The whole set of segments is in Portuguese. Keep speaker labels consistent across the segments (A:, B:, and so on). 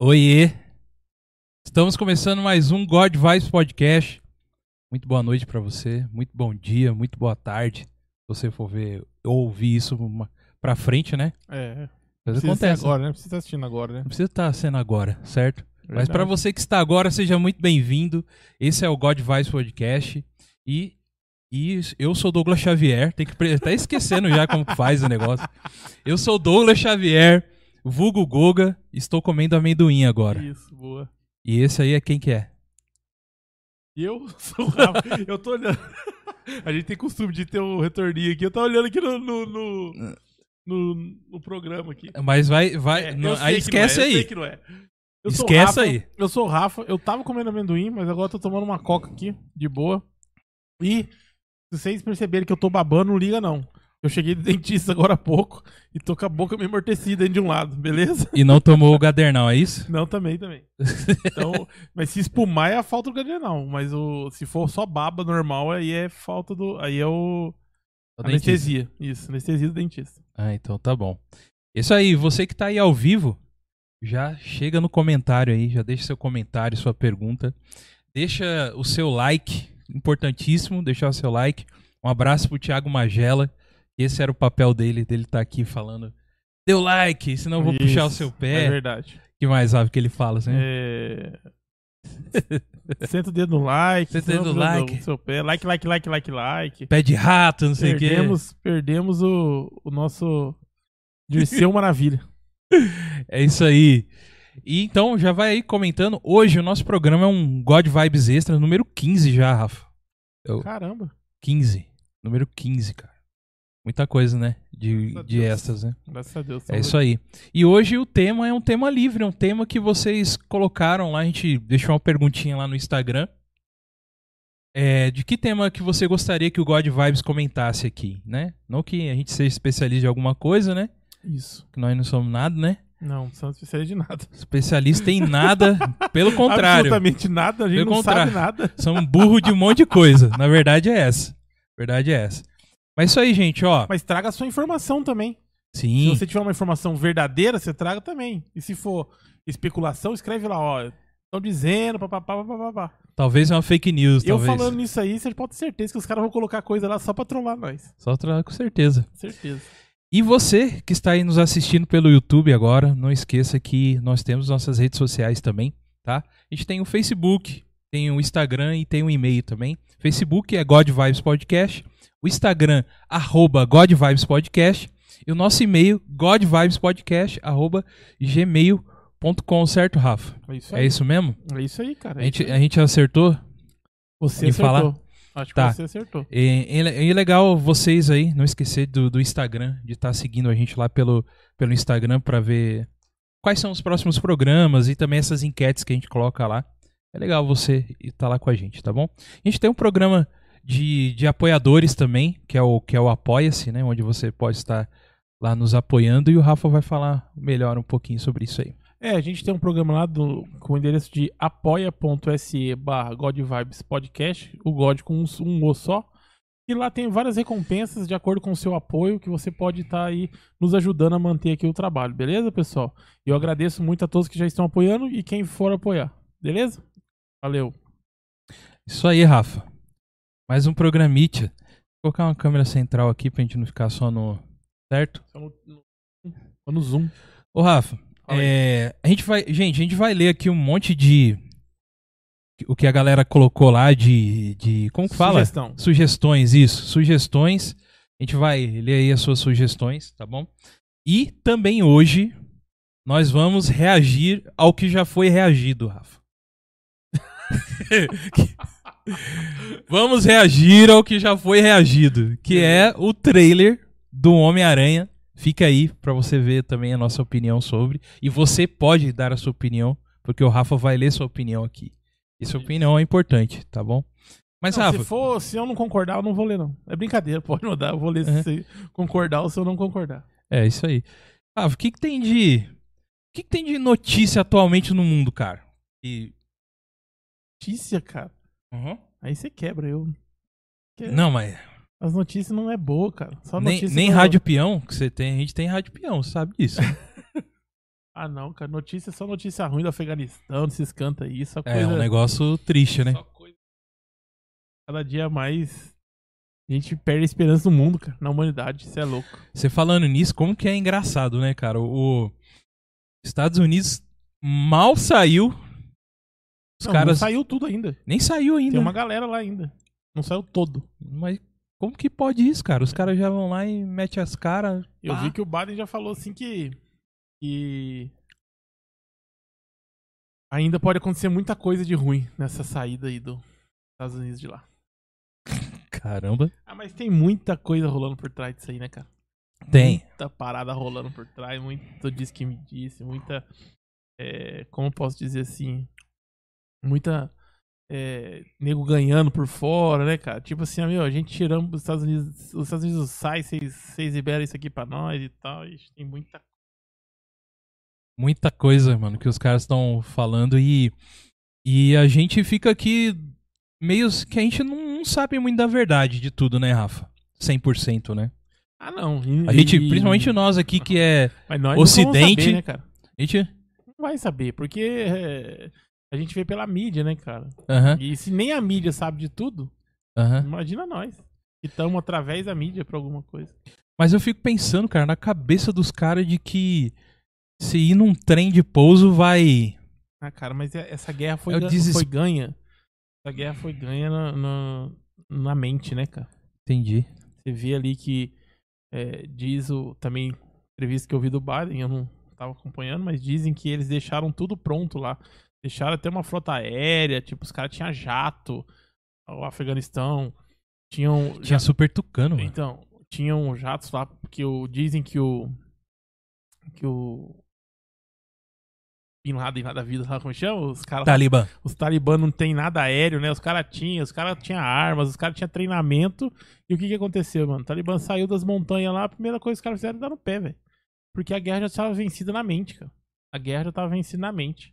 A: Oiê! Estamos começando mais um God Vibes Podcast. Muito boa noite pra você, muito bom dia, muito boa tarde. Se você for ver, ouvir isso uma- pra frente, né?
B: É.
A: Mas
B: precisa ser
A: acontece.
B: agora, né? Não precisa estar assistindo agora, né?
A: Não precisa estar sendo agora, certo? Mas
B: Verdade.
A: pra você que está agora, seja muito bem-vindo. Esse é o God Vibes Podcast e e eu sou Douglas Xavier, tem que pre- tá esquecendo já como que faz o negócio. Eu sou Douglas Xavier, vulgo Goga, estou comendo amendoim agora.
B: Isso, boa.
A: E esse aí é quem que é?
B: E eu sou o Rafa. eu tô olhando. A gente tem costume de ter um retorninho aqui. Eu tava olhando aqui no. no, no, no- no programa aqui.
A: Mas vai, vai,
B: É,
A: não-
B: eu
A: aí
B: sei que não é,
A: esquece
B: eu sei
A: aí.
B: que não é. Eu sou o
A: Esquece
B: Rafa,
A: aí.
B: Eu sou o Rafa. Eu tava comendo amendoim, mas agora eu tô tomando uma coca aqui, de boa. E se vocês perceberem que eu tô babando, não liga não. Eu cheguei do dentista agora há pouco e tô com a boca meio amortecida aí de um lado, beleza?
A: E não tomou o gadernal, é isso?
B: Não, também, também. Então, mas se espumar é a falta do gadrenal. Mas o, se for só baba normal, aí é falta do. Aí é o.
A: O dentista.
B: anestesia. Isso, anestesia do dentista.
A: Ah, então tá bom. Isso aí, você que tá aí ao vivo, já chega no comentário aí, já deixa seu comentário, sua pergunta. Deixa o seu like, importantíssimo deixar o seu like. Um abraço pro Thiago Magela, esse era o papel dele, dele tá aqui falando. Deu like, senão Então, eu vou puxar o
B: Isso,
A: seu
B: É
A: pé.
B: verdade.
A: que mais sabe que ele fala, assim?
B: É, Senta o dedo no like.
A: Senta o dedo no
B: senta
A: like.
B: no Seu pé. Like, like, like, like, like.
A: Pé de rato, não sei o quê.
B: Perdemos, perdemos o, o nosso. Dirceu Maravilha.
A: É isso aí. E então, já vai aí comentando. Hoje o nosso programa é um God Vibes Extra, número 15 já, Rafa. Eu-
B: Caramba.
A: 15. Número 15, cara. Muita coisa, né? De,
B: Graças a
A: de
B: Deus.
A: extras, né?
B: Graças a Deus.
A: É isso aí. E hoje o tema é um tema livre, é um tema que vocês colocaram lá. A gente deixou uma perguntinha lá no Instagram. É, de que tema que você gostaria que o God Vibes comentasse aqui, né? Não que a gente seja especialista em alguma coisa, né?
B: Isso.
A: Que nós não somos nada, né?
B: Não, não precisa ser de nada.
A: Especialista em nada, pelo contrário.
B: Absolutamente nada, a gente
A: Pelo
B: não
A: contrário.
B: sabe nada.
A: Somos burro de um monte de coisa. Na verdade é essa. Verdade é essa. Mas isso aí, gente, ó.
B: Mas traga a sua informação também.
A: Sim.
B: Se você tiver uma informação verdadeira, você traga também. E se for especulação, escreve lá, ó. Estão dizendo, papapá, papapá.
A: Talvez é uma fake news,
B: Eu
A: talvez.
B: falando nisso aí, você pode ter certeza que os caras vão colocar coisa lá só pra trollar nós.
A: Só tra- com certeza.
B: Certeza.
A: E você que está aí nos assistindo pelo YouTube agora, não esqueça que nós temos nossas redes sociais também, tá? A gente tem o Facebook, tem o Instagram e tem o e-mail também. Facebook é God Vibes Podcast, o Instagram arroba God Vibes Podcast e o nosso e-mail godvibespodcast arroba gmail.com, certo, Rafa?
B: É isso aí.
A: É isso mesmo?
B: É isso aí, cara.
A: A
B: É
A: gente,
B: isso aí.
A: a gente acertou?
B: Você
A: em
B: acertou.
A: falar?
B: Acho que
A: Tá.
B: você acertou.
A: E, e- e legal vocês aí, não esquecer do, do Instagram, de estar seguindo a gente lá pelo, pelo Instagram pra ver quais são os próximos programas e também essas enquetes que a gente coloca lá. É legal você estar lá com a gente, tá bom? A gente tem um programa de, de apoiadores também, que é o que é o Apoia-se, né? Onde você pode estar lá nos apoiando e o Rafa vai falar melhor um pouquinho sobre isso aí.
B: É, a gente tem um programa lá do- com o endereço de apoia.se barra God Vibes Podcast, o God com um, um O só. E lá tem várias recompensas de acordo com o seu apoio que você pode estar aí nos ajudando a manter aqui o trabalho, beleza, pessoal? Eu agradeço muito a todos que já estão apoiando e quem for apoiar, beleza? Valeu.
A: Isso aí, Rafa. Mais um programite. Vou colocar uma câmera central aqui pra gente não ficar só no. Certo?
B: Só no, no- só no Zoom.
A: Ô, Rafa,
B: Fala aí.
A: é, a gente vai. Gente, a gente vai ler aqui um monte de. O que a galera colocou lá de. de como que fala?
B: Sugestão.
A: Sugestões, isso. Sugestões. A gente vai ler aí as suas sugestões, tá bom? E também hoje nós vamos reagir ao que já foi reagido, Rafa. vamos reagir ao que já foi reagido, que é o trailer do Homem-Aranha. Fica aí pra você ver também a nossa opinião sobre. E você pode dar a sua opinião, porque o Rafa vai ler sua opinião aqui. E sua opinião é importante, tá bom? Mas,
B: Não,
A: Rafa.
B: se for, se eu não concordar, eu não vou ler, não. É brincadeira, pode mandar. Eu vou ler
A: Uhum.
B: se você concordar ou se eu não concordar.
A: É, isso aí. Ah, o que, que tem de. O que, que tem de notícia atualmente no mundo, cara? E...
B: Notícia, cara. Aí você quebra eu. É.
A: Não, mas.
B: As notícias não é boa, cara. Só
A: nem
B: notícia
A: nem
B: não é
A: rádio peão que você tem, a gente tem rádio peão, sabe disso. né?
B: boa. Ah, não, cara. Notícia só notícia ruim do Afeganistão, esses canta aí, só coisa.
A: É um negócio triste, né?
B: só coisa- Cada dia mais a gente perde a esperança no mundo, cara, na humanidade. Isso é louco.
A: Você falando nisso, como que é engraçado, né, cara? O o Estados Unidos mal saiu. Os
B: Não, não
A: caras né?
B: saiu tudo ainda.
A: nem saiu ainda.
B: Tem uma galera lá ainda. Não saiu todo.
A: Mas como que pode isso, cara? Os caras já vão lá e metem as caras.
B: Eu
A: Pá.
B: vi que o Biden já falou assim que. que. Ainda pode acontecer muita coisa de ruim nessa saída aí dos Estados Unidos de lá.
A: Caramba.
B: Ah, mas tem muita coisa rolando por trás disso aí, né, cara?
A: Tem.
B: Muita parada rolando por trás, muito disso que me disse, muita. é, como eu posso dizer assim? Muita. é, nego ganhando por fora, né, cara? Tipo assim, ah, meu, a gente tiramos os Estados Unidos, os Estados Unidos sai, vocês vocês liberam isso aqui pra nós e tal. E tem muita
A: Muita coisa, mano, que os caras estão falando e. E a gente fica aqui meio que a gente não, não sabe muito da verdade de tudo, né, Rafa? 100%, né?
B: Ah, não. E-
A: A gente,
B: e-
A: principalmente nós aqui que é.
B: Mas nós não vamos
A: Ocidente-
B: saber, né, cara?
A: A gente.
B: Não vai saber, porque é, a gente vê pela mídia, né, cara?
A: Aham,
B: E se nem a mídia sabe de tudo,
A: aham.
B: imagina nós. Que estamos através da mídia pra alguma coisa.
A: Mas eu fico pensando, cara, na cabeça dos caras de que se ir num trem de pouso vai.
B: Ah, cara, mas é- essa guerra foi,
A: É o
B: ga-
A: desespero.
B: foi ganha. Essa guerra foi ganha na, na, na mente, né, cara?
A: Entendi.
B: Você vê ali que é, diz o. Também entrevista que eu vi do Biden, eu não tava acompanhando, mas dizem que eles deixaram tudo pronto lá. Deixaram até uma frota aérea, tipo, os caras tinham jato, o Afeganistão, tinham.
A: Tinha
B: já-
A: super tucano, mano.
B: então, tinham jatos lá, porque o, dizem que o. Que o. Bin Laden lá da vida, sabe como é chama? Os caras
A: Talibã.
B: os talibã não tem nada aéreo, né? Os caras tinham, os caras tinham armas, os caras tinham treinamento. E o que que aconteceu, mano? O talibã saiu das montanhas lá, a primeira coisa que os caras fizeram é dar no pé, velho. Porque a guerra já estava vencida na mente, cara. A guerra já estava vencida na mente.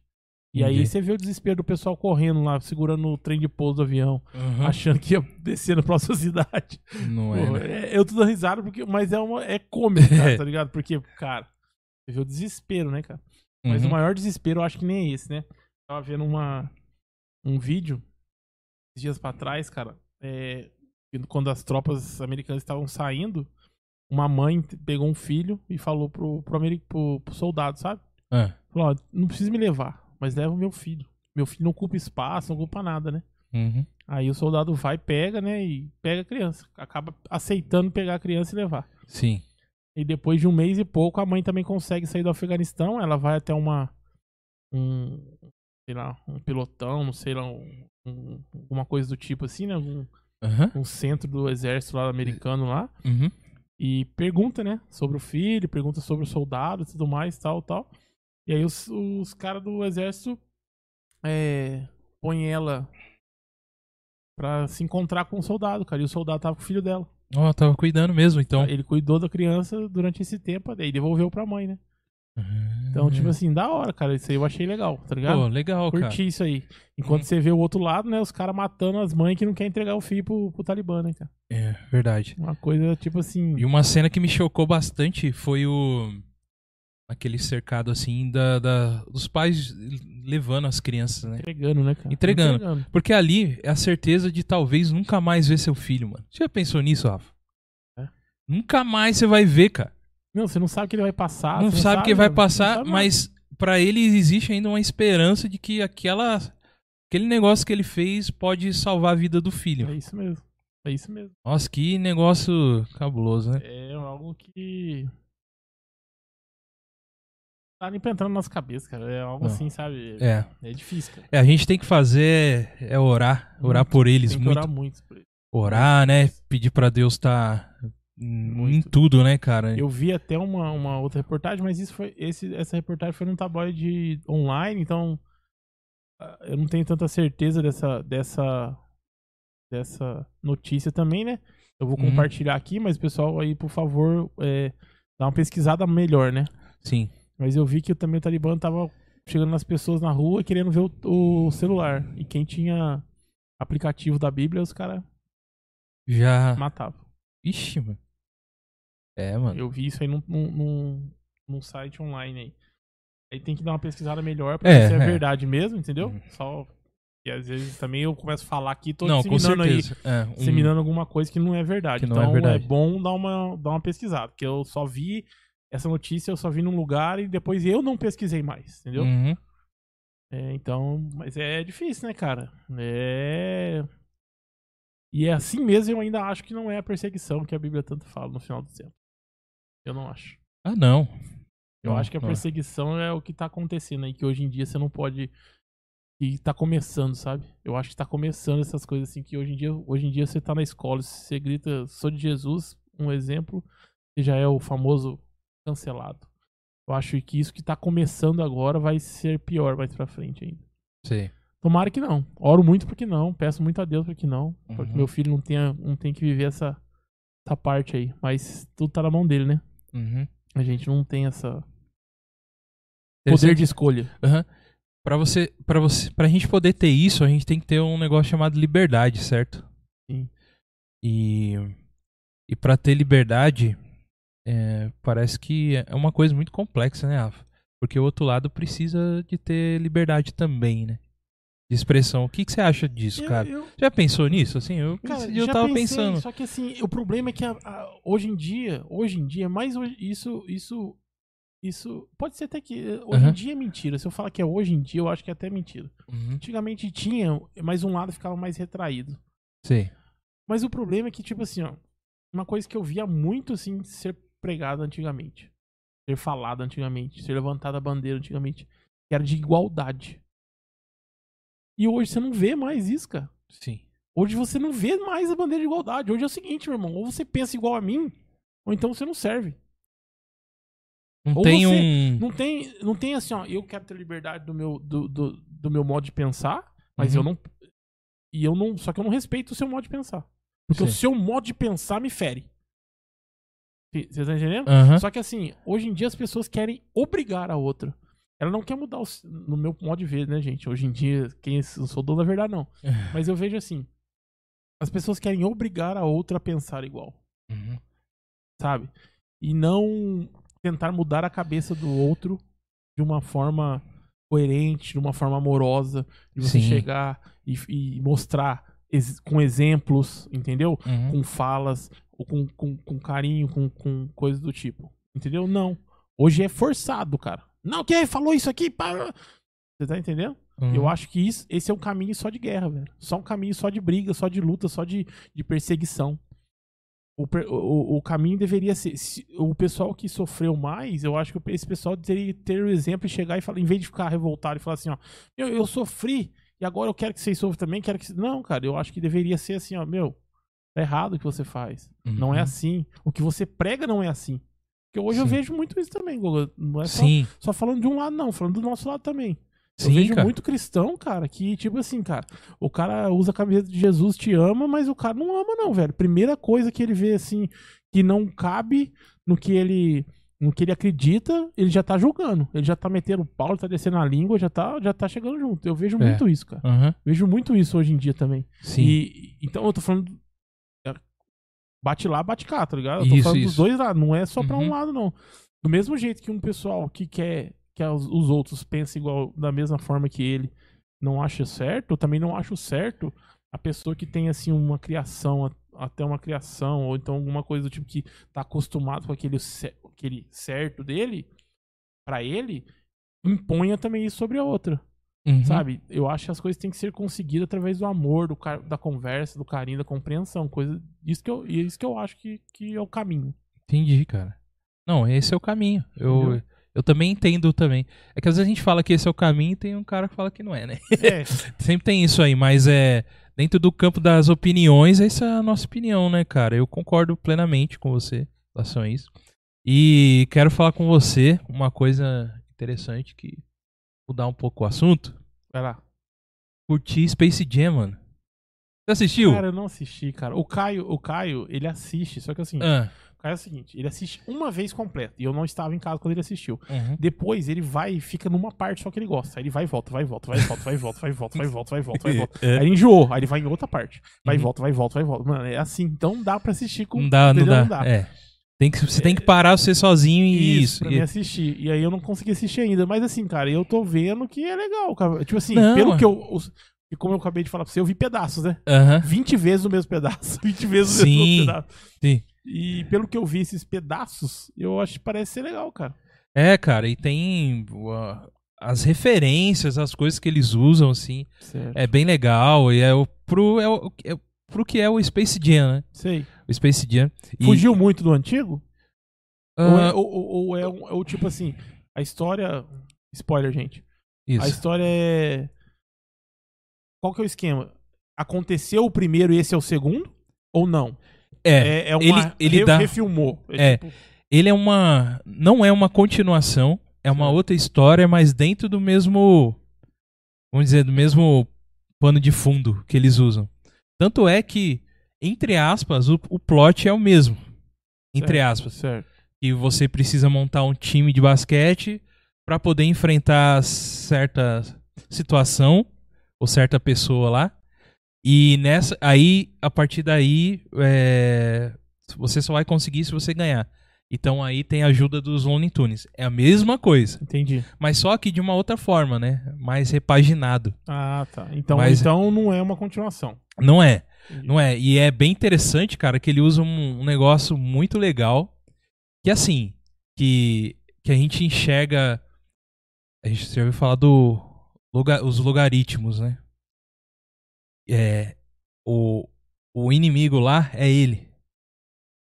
B: E aí
A: Entendi.
B: você vê o desespero do pessoal correndo lá, segurando o trem de pouso do avião,
A: Uhum.
B: achando que ia descer na próxima cidade.
A: Não é,
B: Pô,
A: né?
B: é- eu tô dando risada, porque, mas é, uma, é cômico, cara, tá ligado? Porque, cara, você vê o desespero, né, cara? Mas
A: Uhum.
B: o maior desespero eu acho que nem é esse, né? Tava vendo uma, um vídeo esses dias pra trás, cara. é, quando as tropas americanas estavam saindo, uma mãe t- pegou um filho e falou pro, pro, ameri- pro- pro soldado, sabe?
A: Ah,
B: Falou, ó, não precisa me levar, mas leva o meu filho. Meu filho não ocupa espaço, não ocupa nada, né?
A: uhum.
B: Aí o soldado vai, pega, né? E pega a criança. Acaba aceitando pegar a criança e levar.
A: Sim.
B: E depois de um mês e pouco, a mãe também consegue sair do Afeganistão. Ela vai até uma. Um. Sei lá, um pelotão, não sei lá, um, um- alguma coisa do tipo assim, né? Um,
A: Aham.
B: um centro do exército lá americano lá.
A: Uhum.
B: E pergunta, né? Sobre o filho, pergunta sobre o soldado e tudo mais, tal, tal. E aí os, os caras do exército é, põem ela pra se encontrar com o soldado, cara. E o soldado tava com o filho dela.
A: Ó, tava cuidando mesmo, então.
B: Ele cuidou da criança durante esse tempo, aí devolveu pra mãe, né? Então,
A: Uhum.
B: tipo assim, da hora, cara. Isso aí eu achei legal, tá ligado?
A: Pô, legal, cara. Uhum.
B: Curti isso aí. Enquanto você vê o outro lado, né? Os caras matando as mães que não querem entregar o filho pro, pro Talibã, né, cara?
A: É, verdade.
B: Uma coisa, tipo assim.
A: E uma cena que me chocou bastante foi o. Aquele cercado assim da, da- dos pais levando as crianças, né?
B: Entregando, né, cara?
A: Entregando. Porque ali é a certeza de talvez nunca mais ver seu filho, mano. Você já pensou nisso, Rafa?
B: É.
A: Nunca mais você vai ver, cara.
B: Não, você não sabe o que ele vai passar.
A: não
B: você
A: sabe o que vai
B: né? Não
A: passar,
B: sabe
A: mas pra ele existe ainda uma esperança de que aquela aquele negócio que ele fez pode salvar a vida do
B: nada.
A: filho.
B: É isso mesmo. É isso mesmo.
A: Nossa, que negócio cabuloso, né?
B: É algo que. Tá nem pra entrar na nossa cabeça, cara. É algo
A: Não.
B: assim, sabe? É,
A: É.
B: difícil, cara.
A: É, a gente tem que fazer é orar, orar
B: Muito.
A: por eles
B: Tem que
A: muito,
B: orar muito por isso.
A: orar, né? Pedir pra Deus estar em
B: Muito.
A: tudo, né, cara?
B: Eu vi até uma, uma outra reportagem, mas isso foi, esse, essa reportagem foi num tabloide online, então ah, eu não tenho tanta certeza dessa, dessa, dessa notícia também, né? Eu vou
A: Uhum.
B: compartilhar aqui, mas pessoal aí, por favor, é, dá uma pesquisada melhor, né?
A: Sim.
B: Mas eu vi que também o Talibã tava chegando nas pessoas na rua e querendo ver o, o celular. E quem tinha aplicativo da Bíblia, os caras
A: Já.
B: matavam.
A: Ixi, mano. É, mano.
B: Eu vi isso aí num, num, num- num site online aí. Aí tem que dar uma pesquisada melhor pra
A: É,
B: ver se é,
A: é.
B: verdade mesmo, entendeu? Só. E às vezes também eu começo a falar aqui, tô
A: não, com
B: disseminando aí.
A: certeza. É, um-
B: Disseminando alguma coisa que não é verdade.
A: Que não é
B: então é,
A: verdade.
B: bom dar uma, dar uma pesquisada. Porque eu só vi essa notícia, eu só vi num lugar e depois eu não pesquisei mais, entendeu?
A: Uhum.
B: É, então, mas é difícil, né, cara? É. E é assim mesmo, eu ainda acho que não é a perseguição que a Bíblia tanto fala no final do tempo. Eu não acho.
A: Ah, não.
B: Eu
A: Não,
B: acho que a
A: não é.
B: perseguição é o que tá acontecendo aí, que hoje em dia você não pode. E tá começando, sabe? Eu acho que tá começando essas coisas assim, que hoje em dia, hoje em dia você tá na escola, se você grita, sou de Jesus, um exemplo, você já é o famoso cancelado. Eu acho que isso que tá começando agora vai ser pior mais pra frente ainda.
A: Sei.
B: Tomara que não. Oro muito pra que não. Peço muito a Deus pra que não. Pra que
A: Uhum.
B: meu filho não tenha, não tenha que viver essa, essa parte aí. Mas tudo tá na mão dele, né?
A: Uhum.
B: A gente não tem essa poder de escolha.
A: Aham. Pra você, para você, pra gente poder ter isso, a gente tem que ter um negócio chamado liberdade, certo?
B: Sim.
A: E e para ter liberdade, é, parece que é uma coisa muito complexa, né, Rafa? Porque o outro lado precisa de ter liberdade também, né? De expressão. O que, que você acha disso, cara?
B: Eu,
A: Já pensou nisso? Assim, eu, esse dia eu
B: já
A: tava
B: pensei,
A: pensando.
B: Só que assim, o problema é que a- a- hoje em dia, hoje em dia, é mais hoje- isso, isso, isso pode ser até que hoje
A: Aham.
B: em dia é mentira. Se eu falar que é hoje em dia, eu acho que é até mentira.
A: Uhum.
B: Antigamente tinha, mas um lado ficava mais retraído.
A: Sei.
B: Mas o problema é que, tipo assim, ó, uma coisa que eu via muito, assim, ser pregada antigamente, ser falada antigamente, ser levantada a bandeira antigamente, que era de igualdade. E hoje você não vê mais isso, cara.
A: Sim.
B: Hoje você não vê mais a bandeira de igualdade. Hoje é o seguinte, meu irmão, ou você pensa igual a mim, ou então você não serve.
A: Não
B: Ou
A: tem
B: você-
A: um.
B: Não tem, não tem assim, ó, eu quero ter liberdade do meu, do, do, do meu modo de pensar, mas
A: Uhum.
B: eu não. E eu não. Só que eu não respeito o seu modo de pensar. Porque o
A: Sim.
B: seu modo de pensar me fere. Você tá entendendo?
A: Aham.
B: Só que assim, hoje em dia as pessoas querem obrigar a outra. Ela não quer mudar o s- no meu modo de ver, né, gente? Hoje em dia, quem eu sou dono da verdade, não. Mas eu vejo assim. As pessoas querem obrigar a outra a pensar igual,
A: Uhum.
B: sabe? E não tentar mudar a cabeça do outro de uma forma coerente, de uma forma amorosa, de você
A: Sim.
B: chegar e, e mostrar ex- com exemplos, entendeu?
A: Uhum.
B: com falas, ou com, com, com carinho, com, com coisas do tipo. Entendeu? Não. Hoje é forçado, cara. Não, quem falou isso aqui? Pá. Você tá entendendo?
A: Uhum.
B: Eu acho que isso, esse é um caminho só de guerra, velho. Só um caminho só de briga, só de luta, só de, de perseguição. O, per- o, o caminho deveria ser. se- o pessoal que sofreu mais, eu acho que esse pessoal deveria ter o exemplo e chegar e falar, em vez de ficar revoltado e falar assim, ó, meu, eu sofri e agora eu quero que vocês sofram também, quero que. vocês-" Não, cara, eu acho que deveria ser assim, ó, meu, tá errado o que você faz. Não é
A: Uhum.
B: assim. O que você prega não é assim. Porque hoje eu
A: Sim.
B: vejo muito isso também, Gogo. Não é só,
A: Sim.
B: só falando de um lado, não, falando do nosso lado também. Eu
A: Sim,
B: vejo
A: cara.
B: muito cristão, cara, que, tipo assim, cara, o cara usa a camiseta de Jesus, te ama, mas o cara não ama, não, velho. Primeira coisa que ele vê, assim, que não cabe no que ele. No que ele acredita, ele já tá julgando. Ele já tá metendo o pau, ele tá descendo a língua, já tá, já tá chegando junto. Eu vejo
A: É.
B: muito isso, cara.
A: Aham.
B: Vejo muito isso hoje em dia também.
A: Sim.
B: E, então eu tô falando. é, Bate lá, bate cá, tá ligado? Eu tô
A: Isso,
B: falando dos
A: isso.
B: dois lados, não é só pra um
A: Uhum.
B: lado, não. Do mesmo jeito que um pessoal que quer que os, os outros pensem igual, da mesma forma que ele, não acha certo, eu também não acho certo a pessoa que tem, assim, uma criação, a- até uma criação, ou então alguma coisa do tipo que tá acostumado com aquele, ce- aquele certo dele, pra ele, imponha também isso sobre a outra.
A: Uhum.
B: Sabe? Eu acho que as coisas têm que ser conseguidas através do amor, do car- da conversa, do carinho, da compreensão. Coisa... Isso, que eu... e Isso que eu acho que, que é o caminho.
A: Entendi, cara. Não, esse é o caminho. Eu,
B: Entendeu?
A: eu também entendo também. É que às vezes a gente fala que esse é o caminho e tem um cara que fala que não é, né?
B: É,
A: Sempre tem isso aí, mas é. Dentro do campo das opiniões, essa é a nossa opinião, né, cara? Eu concordo plenamente com você em relação a isso. E quero falar com você uma coisa interessante que mudar um pouco o assunto.
B: vai lá.
A: Curti Space Jam, mano. Você assistiu?
B: Cara, eu não assisti, cara. O Caio, o Caio, ele assiste, só que assim,
A: Ah,
B: o Caio é o seguinte, ele assiste uma vez completo, e eu não estava em casa quando ele assistiu.
A: uhum.
B: Depois ele vai e fica numa parte só que ele gosta. Aí ele vai e volta, vai e volta, vai e volta, vai e volta, vai e volta, vai e volta, vai e volta, vai e volta. Aí ele enjoou, aí ele vai em outra parte. Vai e
A: Uhum.
B: volta, vai e volta, vai e volta. Mano, é assim, então dá pra assistir com
A: Não dá, não
B: entendeu?
A: dá.
B: Não dá.
A: É. Tem que, você tem que parar você sozinho e
B: Isso,
A: isso.
B: pra
A: E-
B: é assim. me assistir. E aí eu não consegui assistir ainda. Mas assim, cara, eu tô vendo que é legal. cara. Tipo assim,
A: Não,
B: pelo
A: é.
B: que eu. os- E como eu acabei de falar pra você, eu vi pedaços, né?
A: Aham.
B: 20 vezes o mesmo pedaço. 20 vezes o
A: Sim,
B: mesmo pedaço.
A: sim.
B: E pelo que eu vi esses pedaços, eu acho que parece ser legal, cara.
A: É, cara, e tem uh, as referências, as coisas que eles usam, assim.
B: Certo.
A: É bem legal. E é o, pro, é o, é o- pro que é o Space Jam, né?
B: Sei.
A: O Space Jam. E,
B: Fugiu muito do antigo? Ou é,
A: ah,
B: ou- ou- ou é um- ou, tipo assim, a história. Spoiler, gente. A
A: isso.
B: história é. Qual que é o esquema? Aconteceu o primeiro e esse é o segundo? Ou não?
A: É,
B: É, é uma.
A: ele- ele
B: re-
A: dá-
B: refilmou.
A: É.
B: tipo-
A: ele é uma. Não é uma continuação, é uma
B: Certo.
A: outra história, mas dentro do mesmo. Vamos dizer, do mesmo pano de fundo que eles usam. Tanto é que, entre aspas, o, o plot é o mesmo. Entre aspas.
B: certo.
A: Que você precisa montar um time de basquete pra poder enfrentar certa situação ou certa pessoa lá. E nessa. Aí, a partir daí, é, você só vai conseguir se você ganhar. Então aí tem a ajuda dos Looney Tunes. É a mesma coisa,
B: Entendi.
A: mas só que de uma outra forma, né? Mais repaginado.
B: Ah, tá. Então,
A: Mas-
B: então não é uma continuação.
A: Não é,
B: Entendi.
A: não é. E é bem interessante, cara, que ele usa um, um negócio muito legal. Que assim, que, que a gente enxerga. A gente já ouviu falar do. loga- os logaritmos, né? É. O, o inimigo lá é ele.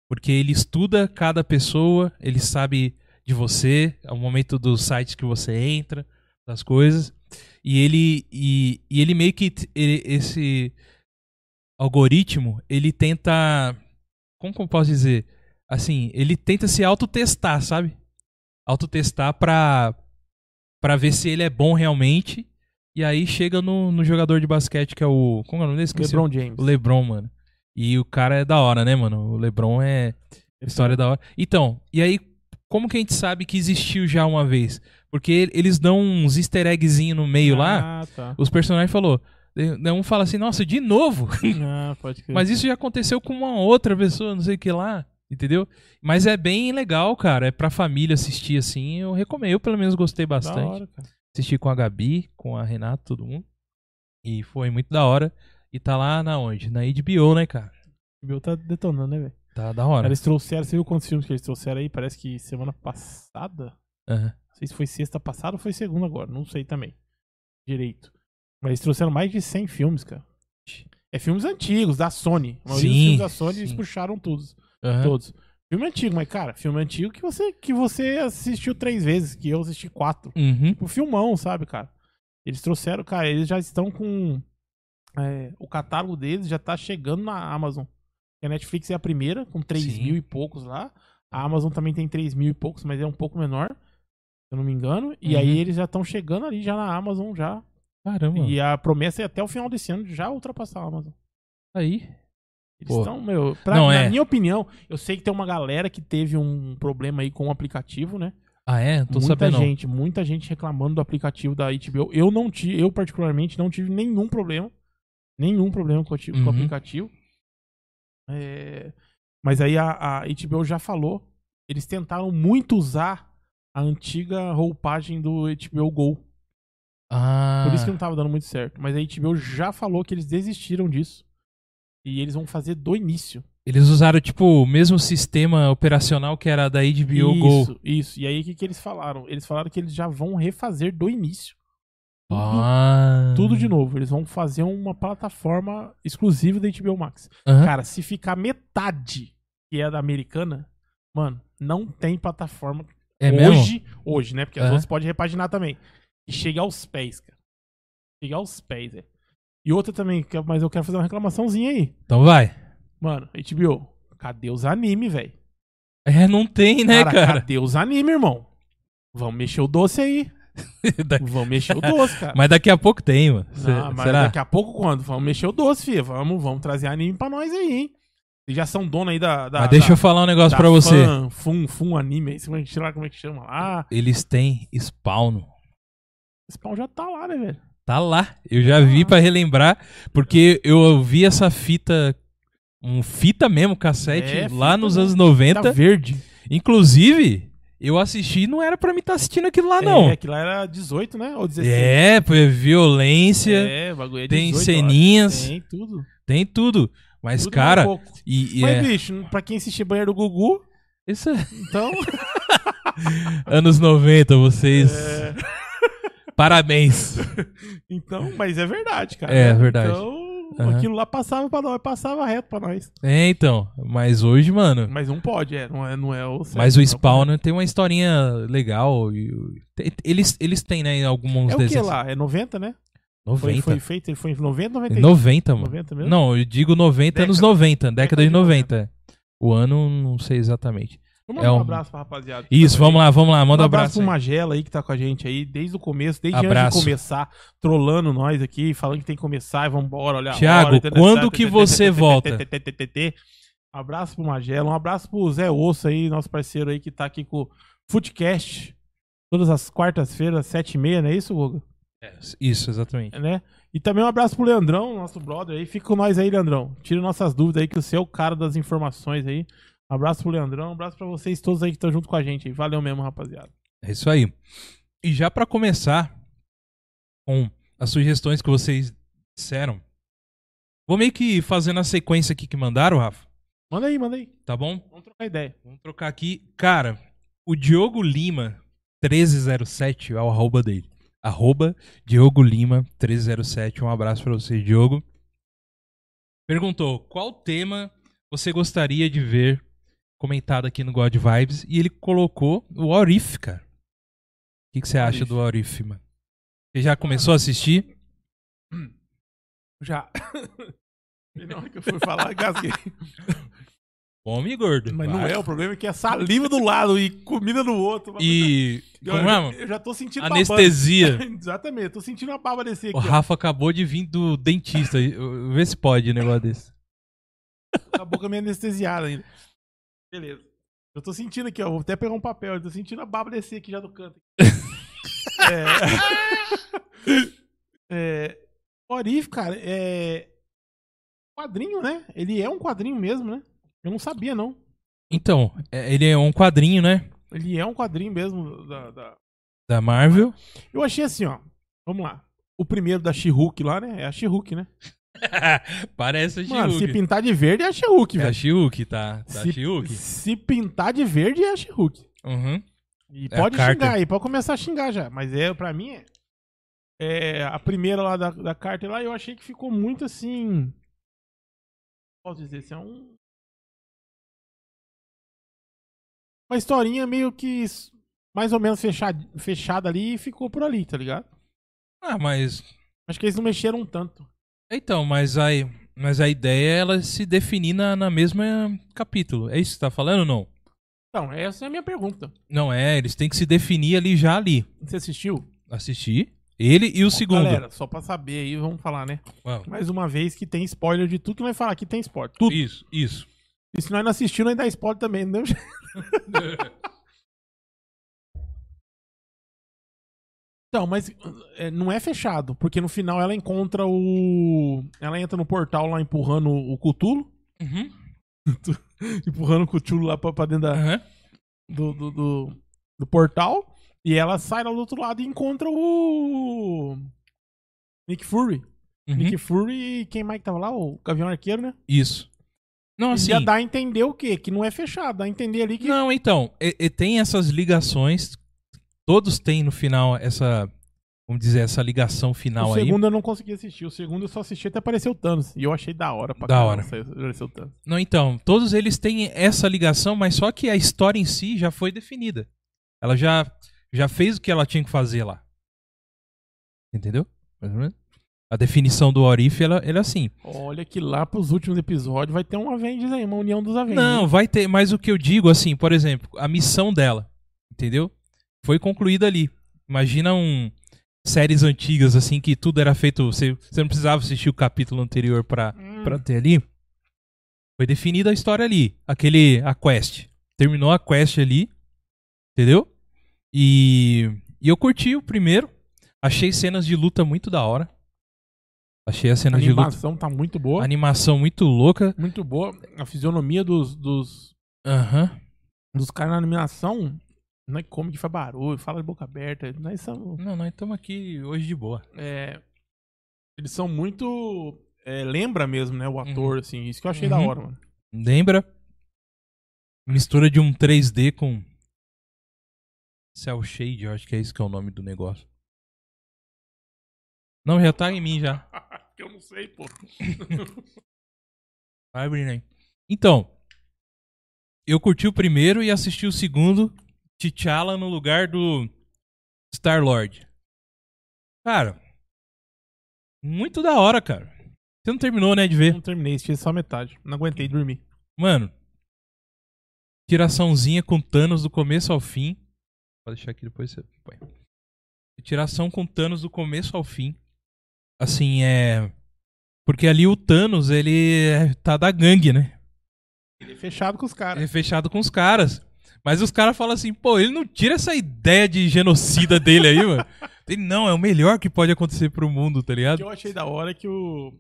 A: Porque ele estuda cada pessoa, ele sabe de você, ao momento dos sites que você entra, das coisas. E ele e, e ele meio que t- ele- esse algoritmo, ele tenta como que eu posso dizer? Assim, ele tenta se autotestar, sabe? Autotestar pra para ver se ele é bom realmente. E aí chega no, no jogador de basquete que é o como é o nome dele? Esqueci o
B: LeBron James.
A: o LeBron, mano. E o cara é da hora, né, mano? O LeBron é história da hora. Então, e aí como que a gente sabe que existiu já uma vez? Porque ele- eles dão uns easter eggzinho no meio lá.
B: Ah, tá.
A: Os personagens falou, né, um fala assim: "Nossa, de novo?"
B: Ah, pode crer.
A: Mas isso já aconteceu com uma outra pessoa, não sei o que lá, entendeu? Mas é bem legal, cara, é pra família assistir assim. Eu recomendo, eu pelo menos gostei
B: Da
A: é bastante
B: hora, cara.
A: assisti com a Gabi, com a Renata, todo mundo. E foi muito da hora. E tá lá na onde? Na HBO, né, cara?
B: O Bill tá detonando, né, velho?
A: Tá da hora.
B: Eles trouxeram, você viu quantos filmes que eles trouxeram aí? Parece que semana passada.
A: Aham.
B: Não sei se foi sexta passada ou foi segunda agora, não sei também. Direito. Mas eles trouxeram mais de 100 filmes, cara. É filmes antigos, da Sony. A maioria dos
A: Sim,
B: filmes da Sony eles
A: sim.
B: puxaram todos.
A: Aham.
B: Todos. Filme antigo, mas, cara, filme antigo que você, que você assistiu três vezes, que eu assisti quatro.
A: Uhum.
B: Tipo, filmão, sabe, cara? Eles trouxeram, cara, eles já estão com. é, o catálogo deles já tá chegando na Amazon. A Netflix é a primeira, com 3
A: Sim.
B: mil e poucos lá. A Amazon também tem 3 mil e poucos, mas é um pouco menor, se eu não me engano. E
A: Uhum.
B: aí eles já estão chegando ali já na Amazon já.
A: Caramba.
B: E a promessa é até o final desse ano já ultrapassar a Amazon.
A: Aí.
B: Eles
A: Pô.
B: estão, meu. pra-
A: Não,
B: na
A: é.
B: minha opinião, eu sei que tem uma galera que teve um problema aí com o aplicativo, né?
A: Ah, é? Não Tô
B: muita
A: sabendo. não.
B: gente, muita gente reclamando do aplicativo da HBO. Eu não tive, eu particularmente não tive nenhum problema, nenhum problema com, o ati- com
A: Uhum.
B: o aplicativo. É, mas aí a, a HBO já falou, eles tentaram muito usar a antiga roupagem do HBO Go,
A: Ah.
B: por isso que não tava dando muito certo. Mas a HBO já falou que eles desistiram disso e eles vão fazer do início.
A: Eles usaram, tipo, o mesmo sistema operacional que era da HBO
B: isso,
A: Go.
B: isso. E aí o que, que eles falaram? Eles falaram que eles já vão refazer do início. Tudo
A: Ah.
B: Tudo de novo. Eles vão fazer uma plataforma exclusiva da HBO Max.
A: Aham.
B: Cara, se ficar metade que é da americana, mano, não tem plataforma.
A: É mesmo?
B: hoje, hoje, né? Porque as
A: É.
B: outras podem repaginar também. E chega aos pés, cara. Chega aos pés, é. E outra também, que- mas eu quero fazer uma reclamaçãozinha aí.
A: Então vai.
B: Mano, HBO, cadê os anime, velho?
A: É, não tem, né, cara?
B: cadê os anime, irmão? Vamos mexer o doce aí.
A: Da-
B: Vamos mexer o doce, cara.
A: Mas daqui a pouco tem, mano. Cê-
B: Não, mas
A: Será?
B: daqui a pouco quando? Vamos mexer o doce, filho. Vamos, vamos trazer anime pra nós aí, hein? Vocês já são dono aí da. da
A: Mas deixa
B: da,
A: eu falar um negócio
B: da
A: pra você.
B: Fan, fun, fun anime. Sei lá sei lá como é que chama lá.
A: Eles têm spawn.
B: Esse pau já tá lá, né, velho? Ah.
A: Tá lá. Eu já vi pra relembrar, porque eu ouvi essa fita um fita mesmo, cassete,
B: É,
A: lá
B: fita
A: nos
B: mesmo.
A: anos 90.
B: Tá verde.
A: Inclusive, eu assisti e não era pra mim estar assistindo aquilo lá, Ah, não.
B: É, aquilo lá era 18, né? Ou 16.
A: É, pô, é violência,
B: É, o bagulho é 18,
A: tem
B: eu acho.
A: ceninhas,
B: Tem tudo.
A: tem tudo. Mas,
B: Tudo
A: cara,
B: um pouco.
A: e, e
B: Mas,
A: é-
B: bicho, pra quem assistir Banheiro do Gugu,
A: isso é
B: então...
A: anos 90, vocês.
B: é,
A: Parabéns.
B: então, mas é verdade, cara.
A: É, verdade.
B: Então,
A: Aham.
B: aquilo lá passava pra nós, passava reto pra nós.
A: É, então. Mas hoje, mano.
B: Mas não pode, é. Não é, não é o certo,
A: Mas o
B: não.
A: Spawn tem uma historinha legal. e o- te- Eles, eles têm, né, alguns
B: É o que
A: desenhos.
B: lá? É 90, né? Foi,
A: 90.
B: foi feito, ele foi em 90, 90,
A: 90, mano.
B: 90 mesmo?
A: Não, eu digo 90 anos
B: Década.
A: 90, década
B: Década
A: de
B: de
A: 90. O ano, não sei exatamente.
B: Vamos
A: É
B: mandar um
A: um-
B: abraço pra rapaziada.
A: Isso, vamos lá, vamos lá, manda
B: Manda um
A: um
B: abraço
A: abraço.
B: pro
A: aí.
B: Magela aí que tá com a gente aí desde o começo, desde antes
A: Abraço.
B: de começar, trolando nós aqui, falando que tem que começar e vambora, olha. a
A: Thiago,
B: hora, tata,
A: quando
B: tata,
A: que
B: tata,
A: você
B: tata,
A: volta?
B: tata, tata, tata, tata. Abraço pro Magela, um abraço pro Zé Osso aí, nosso parceiro aí que tá aqui com o Footcast. Todas as quartas-feiras, sete e meia, não é isso, Guga?
A: Isso, exatamente.
B: É, né? E também um abraço pro Leandrão, nosso brother aí. Fica com nós aí, Leandrão. Tira nossas dúvidas aí, que você é o cara das informações aí. Um abraço pro Leandrão, um abraço pra vocês todos aí que estão junto com a gente aí. Valeu mesmo, rapaziada.
A: É isso aí. E já pra começar com as sugestões que vocês disseram, vou meio que fazendo a sequência aqui que mandaram, Rafa,
B: Manda aí, manda aí.
A: tá bom?
B: Vamos trocar ideia.
A: Vamos trocar aqui. Cara, o Diogo Lima 1307 é o arroba dele. Arroba Diogo Lima 1307. Um abraço pra você, Diogo. Perguntou qual tema você gostaria de ver comentado aqui no God Vibes e ele colocou o Orif, cara. O que, que você acha
B: Orif.
A: do Orif, mano? Você já começou a assistir?
B: Já. E na hora que eu fui falar, gasguei.
A: Come gordo.
B: Mas
A: vai.
B: não é, o problema é que é saliva do lado e comida do outro.
A: E.
B: Eu,
A: Como é,
B: já,
A: mano?
B: eu já tô sentindo
A: Anestesia.
B: babando. Exatamente, eu tô sentindo a baba descer
A: O
B: aqui. ó.
A: Rafa acabou de vir do dentista. Eu- Vê se pode um negócio desse.
B: Com a boca meio anestesiada ainda. Beleza. Eu tô sentindo aqui, ó. Vou até pegar um papel. Eu tô sentindo a baba descer aqui já do canto. é... é... Orif, cara, é. Quadrinho, né? Ele é um quadrinho mesmo, né? Eu não sabia, não.
A: Então, é- ele é um quadrinho, né?
B: Ele é um quadrinho mesmo da- da...
A: Da Marvel.
B: Eu achei assim, ó. Vamos lá. O primeiro da She-Hulk lá, né? É a She-Hulk, né?
A: Parece a
B: Mano, se
A: Shiuk.
B: pintar de verde é a She-Hulk,
A: É a
B: velho.
A: Shiuk, tá? Tá
B: se,
A: Shiuk?
B: se pintar de verde é a She-Hulk.
A: Uhum.
B: E
A: É a
B: pode
A: Carter.
B: xingar aí, pode começar a xingar já. Mas é, pra mim, é. é a primeira lá da, da Carter lá, eu achei que ficou muito assim. Posso dizer, assim, é um. Uma historinha meio que s- mais ou menos fechada, fechada ali e ficou por ali, tá ligado?
A: Ah, mas.
B: Acho que eles não mexeram tanto.
A: Então, mas aí. Mas a ideia é ela se definir na, na mesma capítulo. É isso que você tá falando ou não?
B: Então, essa é a minha pergunta.
A: Não é, eles têm que se definir ali já ali.
B: Você assistiu?
A: Assistir. Ele e o segundo.
B: Galera, só pra saber aí, vamos falar, né?
A: Uau.
B: Mais uma vez que tem spoiler de tudo que nós falar aqui tem spoiler. Tudo. E,
A: Isso, isso.
B: se nós não assistimos, nós dá spoiler também. né? Não Então, mas é, não é fechado, porque no final ela encontra o. Ela entra no portal lá empurrando o Cutulo.
A: Uhum.
B: Empurrando o Cutulo lá pra, pra dentro da-
A: Aham.
B: do, do, do- do portal. E ela sai lá do outro lado e encontra o. Nick Fury.
A: Uhum.
B: Nick Fury e quem mais que tava lá? O Gavião Arqueiro, né?
A: Isso. Não, assim.
B: Já dá a entender o quê? Que não é fechado. Dá a entender ali que.
A: Não, então, e, e tem essas ligações. Todos têm no final essa, vamos dizer, essa ligação final
B: o
A: aí.
B: segundo eu não consegui assistir. O segundo eu só assisti até apareceu o Thanos. E eu achei da hora pra
A: Da
B: caramba
A: hora.
B: essa- Apareceu o Thanos.
A: Não, então, todos eles têm essa ligação, mas só que a história em si já foi definida. Ela já já fez o que ela tinha que fazer lá. Entendeu? Mais ou menos. A definição do Orif, ela, ela é assim.
B: Olha que lá pros últimos episódios vai ter um Avengers aí, uma união dos Avengers.
A: Não, vai ter, mas o que eu digo, assim, por exemplo, a missão dela, entendeu? Foi concluída ali. Imagina um séries antigas, assim, que tudo era feito, você, você não precisava assistir o capítulo anterior pra,
B: Hum,
A: pra ter ali. Foi definida a história ali, aquele, a quest. Terminou a quest ali, entendeu? E, e eu curti o primeiro, achei cenas de luta muito da hora. Achei a
B: A
A: cena de luta.
B: animação tá muito
A: A
B: boa.
A: animação muito louca.
B: Muito boa. A fisionomia dos, dos,
A: Aham.
B: dos caras na animação. Não é come que faz barulho, fala de boca aberta. Não é isso,
A: Não, nós estamos aqui hoje de boa.
B: é, eles são muito. é, lembra mesmo, né? O ator, assim. Isso que eu achei da
A: Uhum.
B: hora, mano.
A: Lembra? Mistura de um 3D com. Cell Shade, eu acho que é isso que é o nome do negócio. Não, já tá em mim já.
B: Que eu não sei, pô.
A: Vai abrindo aí. Então, eu curti o primeiro e assisti o segundo, T'Challa no lugar do Star Lord. Cara, muito da hora, cara. Você não terminou, né, de ver?
B: Não terminei, assisti só metade. Não aguentei dormir.
A: Mano, tiraçãozinha com Thanos do começo ao fim. Pode deixar aqui depois você põe. Tiração com Thanos do começo ao fim. Assim, é. Porque ali o Thanos, ele é- tá da gangue, né?
B: Ele é fechado com os caras.
A: Ele é fechado com os caras. Mas os caras falam assim, pô, ele não tira essa ideia de genocida dele aí, mano. Ele, não, é o melhor que pode acontecer pro mundo, tá
B: O que
A: ligado?
B: eu achei da hora é que o.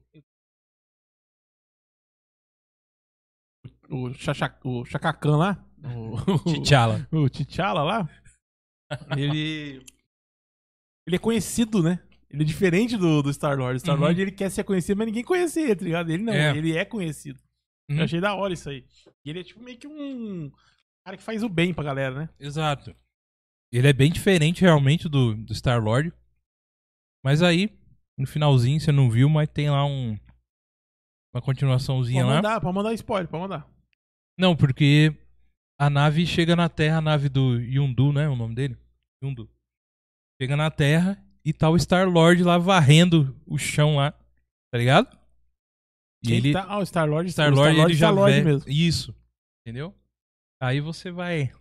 B: O, Chacha, o Chacacan lá. O,
A: T'Challa.
B: o T'Challa lá. Ele. Ele é conhecido, né? Ele é diferente do, do Star-Lord. O Star-Lord ele quer ser conhecido, mas ninguém conhece ele, tá ligado? Ele não,
A: Uhum. É.
B: ele é conhecido.
A: Uhum.
B: Eu achei da hora isso aí. E ele é tipo meio que um cara que faz o bem pra galera, né?
A: Exato. Ele é bem diferente realmente do, do Star-Lord. Mas aí, no finalzinho, você não viu, mas tem lá um... Uma continuaçãozinha
B: Pode
A: lá.
B: mandar, pode mandar spoiler, pode mandar.
A: Não, porque a nave chega na Terra, a nave do Yundu, né? O nome dele? Yundu. Chega na Terra e tá o Star-Lord lá varrendo o chão lá, tá ligado? E
B: Quem
A: ele,
B: tá- Ah, o Star-Lord. o
A: Star-Lord, ele já
B: Star-Lord
A: vê-
B: mesmo.
A: Isso, entendeu? Aí você vai...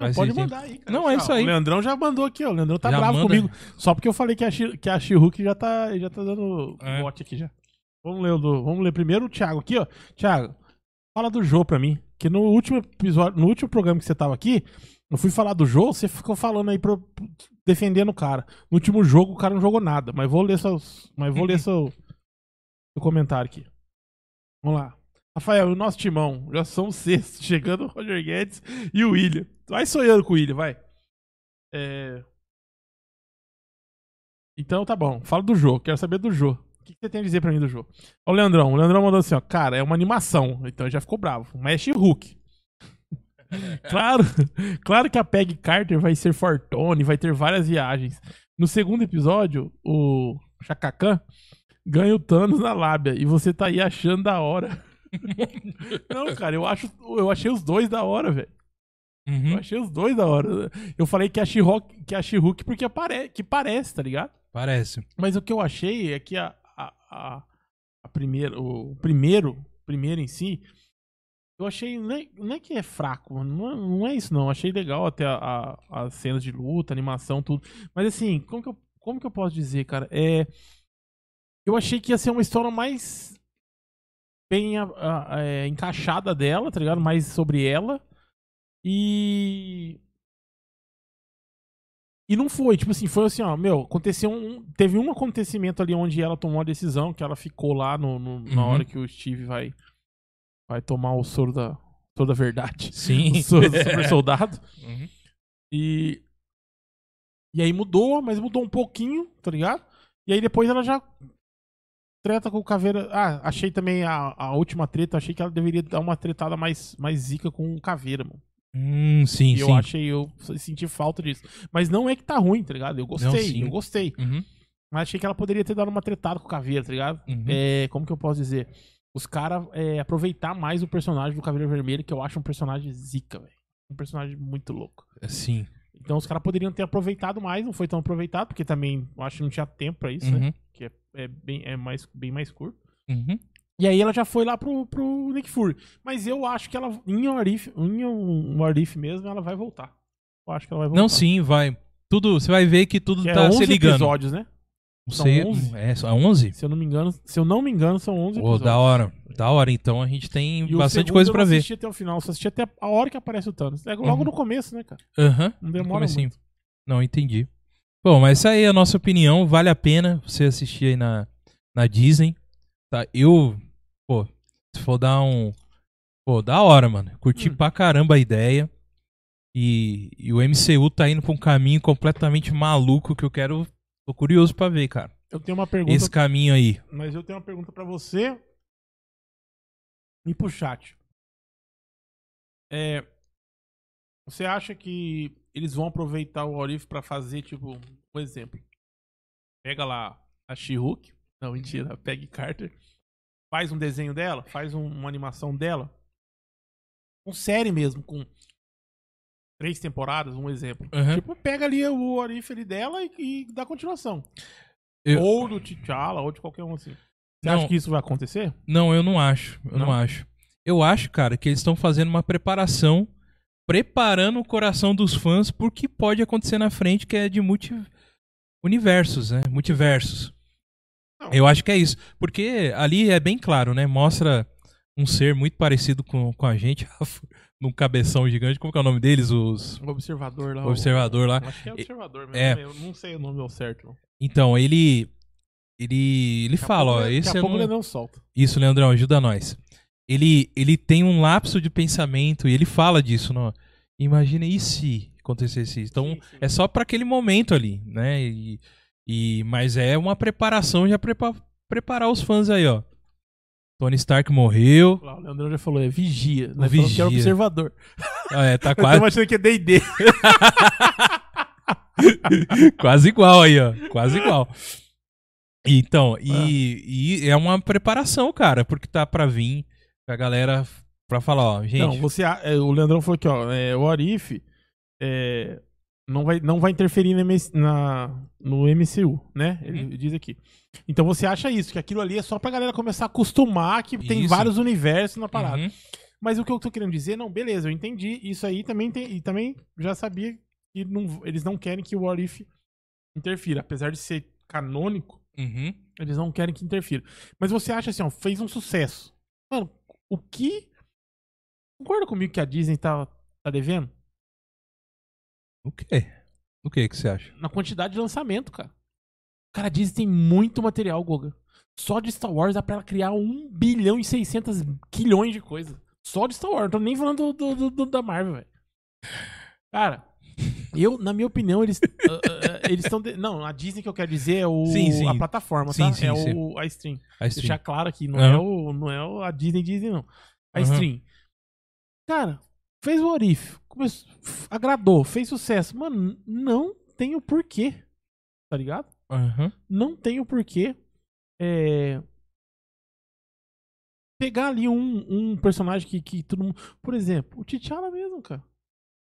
B: Não,
A: vai
B: pode
A: se-
B: mandar aí, cara.
A: Não, é
B: Ah,
A: isso aí.
B: O Leandrão já mandou aqui, ó. O Leandrão tá
A: Já
B: bravo
A: manda.
B: comigo. Só porque eu falei que a Shi- que a She-Hulk já tá, já tá dando
A: É.
B: bote aqui já. Vamos ler, o do, vamos ler primeiro o Thiago aqui, ó. Thiago, fala do Jô pra mim. Que no último episódio, no último programa que você tava aqui, eu fui falar do Jô, você ficou falando aí pro, defendendo o cara. No último jogo o cara não jogou nada, mas vou ler seus, mas vou ler seu, seu comentário aqui. Vamos lá. Rafael, e o nosso timão, já são sexto, chegando o Roger Guedes e o William. Vai sonhando com o William, vai. É... Então tá bom, fala do jogo, quero saber do jogo. O que que você tem a dizer pra mim do jogo? Ó, o Leandrão, o Leandrão mandou assim, ó, cara, é uma animação, então ele já ficou bravo. Mexe Hulk. claro, claro que a Peg Carter vai ser fortone, vai ter várias viagens. No segundo episódio, o Chacacan ganha o Thanos na lábia e você tá aí achando da hora. Não, cara, eu acho, eu achei os dois da hora, velho. Eu
A: Uhum.
B: achei os dois da hora. Eu falei que a She-Hulk, que a She-Hulk porque apare, que parece, tá ligado?
A: Parece.
B: Mas o que eu achei é que a, a, a, a primeira, o primeiro, primeiro em si, eu achei, não é, não é que é fraco, mano, não é, não é isso não. Eu achei legal até a, a- as cenas de luta, animação, tudo. Mas assim, como que eu, como que eu posso dizer, cara? É, eu achei que ia ser uma história mais bem a- a- a- é, encaixada dela, tá ligado? Mais sobre ela. E e não foi, tipo assim, foi assim, ó, meu, aconteceu um. Teve um acontecimento ali onde ela tomou a decisão, que ela ficou lá no, no- na
A: Uhum.
B: hora que o Steve vai, vai tomar o soro da, soro da verdade.
A: Sim.
B: O soro do super soldado.
A: Uhum.
B: E. E aí mudou, mas mudou um pouquinho, tá ligado? E aí depois ela já treta com o Caveira. Ah, achei também a, a última treta, achei que ela deveria dar uma tretada mais, mais zica com o Caveira, mano.
A: Hum, sim,
B: E
A: sim.
B: eu achei, eu senti falta disso. Mas não é que tá ruim, tá ligado? Eu gostei,
A: sim.
B: eu gostei.
A: Uhum.
B: Mas achei que ela poderia ter dado uma tretada com o Caveira, tá ligado?
A: Uhum.
B: É, como que eu posso dizer? Os caras é, aproveitar mais o personagem do Caveira Vermelho, que eu acho um personagem zica, velho. Um personagem muito louco.
A: É, Sim.
B: Então os caras poderiam ter aproveitado mais, não foi tão aproveitado, porque também eu acho que não tinha tempo pra isso, né?
A: Uhum.
B: Que é, é bem, é mais, bem mais curto.
A: Uhum.
B: E aí ela já foi lá pro, pro Nick Fury. Mas eu acho que ela, em Warif, em um Warif mesmo, ela vai voltar. Eu acho que ela vai voltar.
A: Não, sim, vai. Tudo, você vai ver que tudo
B: Que é
A: tá
B: 11
A: se ligando.
B: episódios, né?
A: Não
B: São
A: sei,
B: 11?
A: É, são 11?
B: Se eu não me engano, se eu não me engano, são 11
A: Pô,
B: episódios.
A: da hora. Da hora, então a gente tem
B: E o
A: bastante
B: segundo
A: coisa
B: eu
A: pra
B: não
A: ver.
B: assisti até o final, só assisti até a hora que aparece o Thanos. É logo
A: Uhum.
B: no começo, né, cara?
A: Aham.
B: Não
A: No
B: demora
A: comecinho.
B: muito.
A: Não, entendi. Bom, mas essa aí é a nossa opinião. Vale a pena você assistir aí na, na Disney. Tá? Eu, pô, se for dar um. Pô, da hora, mano. Curti
B: Hum.
A: pra caramba a ideia. E, e o MCU tá indo pra um caminho completamente maluco que eu quero. Tô curioso pra ver, cara.
B: Eu tenho uma pergunta,
A: Esse caminho aí.
B: mas eu tenho uma pergunta pra você e pro chat. É, você acha que eles vão aproveitar o Orif pra fazer, tipo, um exemplo? Pega lá a She-Hulk, não, mentira, a Peggy Carter, faz um desenho dela, faz um- uma animação dela, com série mesmo, com três temporadas, um exemplo.
A: Aham.
B: Tipo, pega ali o Orif ali dela e, e dá continuação.
A: Eu-
B: Ou do T'Challa, ou de qualquer um assim. Você
A: Não.
B: acha que isso vai acontecer?
A: Não, eu não acho. Eu não,
B: Não?
A: acho. Eu acho, cara, que eles estão fazendo uma preparação, preparando o coração dos fãs pro que pode acontecer na frente, que é de multi universos, né? Multiversos.
B: Não.
A: Eu acho que é isso. Porque ali é bem claro, né? Mostra um ser muito parecido com, com a gente, num cabeção gigante. Como que é o nome deles? Os
B: O observador lá.
A: o observador lá.
B: o- Acho que é observador mesmo.
A: É.
B: né? Eu não sei o nome ao certo. não.
A: Então, ele. Ele. Ele
B: Daqui a
A: fala,
B: pouco
A: ó,
B: ele-
A: esse
B: Daqui
A: é
B: a pouco
A: um-
B: ele não solta.
A: Isso, Leandrão, ajuda nós. Ele, ele tem um lapso de pensamento e ele fala disso. Não? Imagina e se acontecesse isso? Então,
B: Sim, sim.
A: é só para aquele momento ali, né? E, e- mas é uma preparação já prepa- preparar os fãs aí, ó. Tony Stark morreu.
B: Lá, o Leandrão já falou, é vigia. Né?
A: O
B: Falou que
A: vigia.
B: era observador.
A: Ah, é, tá
B: Eu tô
A: quase,
B: achando que é D&D.
A: quase igual aí, ó. Quase igual. Então, e, e é uma preparação, cara, porque tá pra vir pra galera pra falar, ó,
B: Não,
A: gente.
B: você, a- é, o Leandrão falou aqui, ó, é, o Arif é, não, vai, não vai interferir na MS na- no MCU, né?
A: Uhum.
B: Ele diz aqui. Então você acha isso, que aquilo ali é só pra galera começar a acostumar que tem
A: Isso.
B: vários universos na parada.
A: Uhum.
B: Mas o que eu tô querendo dizer, não, beleza, eu entendi. Isso aí também tem. E também já sabia que não- eles não querem que o Arif interfira. Apesar de ser canônico,
A: Uhum.
B: eles não querem que interfira. Mas você acha assim, ó, fez um sucesso. Mano, o que. Concorda comigo que a Disney tá, tá devendo?
A: O quê? O que que você acha?
B: Na quantidade de lançamento, cara. Cara, a Disney tem muito material, Goga. Só de Star Wars dá pra ela criar 1 bilhão e 600 quilhões de coisas. Só de Star Wars. Não tô nem falando do, do- do- da Marvel, velho. Cara, eu, na minha opinião, eles ah, ah, eles estão. não, a Disney que eu quero dizer é o,
A: Sim, sim.
B: a plataforma,
A: Sim,
B: tá?
A: sim,
B: é
A: sim.
B: O, a stream.
A: A stream.
B: deixar claro aqui, não,
A: Aham.
B: é o, não é o- a Disney Disney, não. A
A: Aham.
B: stream. Cara, fez o Orif, começou, f- agradou, fez sucesso. Mano, não tem o porquê, tá ligado?
A: Aham.
B: Não tem o porquê é, pegar ali um, um personagem que, que todo mundo... Por exemplo, o T'Challa mesmo, cara.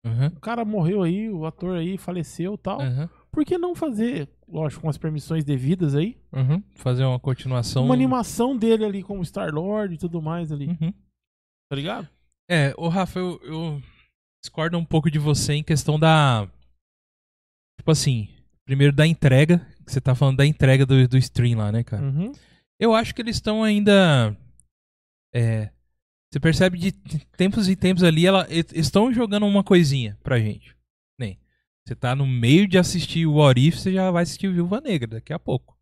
A: Aham.
B: O cara morreu aí, o ator aí faleceu e tal.
A: Aham.
B: Por que não fazer, lógico, com as permissões devidas aí,
A: Aham. Fazer uma continuação.
B: uma animação dele ali como Star-Lord e tudo mais ali,
A: Então- Uhum.
B: tá ligado?
A: É, o Rafa, eu, eu discordo um pouco de você em questão da. Tipo assim, primeiro da entrega, que você tá falando da entrega do, do stream lá, né, cara?
B: Uhum.
A: Eu acho que eles estão ainda. É. Você percebe de t- tempos em tempos ali, ela, e- estão jogando uma coisinha pra gente. Nem. Você tá no meio de assistir o Orif, você já vai assistir o Viúva Negra daqui a pouco.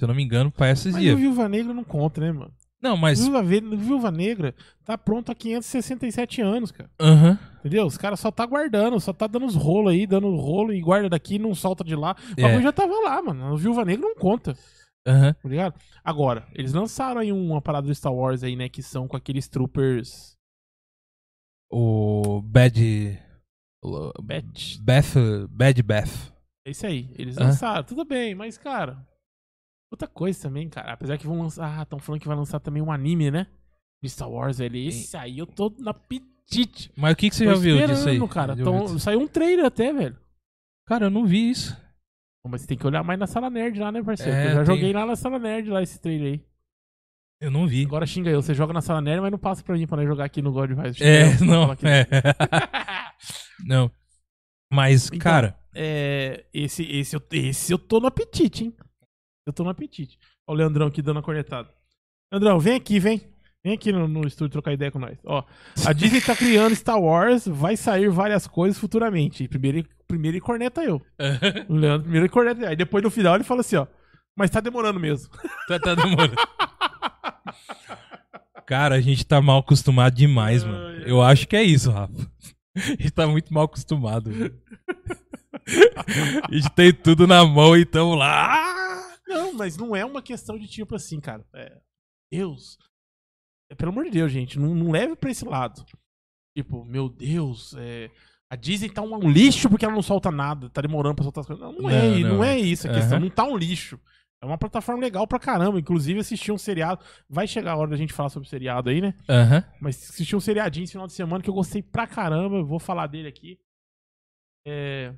A: Se eu não me engano, para esses
B: Mas o
A: dias.
B: Viúva Negra não conta, né, mano?
A: Não, mas.
B: Viúva, Ve- Viúva Negra tá pronto há 567 anos, cara.
A: Aham.
B: Entendeu? Os caras só tá guardando, só tá dando os rolo aí, dando rolo e guarda daqui, não solta de lá. O
A: É.
B: bagulho já tava lá, mano. O Viúva Negra não conta,
A: Aham.
B: tá ligado? Agora, eles lançaram aí uma parada do Star Wars aí, né, que são com aqueles troopers...
A: O Bad. o-
B: Batch.
A: Beth. Bad Beth.
B: É isso aí. Eles
A: Hã?
B: lançaram, tudo bem, mas, cara. Outra coisa também, cara. Apesar que vão lançar. Ah, estão falando que vai lançar também um anime, né? De Star Wars, velho. Esse aí eu tô na apetite.
A: Mas o que, que você
B: Tô
A: já viu disso aí?
B: esperando, cara.
A: Já
B: Tão-
A: ouviu disso?
B: Saiu um trailer até, velho.
A: Cara, eu não vi isso.
B: Mas você tem que olhar mais na sala nerd lá, né, parceiro?
A: É,
B: eu já
A: tem-
B: joguei lá na sala nerd lá esse trailer aí.
A: Eu não vi.
B: Agora xinga eu. Você joga na sala nerd, mas não passa pra mim pra nós jogar aqui no God Vice.
A: É,
B: Xinga eu,
A: não.
B: fala aqui.
A: É. não. Mas,
B: Então,
A: cara.
B: É, esse, esse, eu- esse eu tô no apetite, hein? Eu tô no apetite. Ó, o Leandrão aqui dando a cornetada. Leandrão, vem aqui, vem. Vem aqui no, no estúdio trocar ideia com nós. Ó, a Disney tá criando Star Wars, vai sair várias coisas futuramente. E Primeiro, ele- primeiro ele corneta eu. O Leandro primeiro ele corneta eu. Aí depois no final ele fala assim, ó. Mas tá demorando mesmo.
A: Tá, tá demorando. Cara, a gente tá mal acostumado demais, mano.
B: Ai, ai.
A: Eu acho que é isso, Rafa. A gente tá muito mal acostumado. velho. A gente tem tudo na mão e tamo lá.
B: Não, mas não é uma questão de tipo assim, cara. É, Deus. É, Pelo amor de Deus, gente, não, não leve pra esse lado. Tipo, meu Deus, é, a Disney tá um, um lixo porque ela não solta nada, tá demorando pra soltar as coisas. Não, não, é,
A: Não,
B: não.
A: não.
B: é isso a questão,
A: Aham.
B: não tá um lixo. É uma plataforma legal pra caramba, inclusive assistir um seriado. Vai chegar a hora da gente falar sobre o seriado aí, né?
A: Aham.
B: Mas assisti um seriadinho esse final de semana que eu gostei pra caramba. Eu vou falar dele aqui. É...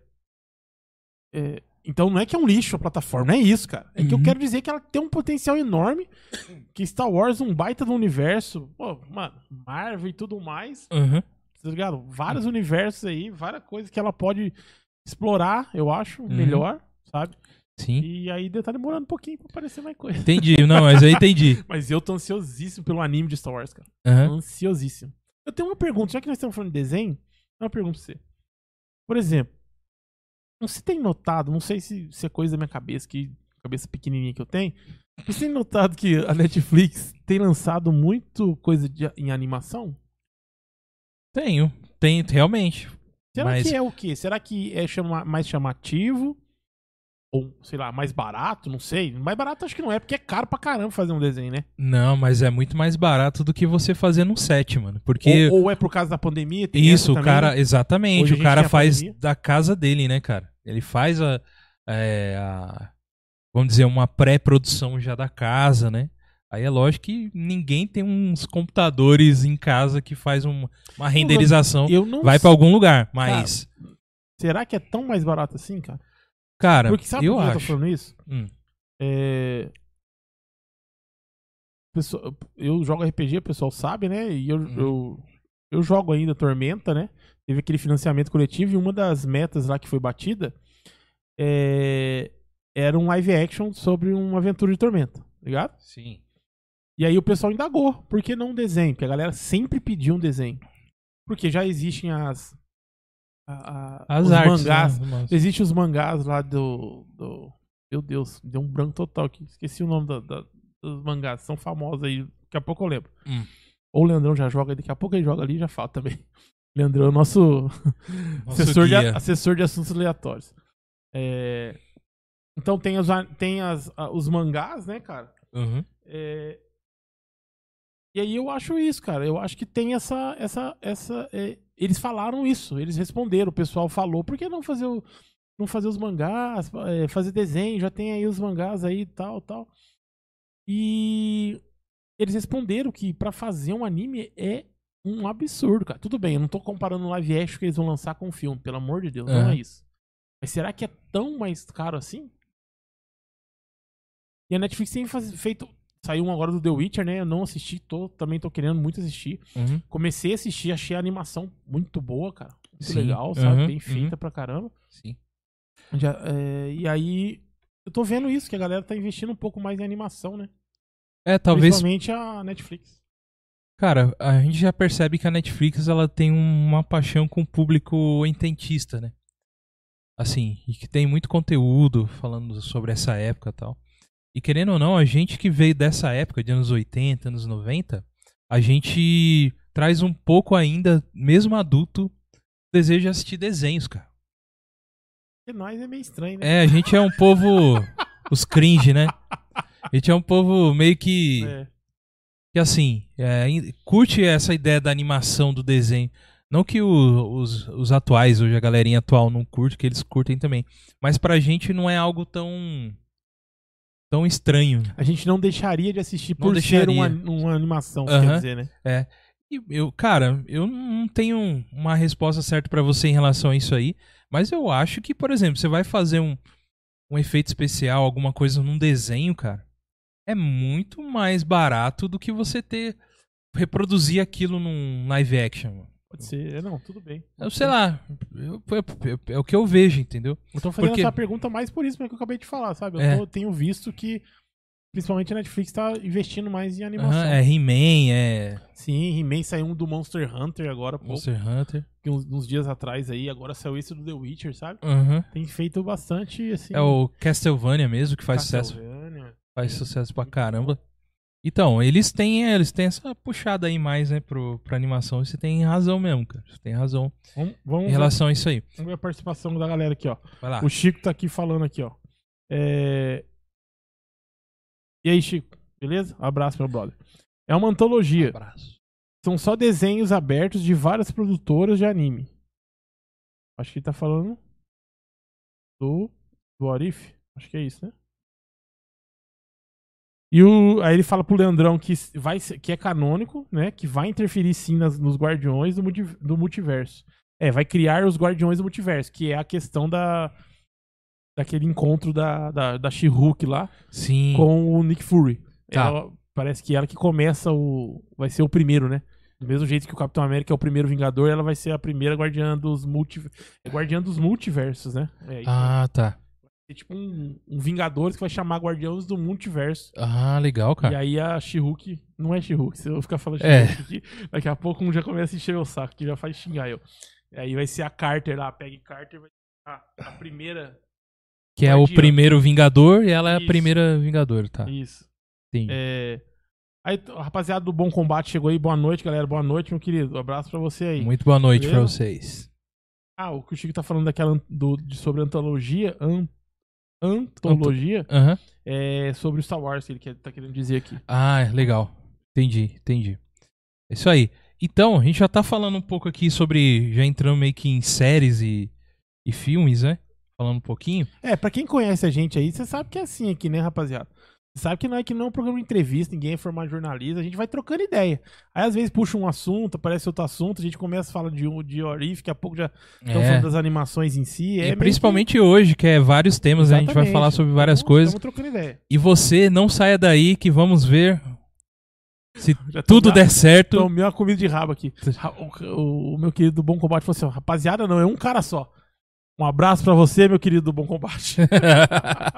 B: É, Então não é que é um lixo a plataforma, não é isso, cara. É que eu
A: Uhum.
B: quero dizer que ela tem um potencial enorme. Que Star Wars, um baita do universo. Pô, mano, Marvel e tudo mais.
A: aham.
B: Tá ligado? Vários universos aí, várias coisas que ela pode explorar, eu acho, melhor, sabe?
A: Sim.
B: E aí tá demorando um pouquinho pra aparecer mais coisa.
A: Entendi. Não, mas eu entendi.
B: Mas eu tô ansiosíssimo pelo anime de Star Wars, cara.
A: Aham.
B: Ansiosíssimo. Eu tenho uma pergunta, já que nós estamos falando de desenho, eu tenho uma pergunta pra você. Por exemplo, você tem notado, não sei se, se é coisa da minha cabeça, que cabeça pequenininha que eu tenho, você tem notado que a Netflix tem lançado muito coisa de- em animação?
A: Tenho. Tenho, realmente.
B: Será
A: Mas-
B: que é o quê? Será que é chama- mais chamativo? Ou, sei lá, mais barato? Não sei. Mais barato acho que não é, porque é caro pra caramba fazer um desenho, né?
A: Não, mas é muito mais barato do que você fazer num set, mano. Porque.
B: Ou, ou é por causa da pandemia? tem essa
A: Isso, o
B: também, né?
A: cara,
B: Hoje
A: exatamente.
B: a
A: O
B: gente
A: cara
B: tem a
A: faz
B: pandemia.
A: da casa dele, né, cara? Ele faz a, é, a- vamos dizer, uma pré-produção já da casa, né? Aí é lógico que ninguém tem uns computadores em casa que faz um- uma renderização,
B: Eu não
A: então vai pra algum lugar, mas
B: Será que é tão mais barato assim, cara?
A: cara,
B: Porque sabe
A: eu
B: por que eu tô
A: acho.
B: falando isso?
A: Hum.
B: É... Pessoa- eu jogo RPG, o pessoal sabe, né? E eu,
A: Uhum.
B: eu, eu jogo ainda Tormenta, né? Teve aquele financiamento coletivo e uma das metas lá que foi batida é, era um live action sobre uma aventura de Tormenta, tá ligado?
A: Sim.
B: E aí o pessoal indagou, por que não um desenho? Porque a galera sempre pediu um desenho. Porque já existem as... a- a-
A: As
B: os
A: artes,
B: mangás,
A: né? Mas-
B: Existem os mangás lá do, do- Meu Deus, deu um branco total aqui. Esqueci o nome da- da- dos mangás. São famosos aí. Daqui a pouco eu lembro.
A: Hum.
B: Ou o Leandrão já joga, daqui a pouco ele joga ali e já fala também. Leandrão é o nosso,
A: Nosso
B: assessor, de,
A: guia.
B: assessor de assuntos aleatórios. É, Então tem, os, a- tem as, a- os mangás, né, cara?
A: Uhum.
B: É, E aí eu acho isso, cara. Eu acho que tem essa. essa, essa é, Eles falaram isso, eles responderam, o pessoal falou, por que não fazer o. Não fazer os mangás, é, fazer desenho, já tem aí os mangás aí e tal, tal. E eles responderam que pra fazer um anime é um absurdo, cara. Tudo bem, eu não tô comparando o live action que eles vão lançar com o filme, pelo amor de Deus, não
A: Aham.
B: é isso. Mas será que é tão mais caro assim? E a Netflix tem faz- feito. Saiu um agora do The Witcher, né? Eu não assisti, tô, também tô querendo muito assistir.
A: Uhum.
B: Comecei a assistir, achei a animação muito boa, cara. Muito
A: Sim,
B: legal, sabe?
A: uhum,
B: Bem feita pra caramba.
A: Sim.
B: Já, é, e aí, eu tô vendo isso, que a galera tá investindo um pouco mais em animação, né?
A: É, talvez
B: Principalmente a Netflix.
A: Cara, a gente já percebe que a Netflix ela tem um, uma paixão com o público ententista, né? Assim, e que tem muito conteúdo falando sobre essa época e tal. E querendo ou não, a gente que veio dessa época, de anos 80, anos 90, a gente traz um pouco ainda, mesmo adulto, desejo de assistir desenhos, cara.
B: Porque nós é meio estranho,
A: É,
B: né?
A: a gente é um povo. os cringe, né? A gente é um povo meio que.
B: É.
A: que assim, é, in- curte essa ideia da animação do desenho. Não que o- os, os atuais, hoje a galerinha atual não curte, que eles curtem também. Mas pra gente não é algo tão. tão estranho.
B: A gente não deixaria de assistir
A: Não
B: por ser uma,
A: deixaria.
B: uma animação, quer
A: Aham.
B: dizer, né?
A: E eu, cara, eu não tenho uma resposta certa pra você em relação a isso aí. Mas eu acho que, por exemplo, você vai fazer um, um efeito especial, alguma coisa num desenho, cara. É muito mais barato do que você ter. reproduzir aquilo num live action. mano.
B: Pode ser, é, não, tudo bem.
A: Eu sei lá. eu- eu- eu- é o que eu vejo, entendeu?
B: Eu tô fazendo
A: Porque-
B: essa pergunta mais por isso mesmo que eu acabei de falar, sabe? Eu
A: É.
B: tô- tenho visto que, principalmente a Netflix, tá investindo mais em animação.
A: Aham, é He-Man, é
B: Sim, He-Man saiu um do Monster Hunter agora, pô,
A: Monster Hunter.
B: que uns, uns dias atrás aí, agora saiu esse do The Witcher, sabe?
A: Aham.
B: Tem feito bastante, assim...
A: É o É Castlevania mesmo que faz sucesso.
B: Castlevania,
A: Faz sucesso pra caramba. Então, eles têm, eles têm essa puxada aí mais, né, pro, pra animação. Você tem razão mesmo, cara. Você tem razão
B: Vamos, vamos
A: em
B: ver-
A: relação Ah. a isso aí.
B: vamos ver a participação da galera aqui, ó.
A: Vai lá.
B: Uhum. O Chico tá aqui falando aqui, ó. É... E aí, Chico, beleza? Abraço, meu brother. É uma antologia.
A: abraço.
B: São só desenhos abertos de várias produtoras de anime. Acho que ele tá falando do, do Arif. Acho que é isso, né? E o, aí ele fala pro Leandrão que, s- vai, ser- que é canônico, né? Que vai interferir sim nas- nos Guardiões do, multi- do Multiverso. É, vai criar os Guardiões do Multiverso, que é a questão da daquele encontro da, da, da She-Hulk lá
A: Sim.
B: com o Nick Fury.
A: Tá.
B: Ela- parece que ela que começa o. Vai ser o primeiro, né? Do mesmo jeito que o Capitão América é o primeiro Vingador, ela vai ser a primeira guardiã dos multi... é guardiã dos multiversos, né? É, isso.
A: Ah, tá.
B: É tipo um, um Vingadores que vai chamar Guardiões do Multiverso.
A: Ah, legal,
B: E
A: cara.
B: aí a She-Hulk. Não é She-Hulk, se eu ficar falando
A: É.
B: She-Hulk aqui, daqui a pouco um já começa a encher meu saco, que já faz xingar eu. Aí vai ser a Carter lá, a Peggy Carter, vai ser a, a primeira.
A: Que é o
B: Guardião.
A: primeiro Vingador e ela é a
B: tá Isso.
A: primeira Vingador, tá?
B: Isso.
A: Entendi.
B: É... Aí, t- rapaziada do Bom Combate chegou aí. Boa noite, galera. Boa noite, meu querido. um abraço pra você aí.
A: Muito boa noite pra
B: Beleza?
A: vocês.
B: Ah, o que o Chico tá falando daquela an- do, de, sobre antologia. an- antologia.
A: Aham.
B: É sobre o Star Wars, que ele quer, tá querendo dizer aqui.
A: Ah, legal. Entendi, entendi. É isso aí. Então, a gente já tá falando um pouco aqui sobre. Já entrando meio que em séries e, e filmes, né? Falando um pouquinho.
B: É, pra quem conhece a gente aí, você sabe que é assim aqui, né, rapaziada? Você sabe que não é que não é um programa de entrevista, ninguém é formado jornalista, a gente vai trocando ideia. Aí às vezes puxa um assunto, aparece outro assunto, a gente começa a falar de um de Orif, daqui a pouco já estão
A: É.
B: falando das animações em si. É
A: e principalmente hoje, que é vários temas, né? a gente vai
B: Exatamente.
A: falar sobre várias coisas.
B: Estamos trocando ideia.
A: E você não saia daí que vamos ver. Se
B: Já tô
A: tudo
B: já-
A: der certo.
B: Tomei uma comida de rabo aqui. Ra- o- O, o meu querido do Bom Combate falou assim: ó, rapaziada, não, é um cara só. Um abraço pra você, meu querido do Bom Combate.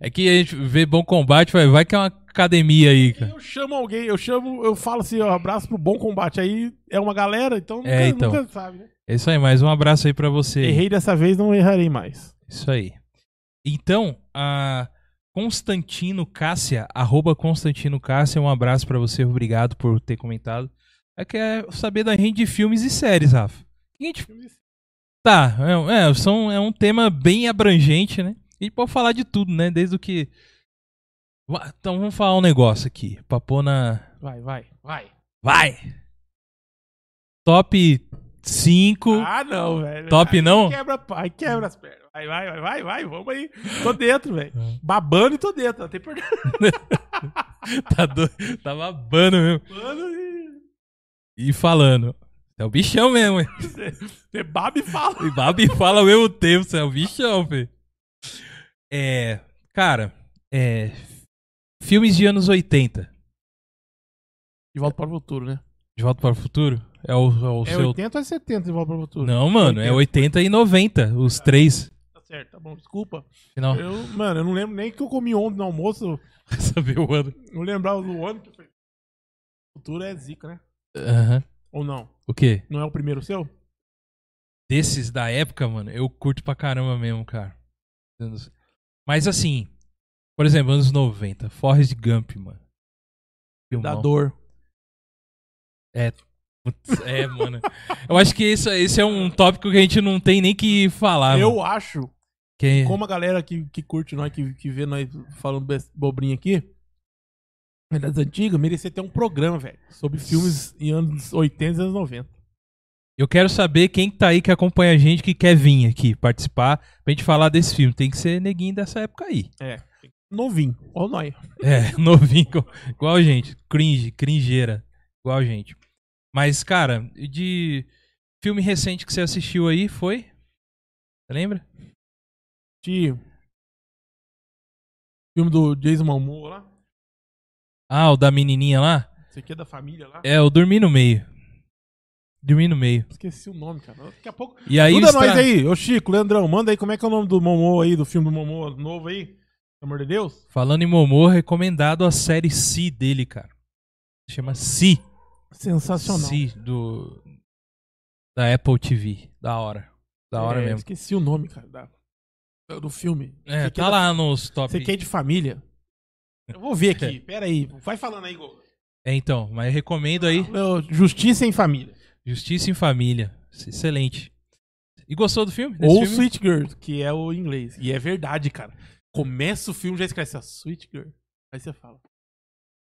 A: é que a gente vê bom combate, vai, vai que é uma academia aí, cara.
B: eu chamo alguém, eu chamo, eu falo assim: ó, abraço pro Bom Combate. Aí é uma galera, então nunca,
A: É, então.
B: nunca sabe, né?
A: É isso aí, mais um abraço aí pra você.
B: Errei dessa vez, não errarei mais.
A: Isso aí. Então, a Constantino Cássia, arroba Constantino Cássia, um abraço pra você, obrigado por ter comentado. É que é saber da gente de filmes e séries, Rafa. O que a gente Tá, é, é, são, é um tema bem abrangente, né? A gente pode falar de tudo, né? Desde o que. Va- Então vamos falar um negócio aqui. Papô na.
B: Vai, vai, vai.
A: Vai! Top 5.
B: Ah, não, velho.
A: top um.
B: Aí é.
A: não?
B: Quebra, aí quebra as pernas. Vai, vai, vai, vai, vai, vamos aí. Tô dentro, velho.
A: Hum.
B: Babando e tô dentro, não tem perdão.
A: Tá, do... tá babando mesmo.
B: Babando e-
A: E falando. É o bichão mesmo, hein?
B: Você baba e fala.
A: E Babi fala ao mesmo tempo, você é o bichão, velho. É. Cara, é. Filmes de anos 80.
B: De volta para o futuro, né?
A: De Volta para o Futuro? É o, é o
B: É
A: seu
B: 80 ou é 70 de volta para o futuro?
A: Não, mano, é 80 e 90, os três.
B: Tá certo, tá bom, desculpa.
A: Final.
B: Eu, mano, eu não lembro nem o que eu comi ontem no almoço.
A: Saber o ano.
B: Não lembrava do ano que eu falei. Futuro é zica, né?
A: Aham.
B: Ou não?
A: O quê?
B: Não é o primeiro seu?
A: Desses da época, mano, eu curto pra caramba mesmo, cara. Anos- Mas assim, por exemplo, anos 90, Forrest Gump, mano. Filmão.
B: dor.
A: Putz, é, mano. Eu acho que esse, esse é um tópico que a gente não tem nem que falar.
B: eu
A: Ah, mano.
B: acho,
A: Que-
B: como a galera que, que curte nós, que, que vê nós falando bes- bobrinha aqui, é das antigas, merecia ter um programa, velho, sobre filmes em anos 80 e anos 90.
A: Eu quero saber quem que tá aí que acompanha a gente, que quer vir aqui participar pra gente falar desse filme. Tem que ser neguinho dessa época aí.
B: Novinho, ou nós.
A: É, novinho, igual, igual a gente. Cringe, cringeira. Igual a gente. Mas, cara, de filme recente que você assistiu aí, foi? Você lembra?
B: De... Filme do Jason Momoa lá.
A: Ah, o da menininha lá?
B: Esse aqui é da família lá.
A: É, eu dormi no meio. Dormi no meio.
B: Esqueci o nome, cara. Daqui a pouco.
A: E aí,
B: Ajuda
A: estra-
B: é nós aí, ô Chico, Leandrão, manda aí como é que é o nome do Momô aí, do filme do Momô novo aí. Pelo amor de Deus.
A: falando em Momô, recomendado a série Si dele, cara. Chama Si.
B: Sensacional.
A: Si, do... Da Apple TV. Da hora. Da hora
B: É,
A: mesmo.
B: Esqueci o nome, cara, da- do filme.
A: É,
B: Você
A: tá
B: quer-
A: lá nos top.
B: Você quer de família? Eu vou ver aqui. Pera aí. Vai falando aí, Igor.
A: É, então, mas recomendo aí.
B: Meu, Justiça em Família.
A: Justiça em Família. Excelente. E gostou do filme? Desse
B: Ou
A: filme?
B: Sweet Girl, que é o inglês. E é verdade, cara. Começa o filme, já escreve assim, ó, Sweet Girl. Aí você fala.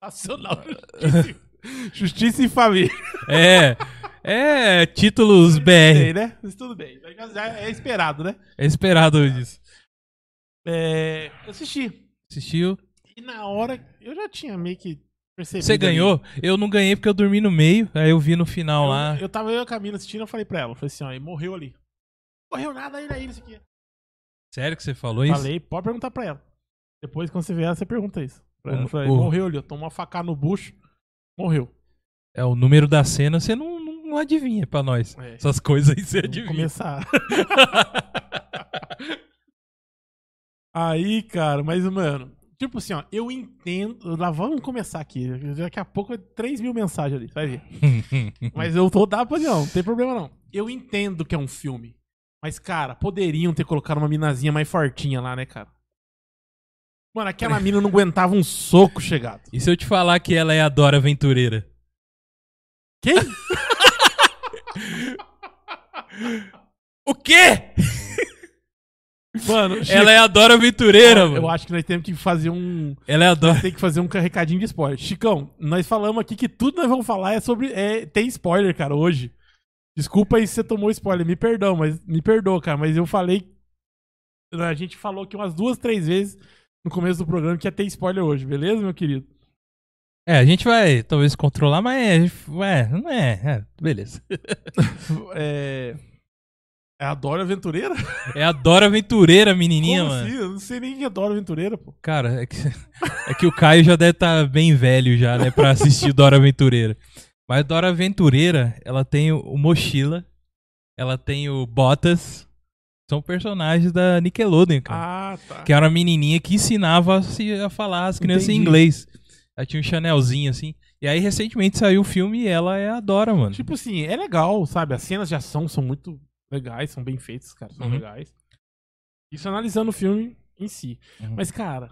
B: Nacional. Justiça, em- Justiça em Família.
A: É. É, títulos BR.
B: Sei, né? Mas tudo bem. Já- já é esperado, né?
A: É esperado isso.
B: É, eu assisti.
A: Assistiu?
B: E na hora, eu já tinha meio que percebido.
A: Você
B: ali.
A: ganhou? Eu não ganhei porque eu dormi no meio. Aí eu vi no final
B: Eu,
A: lá.
B: eu tava eu e a Camila assistindo, eu falei pra ela. Eu falei assim, ó, ele morreu ali. Morreu nada, ele aí, não sei o que.
A: Sério que você falou isso?
B: Falei, pode perguntar pra ela. Depois, quando você vê ela, você pergunta isso. Pra ela. Eu
A: Como-
B: falei,
A: porra.
B: morreu ali, eu tomou uma facada no bucho, morreu.
A: É, o número da cena você não, não, não adivinha pra nós.
B: É.
A: Essas coisas aí você
B: Vamos
A: adivinha.
B: começar. Aí, cara, mas, mano, tipo assim, ó, eu entendo. Lá vamos começar aqui. Daqui a pouco é 3 mil mensagens ali, vai ver. Mas eu vou dar pra não, não tem problema não. Eu entendo que é um filme. Mas, cara, poderiam ter colocado uma minazinha mais fortinha lá, né, cara? Mano, aquela mina não aguentava um soco chegado.
A: E se eu te falar que ela é a Dora Aventureira?
B: Quem?
A: O quê?
B: Mano,
A: Ela é a Dora Aventureira, mano.
B: Eu acho que nós temos que fazer um.
A: Ela é a Dora.
B: Tem que fazer um recadinho de spoiler. Chicão, nós falamos aqui que tudo nós vamos falar é sobre. É, tem spoiler, cara, hoje. Desculpa aí se você tomou spoiler. Me perdão, mas me perdoa, cara. Mas eu falei. A gente falou aqui umas duas, três vezes no começo do programa que ia ter spoiler hoje, beleza, meu querido?
A: É, a gente vai talvez controlar, mas é. é, não é, é. Beleza.
B: É. É a Dora Aventureira?
A: É a Dora Aventureira, menininha,
B: Como
A: mano.
B: assim? Eu não sei nem quem é Dora Aventureira, pô.
A: Cara, é que, é que o Caio já deve estar bem velho já, né, pra assistir Dora Aventureira. Mas Dora Aventureira, ela tem o- o Mochila, ela tem o Botas, são personagens da Nickelodeon, cara.
B: Ah, tá.
A: Que era uma menininha que ensinava a, se, a falar as crianças em
B: Entendi.
A: inglês. Ela tinha um chanelzinho, assim. E aí, recentemente, saiu o filme e ela é a Dora, mano.
B: Tipo assim, é legal, sabe? As cenas de ação são muito legais, são bem feitas, cara, são
A: Uhum.
B: legais. Isso analisando o filme em si.
A: Uhum.
B: Mas, cara,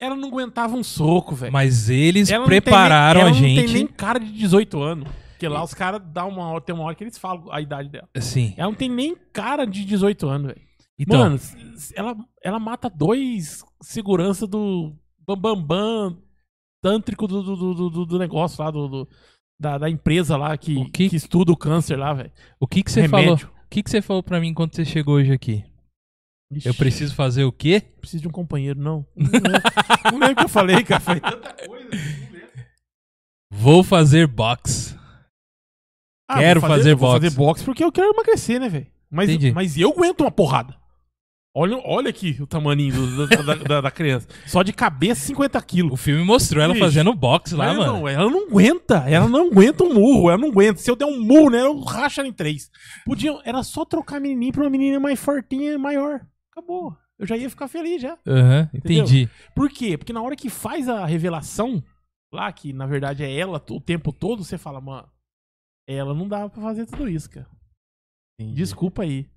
B: ela não aguentava um soco, velho.
A: Mas eles
B: Ela não tem
A: prepararam
B: nem- ela
A: a gente.
B: Não tem nem cara de 18 anos. Porque lá os caras dá uma hora, tem uma hora que eles falam a idade dela.
A: Sim.
B: Ela não tem nem cara de 18 anos, velho.
A: Então,
B: Mano, s- s- ela, ela mata dois segurança do Bambambam bam, bam, tântrico do, do, do, do- do negócio lá, do, do- da, da empresa lá que,
A: O que-
B: que estuda o câncer lá, velho.
A: o que que você falou? O que que você falou pra mim quando você chegou hoje aqui? Eu
B: Ixi,
A: preciso fazer o quê?
B: preciso de um companheiro, não. Não lembro- não lembro o que eu falei, cara. Foi tanta coisa.
A: Vou fazer box. Quero fazer
B: Ah, vou
A: boxe.
B: fazer boxe porque eu quero emagrecer, né, velho? Mas,
A: Entendi.
B: mas eu aguento uma porrada. Olha, olha aqui o tamaninho do- do- da, da- da criança. Só de cabeça, 50 quilos.
A: O filme mostrou ela
B: Bicho.
A: fazendo box lá,
B: Mas,
A: mano.
B: irmão, ela não aguenta. Ela não aguenta um murro. Ela não aguenta. Se eu der um murro nela, eu racho ela em três. Podiam, era só trocar a menininha pra uma menina mais fortinha e maior. Acabou. Eu já ia ficar feliz já.
A: Aham, entendi.
B: Por quê? Porque na hora que faz a revelação, lá que na verdade é ela o tempo todo, você fala, mano, ela não dava pra fazer tudo isso, cara. Desculpa aí.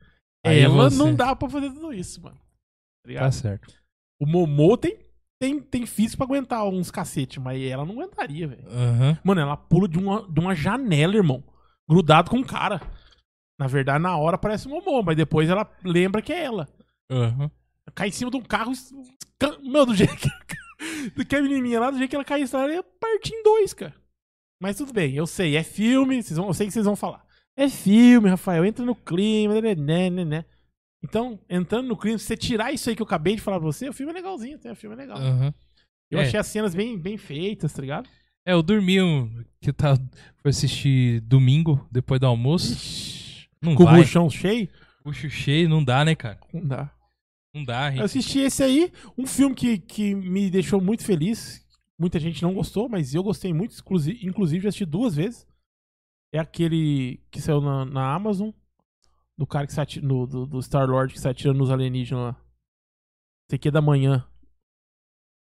A: Aí é
B: ela
A: você-
B: não dá pra fazer tudo isso, mano. Tá ligado?
A: Tá certo.
B: O Momô tem, tem, tem físico pra aguentar uns cacete, mas ela não aguentaria, velho.
A: Aham.
B: Mano, ela pula de uma, de uma janela, irmão. Grudado com o cara. Na verdade, na hora parece o Momô, mas depois ela lembra que é ela.
A: Aham.
B: Cai em cima de um carro. es- can- Meu, do jeito que. Do que a menininha lá, do jeito que ela caiu, ela ia partir em dois, cara. Mas tudo bem, eu sei, é filme, vocês vão, eu sei que vocês vão falar. É filme, Rafael, entra no clima, né, né, né, né. Então, entrando no clima, se você tirar isso aí que eu acabei de falar pra você, o filme é legalzinho, até, o filme é legal.
A: aham.
B: eu
A: é.
B: achei as cenas bem, bem feitas, tá ligado?
A: É, eu dormi um, que tá foi assistir domingo depois do almoço. Não
B: Com o
A: vai.
B: buchão cheio,
A: Bucho cheio, não dá, né, cara?
B: não dá.
A: Não dá,
B: Eu
A: gente.
B: assisti esse aí, um filme que, que me deixou muito feliz. Muita gente não gostou, mas eu gostei muito. exclusi- Inclusive, já assisti duas vezes. É aquele que saiu na, na Amazon, do cara que se atira, no- do, do Star-Lord que se atira nos alienígenas lá. Esse aqui é da manhã.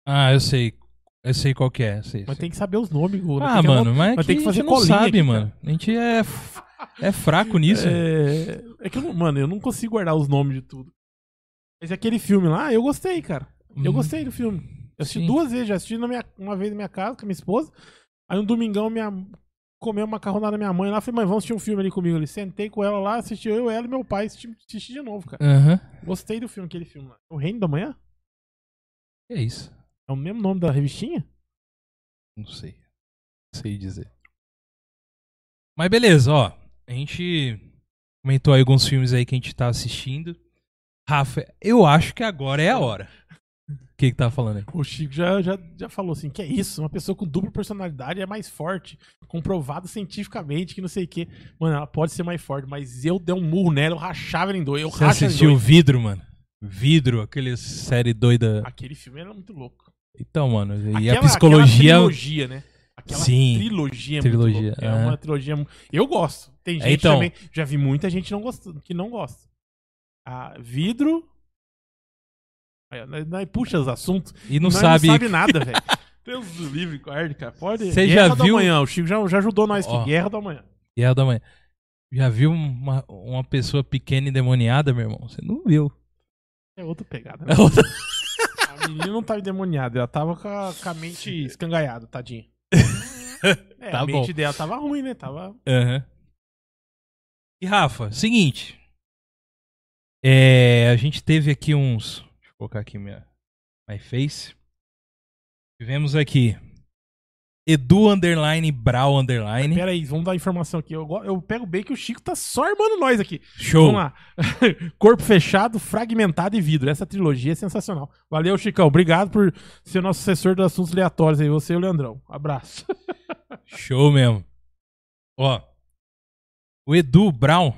A: Ah, eu sei. Eu sei qual que é, eu sei.
B: Mas
A: sei.
B: tem que saber os nomes, Gol.
A: Ah, mano, mas,
B: nós
A: tem
B: tem
A: que
B: que
A: a
B: fazer
A: gente não
B: colinha
A: sabe,
B: aqui,
A: mano. A gente é, f- é fraco nisso.
B: É, é que eu, não- mano, eu não consigo guardar os nomes de tudo. Mas aquele filme é lá, eu gostei, cara. Eu
A: Uhum.
B: gostei do filme. Eu assisti
A: Sim.
B: duas vezes, já assisti na minha- uma vez na minha casa com a minha esposa. Aí um domingão minha comeu macarronada da minha mãe lá, falei, mãe, vamos assistir um filme ali comigo. Ali. Sentei com ela lá, assisti eu, ela e meu pai, assisti, assisti de novo, cara.
A: Aham.
B: Gostei do filme, aquele filme lá. O Reino da Manhã?
A: É isso.
B: É o mesmo nome da revistinha?
A: Não sei. Não sei dizer. Mas beleza, ó. A gente comentou aí alguns filmes aí que a gente tá assistindo. Rafa, eu acho que agora é a hora. O que que tá falando aí?
B: O Chico já, já, já falou assim, que é isso, uma pessoa com dupla personalidade é mais forte, comprovado cientificamente, que não sei o quê. Mano, ela pode ser mais forte, mas eu dei um murro nela, eu rachava ela em dois, eu
A: Você
B: racho ela em
A: assistiu
B: dois.
A: Vidro, mano? Vidro, aquela série doida.
B: Aquele filme era muito louco.
A: Então, mano, e
B: Aquela-
A: a psicologia.
B: Aquela trilogia, né? Aquela
A: Sim.
B: trilogia. é
A: Trilogia,
B: muito louca. É
A: aham.
B: uma trilogia. mu- Eu gosto. Tem
A: É,
B: gente
A: então.
B: também. Já vi muita gente não gostando, que não gosta. Ah, vidro. Aí, né, né, Puxa os assuntos.
A: E não
B: Nós
A: sabe.
B: não sabe nada, velho. Deus do livre, guarde, cara. Pode.
A: Você
B: Guerra
A: já
B: do
A: viu-
B: Amanhã. O Chico já, já ajudou nós aqui.
A: Ó.
B: Guerra do Amanhã.
A: Guerra da Manhã. Já viu uma, uma pessoa pequena e demoniada, meu irmão? Você não viu. tá
B: É outra pegada. Né? A menina não tava endemoniada. Ela tava com a, com a mente escangalhada, tadinha. É,
A: Tá
B: a
A: bom.
B: mente dela tava ruim, né? Tava
A: Aham. E Rafa, seguinte. É, a gente teve aqui uns. Deixa eu colocar aqui minha my face. Tivemos aqui Edu underline Brau underline.
B: Pera aí, vamos dar informação aqui. Eu, go- eu pego bem que o Chico tá só armando nós aqui.
A: Show.
B: Vamos lá. Corpo fechado, fragmentado e vidro. Essa trilogia é sensacional. Valeu, Chicão. Obrigado por ser nosso assessor de assuntos aleatórios aí, você e o Leandrão. Abraço.
A: Show mesmo. Ó. O Edu Brau.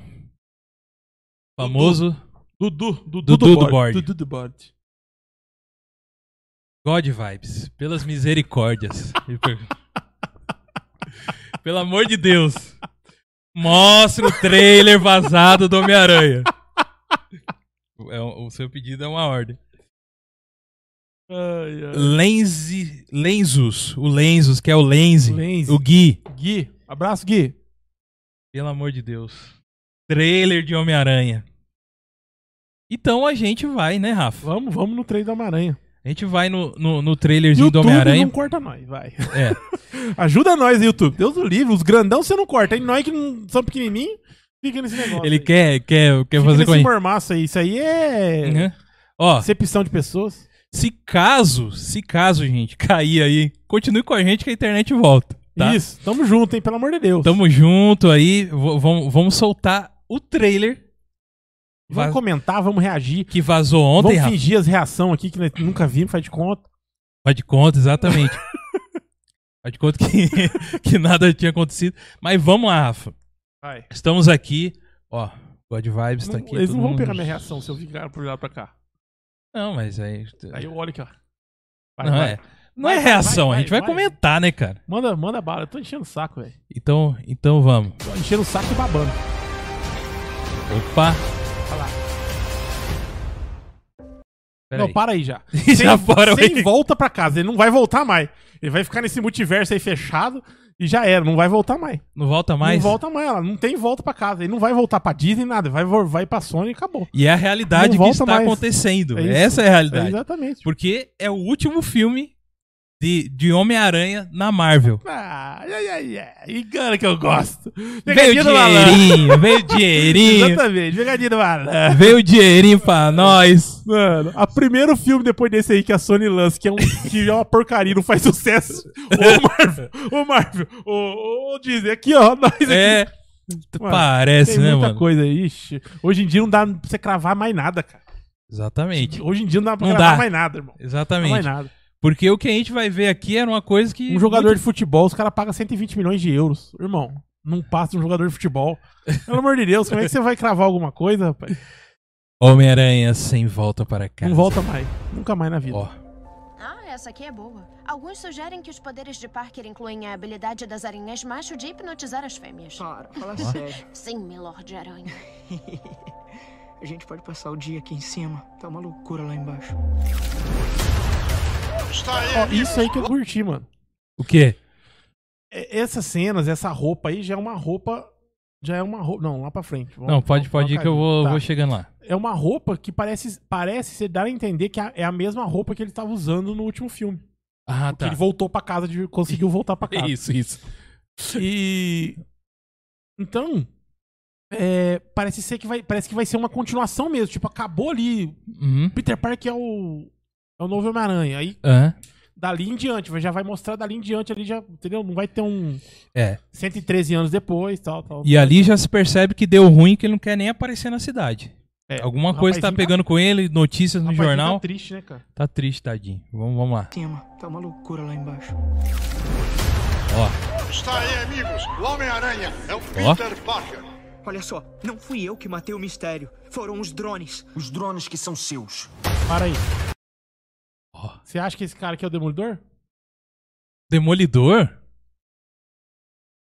A: Famoso
B: Dudu, Dudu,
A: Dudu do
B: Borde.
A: Borde.
B: Dudu do Borde.
A: God Vibes. Pelas misericórdias. Ele per- Pelo amor de Deus. Mostra o trailer vazado do Homem-Aranha. É um- o seu pedido é uma ordem.
B: Ai, ai.
A: Lenzi, Lenzus. O Lenzus, que é o Lenzi.
B: Lenzi.
A: O Gui.
B: Gui, abraço, Gui.
A: Pelo amor de Deus. Trailer de Homem-Aranha. Então a gente vai, né, Rafa?
B: Vamos, vamos no trem do Homem-Aranha.
A: A gente vai no, no, no trailerzinho do
B: YouTube
A: Homem-Aranha.
B: não corta nós, vai.
A: É.
B: Ajuda nós, YouTube. Deus do livre, os grandão você não corta. Aí nós que não são pequenininhos, fica nesse negócio.
A: Ele
B: aí.
A: quer, quer, quer
B: Fica
A: fazer com a
B: nesse
A: gente.
B: mormaço aí. Isso aí é...
A: Uhum. Ó,
B: Acepção de pessoas.
A: Se caso, se caso, gente, cair aí, continue com a gente que a internet volta. Tá?
B: Isso. Tamo junto, hein? Pelo amor de Deus.
A: Tamo junto aí. v- Vamos vamos soltar o trailer
B: Vamos
A: Va-
B: comentar, vamos reagir.
A: que vazou ontem,
B: vamos
A: Rafa.
B: fingir as reações aqui que nós nunca vimos, faz de conta.
A: Faz de conta, exatamente. Faz de conta que, que nada tinha acontecido. Mas vamos lá, Rafa.
B: Vai.
A: Estamos aqui. Ó, God Vibes tá aqui.
B: eles
A: todo
B: não vão
A: mundo-
B: pegar minha reação se eu ficar por lá pra cá.
A: Não, mas aí.
B: Aí eu olho aqui, ó. Vai,
A: não,
B: vai.
A: é, não é
B: Vai, vai,
A: reação,
B: vai,
A: a gente vai,
B: vai.
A: comentar, né, cara?
B: Manda, manda bala, eu tô enchendo o saco, velho.
A: Então, então vamos.
B: Tô enchendo o saco e babando.
A: Opa.
B: Olha lá.
A: Peraí.
B: não, para aí já.
A: Já foram
B: sem
A: aí.
B: volta pra casa, ele não vai voltar mais. Ele vai ficar nesse multiverso aí fechado e já era, não vai voltar mais.
A: Não volta mais.
B: Não volta mais, ela não tem volta pra casa. Ele não vai voltar pra Disney, nada. Vai, vai pra Sony e acabou.
A: E é a realidade
B: Não
A: que
B: volta
A: está
B: mais.
A: acontecendo.
B: É isso.
A: Essa é a realidade.
B: Exatamente.
A: Porque é o último filme de, de Homem-Aranha na Marvel.
B: Ah, ai, ai, ai. Engana que eu gosto.
A: Veio
B: Pegadinha do malandro.
A: dinheirinho, veio dinheirinho,
B: Exatamente, pegadinha do malandro.
A: veio dinheirinho pra nós.
B: Mano, a primeiro filme depois desse aí que a Sony lança, que é, um, que é uma porcaria, não faz sucesso. Ô Marvel, ô Marvel, ô, ô Disney, aqui ó, nós aqui.
A: É,
B: Mano,
A: parece,
B: Tem
A: né,
B: muita
A: mano?
B: coisa aí, ixi. Hoje em dia não dá pra você cravar mais nada, cara.
A: Exatamente,
B: Hoje em dia não dá pra
A: Não
B: cravar
A: dá.
B: mais nada, irmão. Não mais
A: exatamente.
B: nada.
A: Porque o que a gente vai ver aqui era uma coisa que...
B: Um jogador de futebol, os caras pagam 120 milhões de euros. Irmão, não passa de um jogador de futebol. Pelo amor de Deus, como é que você vai cravar alguma coisa, rapaz?
A: Homem-Aranha sem volta para casa.
B: Não volta mais. Nunca mais na vida.
A: Ó,
C: Ah, essa aqui é boa. Alguns sugerem que os poderes de Parker incluem a habilidade das aranhas macho de hipnotizar as fêmeas.
D: Para, fala sério.
C: Sim, Milord Aranha.
D: A gente pode passar o dia aqui em cima. Tá uma loucura lá embaixo.
B: Ó, isso aí que eu curti, mano.
A: o quê?
B: É- Essas cenas, essa roupa aí já é uma roupa Já é uma roupa. Não, lá pra frente. Vamos-
A: Não, pode,
B: vamos-
A: pode ir
B: vamos
A: que eu vou,
B: cair. Tá.
A: vou chegando lá.
B: É uma roupa que parece, parece ser dar a entender que a- é a mesma roupa que ele tava usando no último filme.
A: Ah,
B: Que ele é voltou pra casa, de, conseguiu voltar pra casa.
A: Isso, isso.
B: E. Então. é, parece ser que vai. Parece que vai ser uma continuação mesmo. Tipo, acabou ali.
A: Uhum. É.
B: Peter Parker é o. É o novo Homem-Aranha. Aí,
A: Aham.
B: dali em diante, vai- já vai mostrar dali em diante ali, já. Entendeu? Não vai ter um.
A: É.
B: 113 anos depois, tal, tal.
A: E ali já se percebe que deu ruim, que ele não quer nem aparecer na cidade.
B: É,
A: Alguma
B: o
A: coisa tá
B: rapazinho
A: pegando com ele, notícias no
B: Rapaz, ele
A: jornal.
B: Tá triste, né, cara?
A: Tá triste, tadinho. Vamos, vamos lá.
D: cima. Tá uma loucura lá embaixo.
A: Ó,
E: Está aí, amigos. O Homem-Aranha é o
A: Ó.
E: Peter Parker.
D: Olha só, não fui eu que matei o mistério. Foram os drones.
F: Os drones que são seus.
B: Para aí.
A: Ó.
B: Você acha que esse cara aqui é o Demolidor?
A: Demolidor?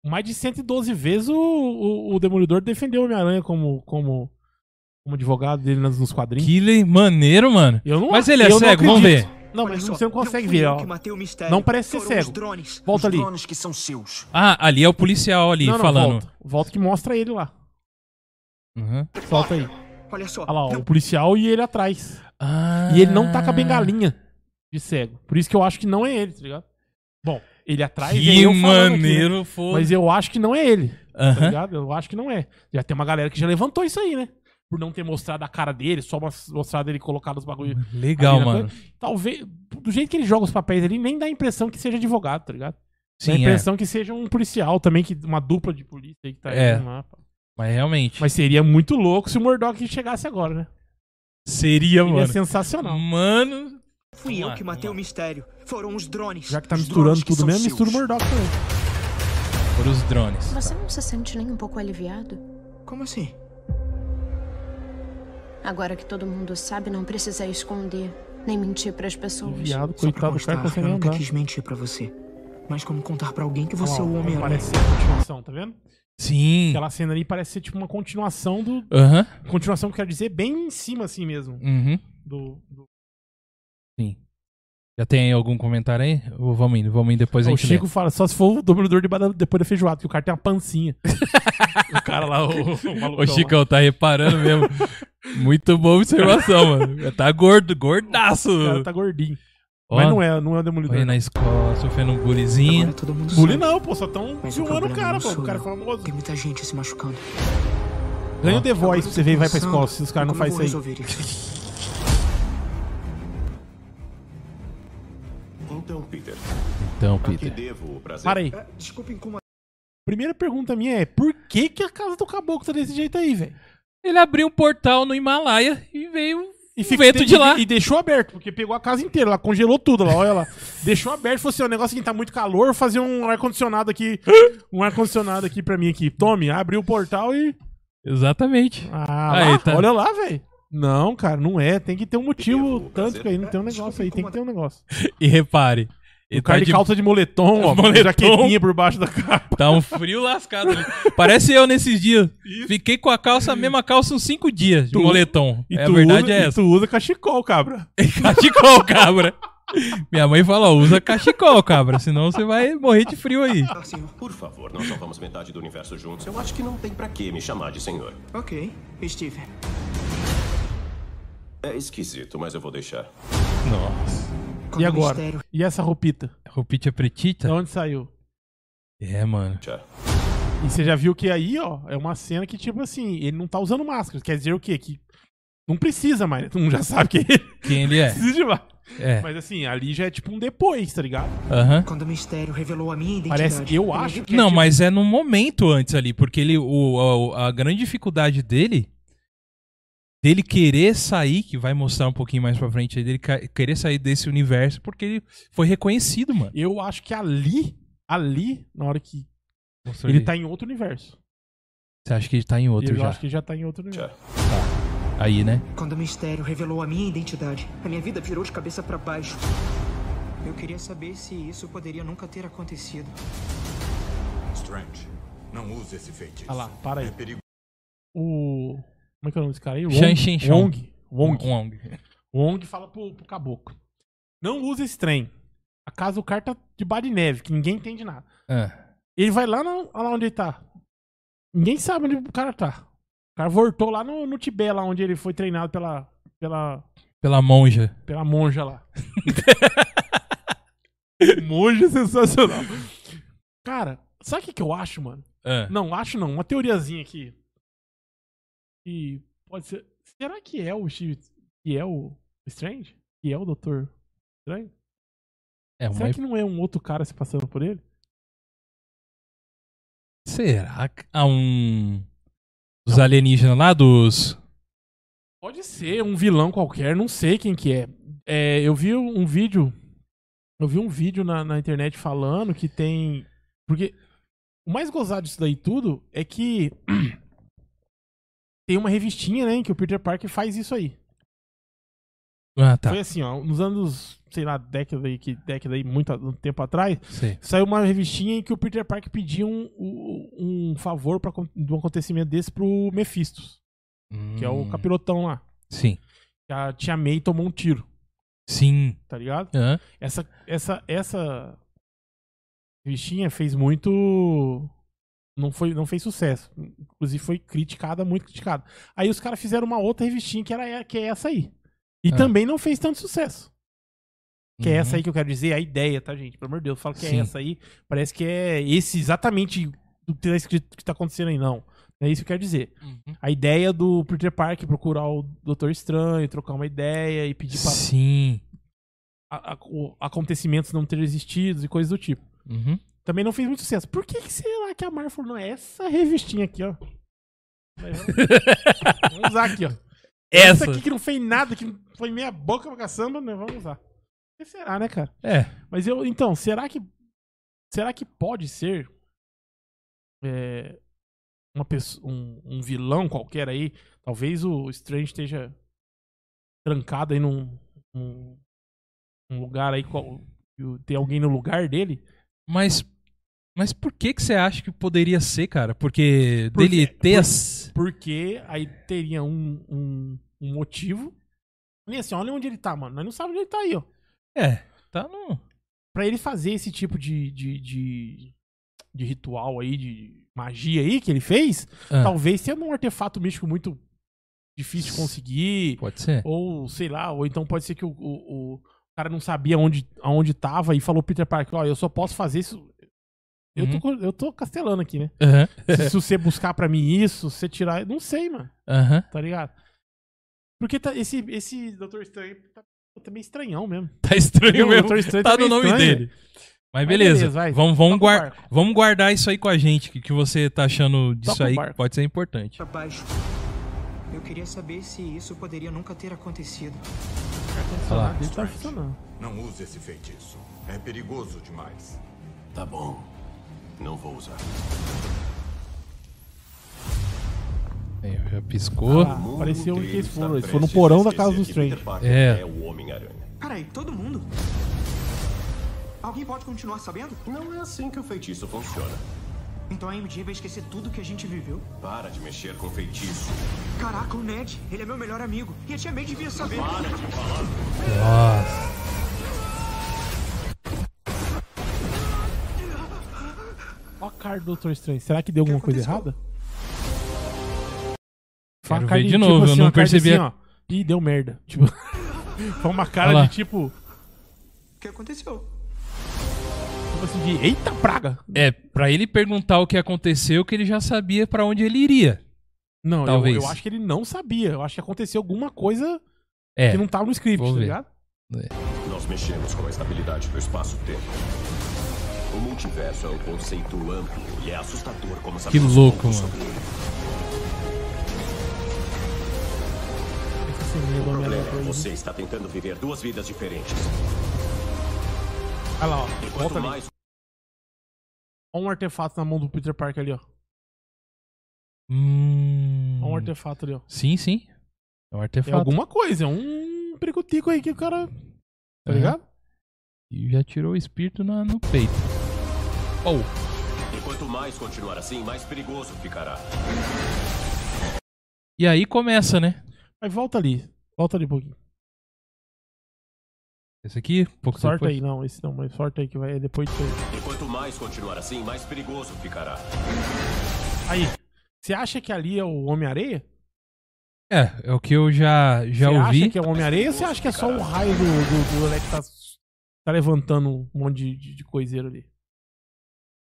B: Mais de 112 vezes o, o, o Demolidor defendeu o Homem-Aranha como, como, como advogado dele nos, nos quadrinhos.
A: Que le- maneiro, mano.
B: Eu não
A: Mas
B: ac-
A: ele é
B: eu não
A: cego, vamos ver.
B: acredito. Não,
D: Olha
B: mas
D: só,
B: você não consegue
D: fui
B: ver,
D: eu
B: ó.
D: que matei o mistério.
B: Não parece ser
D: Foram
B: cego.
D: os drones.
B: Volta
F: os
B: ali.
F: drones que são seus.
A: Ah, ali é o policial ali
B: Não, não,
A: falando.
B: Volta. Volta que mostra ele lá.
A: Uhum.
B: Solta aí.
D: Olha só. um
B: Olha lá, ó,
D: não
B: o policial e ele atrás.
A: Ah.
B: E ele não tá com a bengalinha de cego. Por isso que eu acho que não é ele, tá ligado? Bom, ele atrás é
A: Ah, Que
B: eu falando aqui, né?
A: maneiro foi.
B: Mas eu acho que não é ele. tá
A: Aham.
B: ligado? Eu acho que não é. Já tem uma galera que já levantou isso aí, né? Por não ter mostrado a cara dele, só mos- mostrado ele colocado os bagulho.
A: Legal,
B: ali na
A: mano.
B: coisa. Talvez, do jeito que ele joga os papéis ali, nem dá a impressão que seja advogado, tá ligado? dá a
A: Sim, é.
B: impressão que seja um policial também, que uma dupla de polícia aí que tá
A: É.
B: aí no mapa.
A: Mas realmente.
B: Mas seria muito louco se o Murdoch chegasse agora, né?
A: Seria,
B: Seria
A: mano.
F: Hum.
B: sensacional.
A: Mano.
D: fui
A: Vamos
D: eu
A: lá,
D: que matei o
A: vamos
D: mistério. Foram os drones.
B: Já que tá
F: Os
B: misturando
F: drones que
B: tudo
F: são
B: mesmo, mistura o
F: seus.
B: Murdoch também.
A: Por os drones.
C: Você não se sente nem um pouco aliviado?
D: Como assim?
C: Agora que todo mundo sabe, não precisa esconder, nem mentir pras pessoas.
B: Viado,
D: Só pra
B: coitado do cara
D: constar,
B: consegue
D: eu nunca
B: andar.
D: quis mentir pra você. Mas como contar pra alguém que
B: Olha lá,
D: você é o
B: ó,
D: Homem-Aranha?
B: Parece ser uma continuação, tá vendo?
A: Sim.
B: Aquela cena ali parece ser tipo uma continuação do,
A: Aham.
B: Continuação, quero dizer, bem em cima, assim mesmo.
A: Uhum.
B: Do, do-
A: Sim. Já tem aí algum comentário aí? Ou vamos indo? Vamos indo depois a
B: O
A: gente lê.
B: Chico fala, só se for o dobrador de banana depois da feijoada, que o cara tem uma pancinha. o cara lá, o, o malucão
A: Ô, Chicão, tá reparando mesmo. Muito boa observação, mano. Tá gordo, gordaço.
B: lá, o cara tá gordinho.
A: Uhum. Ó,
B: Mas não é, não é o demolidor.
A: Foi na escola, sofrendo um
D: Agora
A: bulizinho.
D: todo mundo
B: Bully
D: sabe.
B: não, pô, só tão
D: Mas o
B: filmando o
D: problema
B: cara,
D: não
B: pô.
D: sou
B: O cara é
D: eu.
B: famoso.
D: Tem muita gente se machucando. Tipo,
B: Ganha o The Voice pra você ver e vai pra
D: Pensando
B: escola, se os caras não
D: como eu
B: fazem isso
D: vou
B: aí.
D: resolver isso.
G: Então, Peter,
A: Então,
G: a que
A: Peter.
G: devo o prazer?
B: Para aí.
D: Ah, Desculpa incomodar.
B: Primeira pergunta minha é, por que que a casa do caboclo tá desse jeito aí, velho?
A: Ele abriu um portal no Himalaia e veio
B: E
A: o Um vento de
B: e-
A: lá.
B: E deixou aberto, porque pegou a casa inteira, ela congelou tudo lá, olha lá. deixou aberto, falou assim, o negócio que tá muito calor, vou fazer um ar-condicionado aqui, um ar-condicionado aqui pra mim aqui. Tome, abriu o portal e...
A: Exatamente.
B: Ah,
A: Aí,
B: lá,
A: tá.
B: olha lá, velho. Não, cara, não é, tem que ter um
G: Eu
B: motivo
G: vou
B: tanto que aí, não tem um negócio
D: Desculpa
B: aí, tem que ter um negócio.
A: E repare.
B: O
A: Ele tá,
B: cara de
A: de...
B: calça de moletom, ó,
A: Moletom.
B: moletom. jaquetinha por baixo da capa.
A: tá um frio lascado ali. Parece eu nesses dias. Fiquei com a calça, a mesma calça, uns cinco dias de
B: Tu-
A: moletom.
B: E
A: É, a
B: tu
A: verdade
B: usa,
A: é
B: e
A: essa.
B: tu usa cachecol, cabra.
A: Cachecol, cabra. Minha mãe fala, ó, usa cachecol, cabra, senão você vai morrer de frio aí.
D: senhor.
G: Por favor, nós salvamos metade do universo juntos. Eu acho que não tem pra que me chamar de senhor.
D: Ok, Steven.
G: É esquisito, mas eu vou deixar.
A: Nossa.
D: Quando
B: E
D: o
B: agora?
D: mistério
B: E essa roupita?
A: Roupite é
B: De
A: pretita?
B: onde saiu?
A: É, mano.
G: Já.
B: E você já viu que aí, ó, é uma cena que, tipo assim, ele não tá usando máscara. Quer dizer o quê? Que não precisa mais, né? Todo mundo já sabe que ele
A: Quem ele é?
B: precisa de máscara.
A: É.
B: Mas assim, ali já é tipo um depois, tá ligado?
A: Aham.
D: Quando o mistério revelou a minha identidade.
B: Parece, eu acho que. é
A: Não,
B: tipo-
A: mas é no momento antes ali, porque ele, o, a, a grande dificuldade dele, dele querer sair, que vai mostrar um pouquinho mais pra frente, aí, dele ca- querer sair desse universo, porque ele foi reconhecido, mano.
B: Eu acho que ali, ali, na hora que. Ele tá em outro universo.
A: Você acha que ele tá em outro
B: eu
A: já?
B: acho que já tá em outro universo.
A: Aí, né?
D: Quando o mistério revelou a minha identidade, a minha vida virou de cabeça pra baixo. Eu queria saber se isso poderia nunca ter acontecido.
H: Strange, não use esse feitiço.
B: Ah lá, para aí.
H: É perigo-
B: O. Como é que é o nome desse cara aí?
A: Shang
B: Wong-
A: Shin Shang.
B: Wong. Wong.
A: Wong.
B: Wong fala pro, pro caboclo. Não usa esse trem. A casa do cara tá de bar de neve, que ninguém entende nada.
A: Ah.
B: Ele vai lá, na, olha lá onde ele tá. Ninguém sabe onde o cara tá. O cara voltou lá no, no Tibete, lá onde ele foi treinado pela, pela,
A: Pela monja.
B: pela monja lá. monja é sensacional. Cara, sabe o que, que eu acho, mano?
A: Ah,
B: Não, acho não. Uma teoriazinha aqui. E pode ser. Será que é o Steve. Que é o Strange? Que é o Doutor Estranho?
A: é uma...
B: Será que não é um outro cara se passando por ele?
A: Será que há um... Os alienígenas lá dos...
B: Pode ser um vilão qualquer, não sei quem que é. É, eu vi um vídeo. Eu vi um vídeo na, na internet falando que tem. Porque o mais gozado disso daí tudo é que tem uma revistinha, né, em que o Peter Parker faz isso aí.
A: Ah, tá.
B: Foi assim, ó, nos anos, sei lá, década aí, que década aí, muito a- um tempo atrás,
A: Sei.
B: saiu uma revistinha em que o Peter Parker pedia um, um um favor pra, acon- de um acontecimento desse pro Mephistos, que é o
A: Hum,
B: capirotão lá.
A: Sim.
B: Que a Tia May tomou um tiro,
A: Sim.
B: tá ligado?
A: Hã?
B: Essa, essa, essa revistinha fez muito... Não, foi, não fez sucesso. Inclusive foi criticada, muito criticada. Aí os caras fizeram uma outra revistinha que, era, que é essa aí. E
A: Ah.
B: também não fez tanto sucesso. Que é
A: Uhum.
B: essa aí que eu quero dizer, a ideia, tá, gente? Pelo amor de Deus, eu falo que
A: Sim.
B: é essa aí. Parece que é esse exatamente do que tá escrito que tá acontecendo aí, não. É isso que eu quero dizer.
A: Uhum.
B: A ideia do Peter Parker procurar o Doutor Estranho, trocar uma ideia e pedir pra
A: Sim.
B: a- a- o- acontecimentos não terem existido e coisas do tipo.
A: Uhum.
B: Também não fez muito sucesso. Por que, que será que a Marvel falou, não, é essa revistinha aqui, ó? Vai, Vamos vamos usar aqui, ó.
A: Essa.
B: aqui que não fez nada, que foi meia boca pra caçamba, né? Vamos usar. Por que será, né, cara?
A: É.
B: Mas eu, então, será que será que pode ser é, uma pessoa, um, um vilão qualquer aí? Talvez o Strange esteja trancado aí num, num, num lugar aí qual, tem alguém no lugar dele?
A: Mas... Mas por que que você acha que poderia ser, cara? Porque,
B: Porque-
A: dele ter
B: porque-
A: as...
B: Porque aí teria um, um, um motivo. E assim, olha onde ele tá, mano. Nós não sabemos onde ele tá aí, ó.
A: É, tá no...
B: Pra ele fazer esse tipo de, de, de, de ritual aí, de magia aí que ele fez,
A: Ah,
B: Talvez sendo um artefato místico muito difícil de conseguir,
A: Pode ser?
B: ou sei lá, ou então pode ser que o, o- o cara não sabia onde, aonde tava e falou Peter Parker, ó, eu só posso fazer isso. Eu, tô,
A: Uhum.
B: co- eu tô castelando aqui, né?
A: Aham.
B: Se, se você buscar pra mim isso, se você tirar. eu Não sei, mano,
A: Aham.
B: tá ligado? Porque tá- esse, esse Doutor Estranho tá, tá meio estranhão mesmo.
A: Tá estranho
B: O
A: mesmo.
B: Doutor Estranho
A: Tá
B: meio
A: no nome
B: estranho.
A: dele. Mas beleza,
B: beleza, vai.
A: vamos, vamos,
B: Toca o
A: guar-
B: barco.
A: vamos guardar isso aí com a gente, que, que você tá achando disso
B: Toca o
A: aí, que
B: barco.
A: pode ser importante.
D: Pra baixo. Eu queria saber se isso poderia nunca ter acontecido.
B: Ah, dele tá funcionando.
H: Não use esse feitiço. É perigoso demais.
G: Tá bom. Não vou usar.
A: Aí, já piscou.
B: Ah,
G: O mundo
B: pareceu
G: inteiro
B: que eles
G: está
B: foram. Eles
G: tá prestes
B: foram no porão da
G: a
B: casa do
G: esquecer que
B: Strange.
G: Peter Parker
A: É.
G: É. o Homem-Aranha.
D: Peraí, todo mundo? Alguém pode continuar sabendo?
G: Não é assim que o feitiço funciona.
D: Então a MJ vai esquecer tudo que a gente viveu?
G: Para de mexer com feitiço.
D: Caraca, o Ned, ele é meu melhor amigo. E a Tia May devia saber.
A: Nossa.
B: Ó a cara do Doutor Estranho. Será que deu alguma coisa
D: aconteceu?
B: errada? Foi
A: Quero
B: uma cara
A: ver de novo, eu não
B: uma cara de tipo assim,
A: percebi a-
B: ó. Ih, deu merda. Tipo, foi uma cara
A: Olha lá.
B: de tipo,
D: O que aconteceu?
B: tipo assim, de eita praga.
A: É, pra ele perguntar o que aconteceu, que ele já sabia pra onde ele iria.
B: Não, eu-
A: Talvez.
B: Eu, acho que ele não sabia. Eu acho que aconteceu alguma coisa
A: É,
B: que não tava no script,
A: vou
B: tá
A: ver.
B: ligado?
G: Nós mexemos com a estabilidade do espaço-tempo. O multiverso é um conceito amplo e é assustador como
A: que
G: sabemos
A: louco,
G: pouco
A: mano.
G: sobre ele.
B: Esse medo,
G: O
B: medo,
G: problema é
B: medo.
G: que você está tentando viver duas vidas diferentes.
B: Olha lá, ó. Volta
G: E quanto
B: ali.
G: mais
B: Ó um artefato na mão do Peter Parker ali, ó.
A: Hum,
B: Ó um artefato ali, ó.
A: Sim, sim. É um
B: É
A: artefato.
B: alguma coisa, é um pericotico aí que o cara. Tá
A: Aham.
B: ligado?
A: E já tirou o espírito na- no peito. Oh,
G: E quanto mais continuar assim, mais perigoso ficará.
A: e aí começa, né?
B: Mas volta ali. Volta ali um pouquinho.
A: Esse aqui, pouco
B: Sorte
A: depois.
B: aí, não. Esse não, mas sorte aí que vai é depois de.
G: E quanto mais continuar assim, mais perigoso ficará.
B: Aí. Você acha que ali é o Homem-Areia?
A: É, é o que eu já, já
B: Você
A: ouvi.
B: acha que é o Homem-Aranha ou você acha que é só o raio do, do, do Alex tá, tá levantando um monte de, de, de coiseiro ali?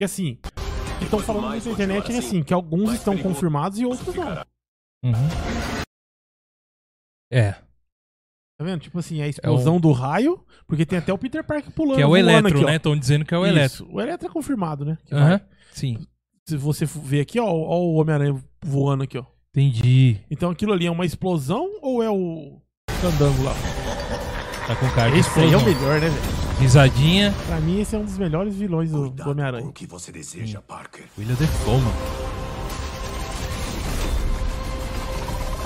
B: E assim, o que estão falando muito na internet é assim, que alguns estão confirmados e outros não. Tá
A: Uhum. É,
B: vendo? Tipo assim, é a explosão do raio, porque tem até o Peter Parker pulando.
A: que é o
B: voando
A: Eletro,
B: aqui, ó.
A: né? Estão dizendo que é o Eletro.
B: Isso, o Eletro é confirmado, né? Que
A: Aham,
B: vai.
A: Sim,
B: Se você f- ver aqui, ó, ó o Homem-Aranha voando aqui, ó.
A: entendi.
B: Então aquilo ali é uma explosão ou é o candango lá?
A: Tá com cara de
B: Esse aí é o
A: explosão.
B: melhor, né, velho?
A: Risadinha.
B: Pra mim, esse é um dos melhores vilões do, do
H: com o
B: Homem-Aranha.
H: que você deseja, Parker.
A: William Defoe, mano.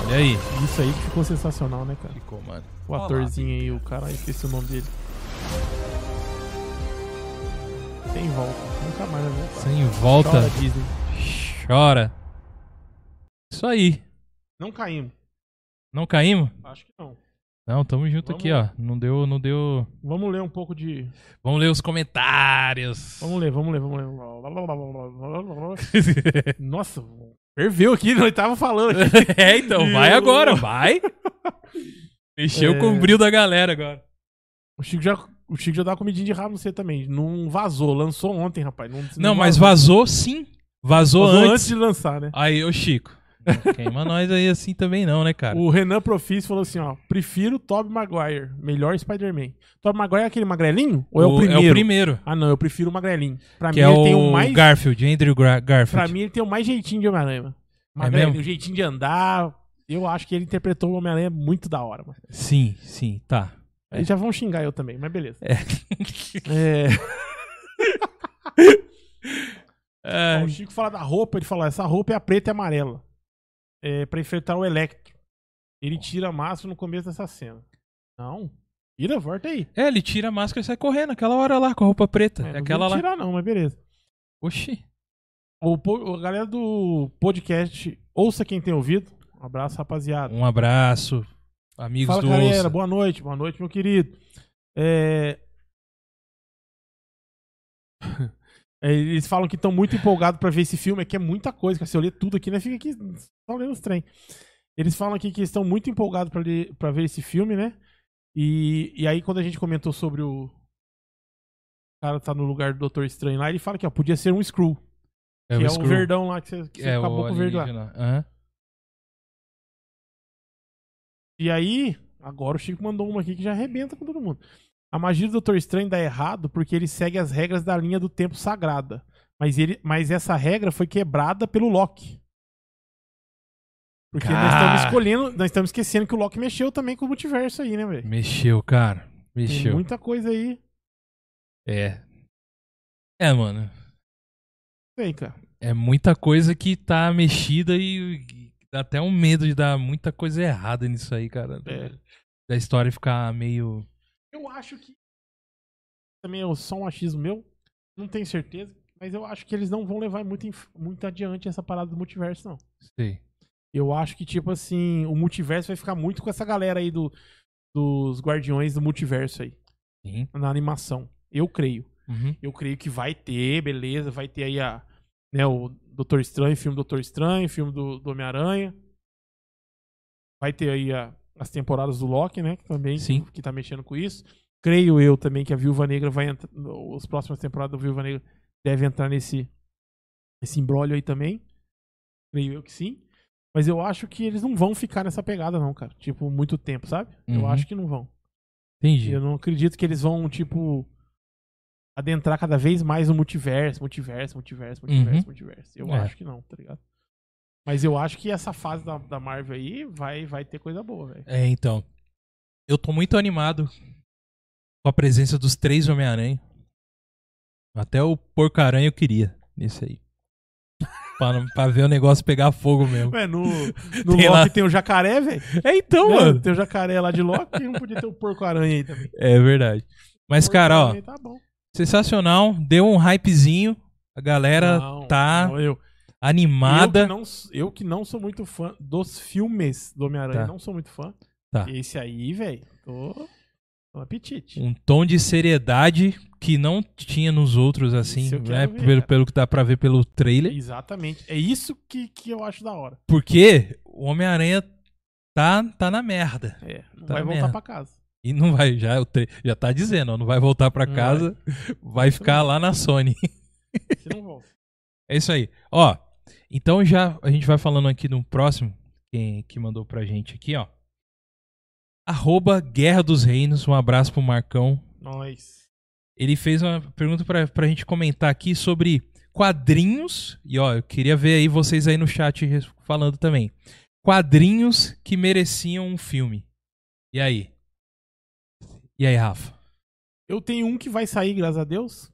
A: Olha aí.
B: Isso aí que ficou sensacional, né, cara?
A: Ficou, mano.
B: O atorzinho aí, o cara, esqueci o nome dele. Tem volta, nunca mais vai voltar.
A: Sem volta.
B: Chora, Disney.
A: Chora. Isso aí.
B: Não caímos.
A: Não caímos?
B: Acho que não.
A: Não, tamo junto
B: Vamos
A: aqui, ó. Não deu, não deu.
B: Vamos ler um pouco de.
A: Vamos ler os comentários.
B: Vamos ler, vamos ler, vamos ler. Nossa, ferveu aqui, nós tava falando aqui.
A: é, então, vai agora, vai. Mexeu
B: É.
A: com o brilho da galera agora.
B: O Chico já, o Chico já dá uma comidinha de rabo no você também. Não vazou, lançou ontem, rapaz. Não,
A: Não, mas vazou sim. Vazou,
B: vazou
A: antes.
B: antes de lançar, né?
A: Aí, ô Chico. não Queima nós aí assim também não, né, cara?
B: O Renan Profis falou assim, ó, prefiro Tobey Maguire, melhor Spider-Man. Tobey Maguire é aquele magrelinho ou é o primeiro?
A: É o primeiro.
B: Ah, não, eu prefiro o magrelinho. Pra
A: Que
B: mim
A: é
B: ele tem
A: o
B: o mais,
A: Garfield, Andrew Gra- Garfield.
B: para mim ele tem o mais jeitinho de Homem-Aranha. mano. Magrelinho,
A: É mesmo?
B: o jeitinho de andar. Eu acho que ele interpretou o Homem-Aranha muito da hora, mano.
A: Sim, sim, tá.
B: Eles já vão xingar eu também, mas beleza.
A: É.
B: É, ó,
A: É,
B: o Chico fala da roupa, ele fala, essa roupa é a preta e amarela. É, pra enfrentar o Electro. Ele tira a máscara no começo dessa cena. Não. Tira, volta aí.
A: é, ele tira a máscara e sai correndo, aquela hora lá, com a roupa preta.
B: É,
A: É
B: não
A: aquela
B: vou
A: lá.
B: tirar não, mas beleza.
A: Oxi.
B: O, po- a galera do podcast, ouça quem tem ouvido. Um abraço, rapaziada.
A: Um abraço, amigos
B: Fala,
A: do
B: galera.
A: Ouça.
B: Boa noite. Boa noite, meu querido. É... é, Eles falam que estão muito empolgados pra ver esse filme. É que é muita coisa. cara. Se eu ler tudo aqui, né? Fica aqui só lendo os trem. Eles falam aqui que estão muito empolgados pra, ler- pra ver esse filme, né? E, e aí, quando a gente comentou sobre o... o cara tá no lugar do Doutor Estranho lá, ele fala que ó, podia ser um Screw. que é o
A: Screw.
B: verdão lá, que você, que você
A: É,
B: acabou
A: o
B: com o verde lá.
A: alienígena. Aham.
B: E aí, agora o Chico mandou uma aqui que já arrebenta com todo mundo. A magia do Doutor Estranho dá errado porque ele segue as regras da linha do tempo sagrada. Mas, ele, mas essa regra foi quebrada pelo Loki. Porque nós
A: Cara.
B: estamos escolhendo, nós estamos esquecendo que o Loki mexeu também com o multiverso aí, né, velho?
A: Mexeu, cara.
B: Tem
A: Mexeu.
B: muita coisa aí. Não
A: É. É, mano.
B: Sei, cara.
A: É muita coisa que tá mexida e e dá até um medo de dar muita coisa errada nisso aí, cara.
B: É.
A: Da história ficar meio.
B: Eu acho que. Também é só um achismo meu. Não tenho certeza. Mas eu acho que eles não vão levar muito, em- muito adiante essa parada do multiverso, não.
A: Sei.
B: Eu acho que, tipo assim, o multiverso vai ficar muito com essa galera aí do, dos Guardiões do Multiverso aí,
A: Sim.
B: na animação. Eu creio.
A: Uhum.
B: Eu creio que vai ter, beleza, vai ter aí a, né, o Doutor Estranho, filme Doutor Estranho, filme do, do Homem-Aranha. Vai ter aí a- as temporadas do Loki, né, que também
A: Sim.
B: que tá mexendo com isso. Creio eu também que a Viúva Negra vai entrar, os próximas temporadas da Viúva Negra devem entrar nesse esse embrólio aí também. Creio eu que sim. Mas eu acho que eles não vão ficar nessa pegada não, cara. Tipo, muito tempo, sabe? Eu
A: Uhum.
B: acho que não vão.
A: Entendi.
B: Eu não acredito que eles vão, tipo, adentrar cada vez mais no multiverso, multiverso, multiverso, multiverso,
A: Uhum.
B: multiverso. Eu
A: É.
B: acho que não, tá ligado? Mas eu acho que essa fase da, da Marvel aí vai, vai ter coisa boa, velho.
A: É, então. Eu tô muito animado com a presença dos três Homem-Aranha. Até o Porco-Aranha eu queria nesse aí. pra, não- pra ver o negócio pegar fogo mesmo.
B: Ué, no, no
A: Tem
B: Loki
A: lá.
B: tem o jacaré, velho.
A: É então,
B: Né?
A: mano.
B: Tem o jacaré lá de Loki e não podia ter o porco-aranha aí também.
A: É verdade. Mas, cara, ó,
B: Porco-aranha Tá bom.
A: sensacional. Deu um hypezinho. A galera
B: Não,
A: tá
B: não, eu, Ah. Eu
A: animada.
B: que, não, s- eu que não sou muito fã dos filmes do Homem-Aranha,
A: Tá.
B: não sou muito fã.
A: Tá.
B: Esse aí, velho, tô. Tô apetite.
A: Um tom de seriedade que não tinha nos outros, assim,
B: Isso eu
A: né?
B: quero ver,
A: pelo,
B: cara.
A: pelo que dá pra ver pelo trailer.
B: Exatamente. É isso que, que eu acho da hora.
A: Porque o Homem-Aranha tá, tá na merda.
B: É, não
A: Tá
B: vai voltar
A: merda.
B: pra casa.
A: E não vai, já, o tra- já tá dizendo, ó, não vai voltar pra
B: Não
A: casa, vai ficar lá na Sony.
B: Você não volta.
A: É isso aí. Ó, então já a gente vai falando aqui no próximo, quem que mandou pra gente aqui, ó. Arroba Guerra dos Reinos, um abraço pro Marcão.
B: Nós.
A: Ele fez uma pergunta pra, pra gente comentar aqui sobre quadrinhos. E ó, eu queria ver aí vocês aí no chat res- falando também. Quadrinhos que mereciam um filme. E aí? E aí, Rafa?
B: Eu tenho um que vai sair, graças a Deus,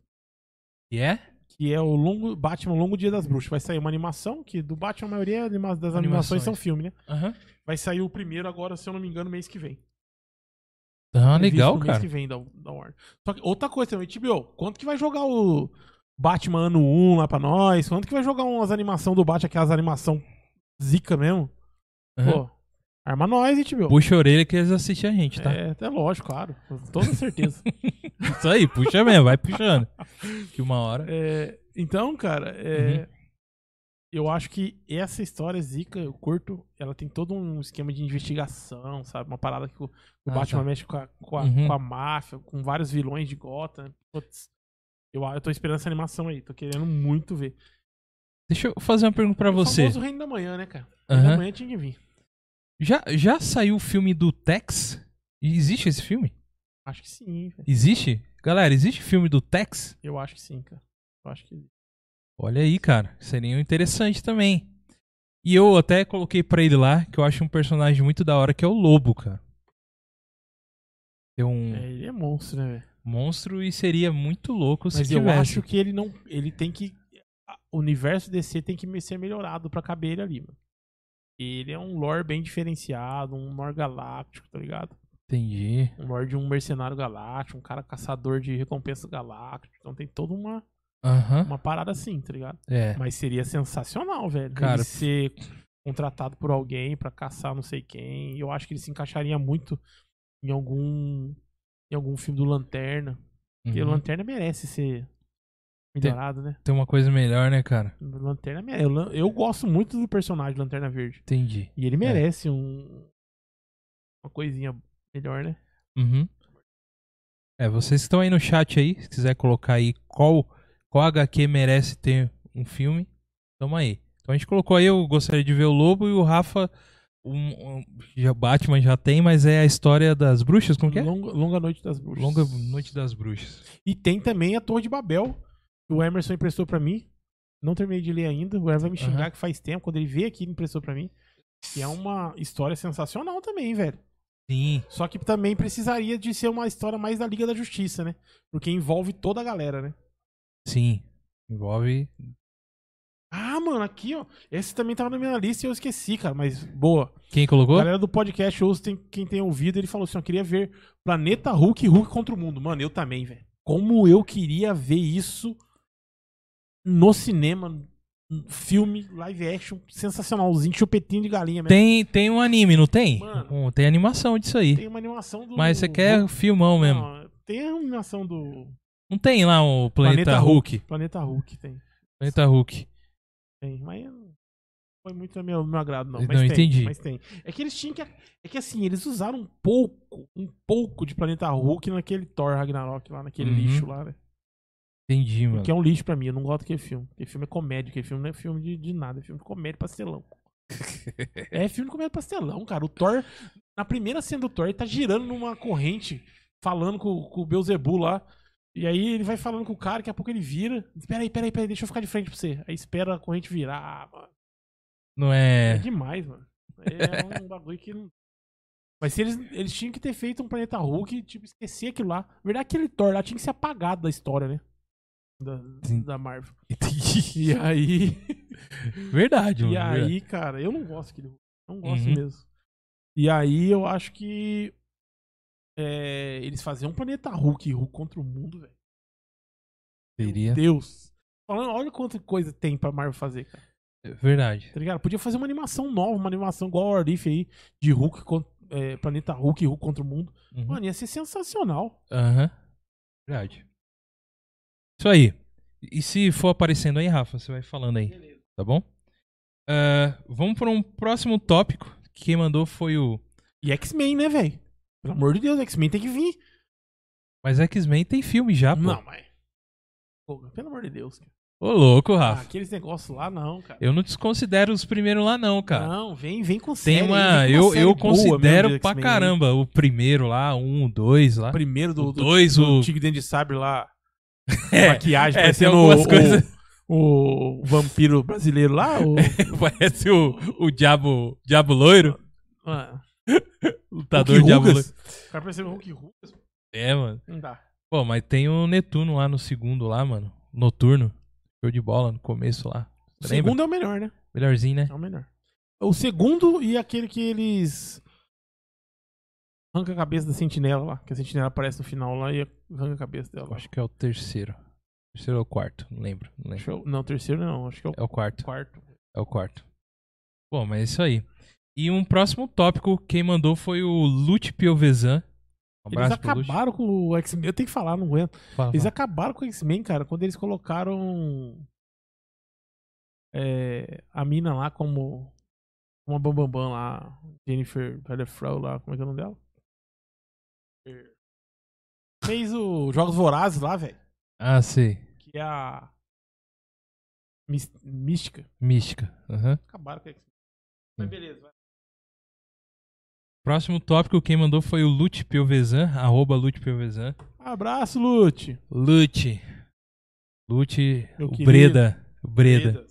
A: E é?
B: que é o longo Batman Longo Dia das Bruxas. Vai sair uma animação, que do Batman a maioria é anima- das animações
A: Animações.
B: são filme, né?
A: Aham.
B: Vai sair o primeiro agora, se eu não me engano, mês que vem.
A: Tá
B: Previsto
A: legal,
B: no mês
A: cara.
B: que vem da, da Warner. Só que outra coisa também, Tibio, quanto que vai jogar o Batman ano 1 lá pra nós? Quanto que vai jogar umas animação do Batman, aquelas animação zica mesmo?
A: Aham.
B: Pô, arma nós, hein, Tibio?
A: Puxa a orelha que eles assistem a gente, tá?
B: É, até lógico, claro. Com toda certeza.
A: Isso aí, puxa mesmo, vai puxando. Que uma hora.
B: É, então, cara, é,
A: Uhum.
B: eu acho que essa história é zica, eu curto, ela tem todo um esquema de investigação, sabe? Uma parada que o, o
A: Ah,
B: Batman
A: tá.
B: mexe com a, com, a,
A: Uhum.
B: com a máfia, com vários vilões de Gotham. Putz, eu, eu tô esperando essa animação aí, tô querendo muito ver. É
A: Deixa eu fazer uma pergunta pra
B: o
A: você.
B: famoso Reino da Manhã, né, cara? Reino da
A: Aham.
B: Manhã tinha que vir.
A: Já, já saiu o filme do Tex? E Existe esse filme?
B: Acho que sim, velho.
A: Existe? Galera, existe filme do Tex?
B: eu acho que sim, cara. Eu acho que
A: Olha aí, cara. Seria interessante também. E eu até coloquei pra ele lá, que eu acho um personagem muito da hora, que é o Lobo, cara. É um
B: é, ele é monstro, né, velho?
A: monstro e seria muito louco se
B: Mas eu
A: tivesse.
B: acho que ele não. Ele tem que. a- O universo DC tem que me- ser melhorado pra caber ele ali, mano. Ele é um lore bem diferenciado, um lore galáctico, tá ligado?
A: Entendi.
B: Um lore de um mercenário galáctico, um cara caçador de recompensas galáctico. Então tem toda uma,
A: Aham.
B: uma parada assim, tá ligado?
A: É.
B: Mas seria sensacional, velho.
A: Cara,
B: ele ser contratado por alguém pra caçar não sei quem. Eu acho que ele se encaixaria muito em algum. em algum filme do Lanterna. Porque o
A: Uhum.
B: Lanterna merece ser melhorado, né?
A: Tem uma coisa melhor, né, cara?
B: Lanterna merece. É, Eu, lan- eu gosto muito do personagem Lanterna Verde.
A: Entendi.
B: E ele merece um. Uma coisinha melhor, né?
A: Uhum. É, vocês que estão aí no chat aí, se quiser colocar aí qual, qual HQ merece ter um filme, tamo aí. Então a gente colocou aí, eu gostaria de ver o Lobo e o Rafa, um, um, já, Batman já tem, mas é a história das bruxas, como que é?
B: Longa, Longa Noite das Bruxas.
A: Longa Noite das Bruxas.
B: E tem também a Torre de Babel, que o Emerson emprestou pra mim. Não terminei de ler ainda. O Emerson vai me xingar
A: Aham.
B: que faz tempo. Quando ele veio aqui, ele emprestou pra mim. Que é uma história sensacional também, velho.
A: Sim,
B: Só que também precisaria de ser uma história mais da Liga da Justiça, né? Porque envolve toda a galera, né?
A: sim. Envolve.
B: Ah, mano, aqui, ó. Esse também tava na minha lista e eu esqueci, cara. Mas boa.
A: Quem colocou?
B: A galera do podcast, ou tem, quem tem ouvido, ele falou assim: eu queria ver Planeta Hulk e Hulk contra o mundo. Mano, eu também, velho. Como eu queria ver isso no cinema, um filme, live action, sensacionalzinho, chupetinho de galinha mesmo.
A: Tem, tem um anime, não tem?
B: né? Mano.
A: Um- tem animação disso aí.
B: uma animação do.
A: Mas você quer filmão mesmo. Não,
B: Não, tem a animação do.
A: tem lá o Planeta, Hulk.
B: Planeta Hulk tem.
A: Planeta Hulk.
B: Tem, mas não foi muito do meu, do meu agrado, não.
A: Não,
B: Mas tem,
A: entendi.
B: Mas tem. É que eles tinham que. É que assim, eles usaram um pouco, um pouco de Planeta Hulk naquele Thor Ragnarok lá, naquele
A: Uhum.
B: lixo lá, né?
A: Entendi, mano.
B: Que é um lixo pra mim, eu não gosto daquele filme. Aquele filme é comédia, aquele filme não é filme de, de nada, é filme de comédia pastelão. é filme de comédia pastelão, cara. O Thor, na primeira cena do Thor, ele tá girando numa corrente, falando com, com o Beuzebu lá. E aí ele vai falando com o cara, daqui a pouco ele vira. Peraí, peraí, peraí, deixa eu ficar de frente pra você. Aí espera a corrente virar. Ah, mano.
A: Não
B: É
A: é.
B: demais, mano. É um bagulho que não. Mas se eles, eles tinham que ter feito um Planeta Hulk e, tipo, esquecer aquilo lá. Na verdade, aquele Thor lá tinha que ser apagado da história, né? Da,
A: Sim.
B: da Marvel.
A: Entendi.
B: E aí.
A: Verdade, mano.
B: e
A: é verdade.
B: aí, cara, eu não gosto daquele Hulk. Não gosto
A: Uhum.
B: mesmo. E aí eu acho que. é, eles faziam um Planeta Hulk e Hulk contra o mundo, velho.
A: Seria.
B: Deus. Falando, olha quanta coisa tem pra Marvel fazer, cara.
A: Verdade.
B: Tá ligado? Podia fazer uma animação nova, uma animação igual a Orif aí, de Hulk contra. é, Planeta Hulk e Hulk contra o mundo.
A: Uhum.
B: Mano, ia ser sensacional.
A: Aham. Verdade. Isso aí. E se for aparecendo aí, Rafa, você vai falando aí. Tá bom? Ah, vamos para um próximo tópico. Quem mandou foi o.
B: E X-Men, né, velho? Pelo amor de Deus, X-Men tem que vir.
A: Mas X-Men tem filme já, Ah, pô.
B: não, mas. Pô, pelo amor de Deus. cara.
A: Ô, louco,
B: Ah,
A: Rafa.
B: aqueles negócios lá não, cara.
A: Eu não desconsidero os primeiros lá, não, cara.
B: Não, vem, vem com série.
A: Tem uma.
B: vem com
A: Eu, eu
B: série boa mesmo de
A: considero pra
B: X-Men,
A: caramba o primeiro lá, um, dois lá.
B: né? Primeiro do,
A: O
B: do,
A: dois,
B: do
A: o-
B: Tigre Dente de Sabre lá.
A: É,
B: maquiagem,
A: é, tem
B: parecendo
A: algumas
B: o-
A: coisas.
B: O, o vampiro brasileiro lá. O...
A: Parece o, o Diabo, Diabo Loiro.
B: Ah,
A: Lutador
B: Hulk
A: Diabo
B: Rugas.
A: Loiro.
B: O cara parecendo Hulk Rugas.
A: É, mano.
B: Não dá.
A: Pô, mas tem o Netuno lá no segundo lá, mano. Noturno. Show de bola no começo lá.
B: O
A: Lembra?
B: segundo é o melhor, né?
A: Melhorzinho, né?
B: É o melhor. O segundo e aquele que eles. Arranca a cabeça da sentinela lá. Que a sentinela aparece no final lá e arranca a cabeça dela.
A: Eu Acho que é o terceiro. Terceiro ou quarto? Não lembro. Não lembro.
B: Acho que é o- Não, o terceiro não. Acho que é o
A: É o quarto.
B: quarto.
A: É o quarto. Bom, mas é isso aí. E um próximo tópico, quem mandou foi o Lute Piovesan. Um
B: Eles
A: abraço pro Lute.
B: acabaram com o X-Men. Eu tenho que falar, não aguento.
A: Fala,
B: Eles
A: fala.
B: acabaram com o X-Men, cara, quando eles colocaram. é, a mina lá como. Uma bambambam lá. Jennifer Pedefrow lá. Como é que é o nome dela? É. Fez o Jogos Vorazes lá, velho.
A: Ah, sei.
B: que é a mis- mística.
A: Mística. Aham.
B: Acabaram com a X-Men. Mas beleza, vai.
A: Próximo tópico, quem mandou foi o Lute Piovesan, arroba Lute Piovesan.
B: Abraço, Lute.
A: Lute. Lute,
B: Meu
A: o
B: querido.
A: Breda. O Breda.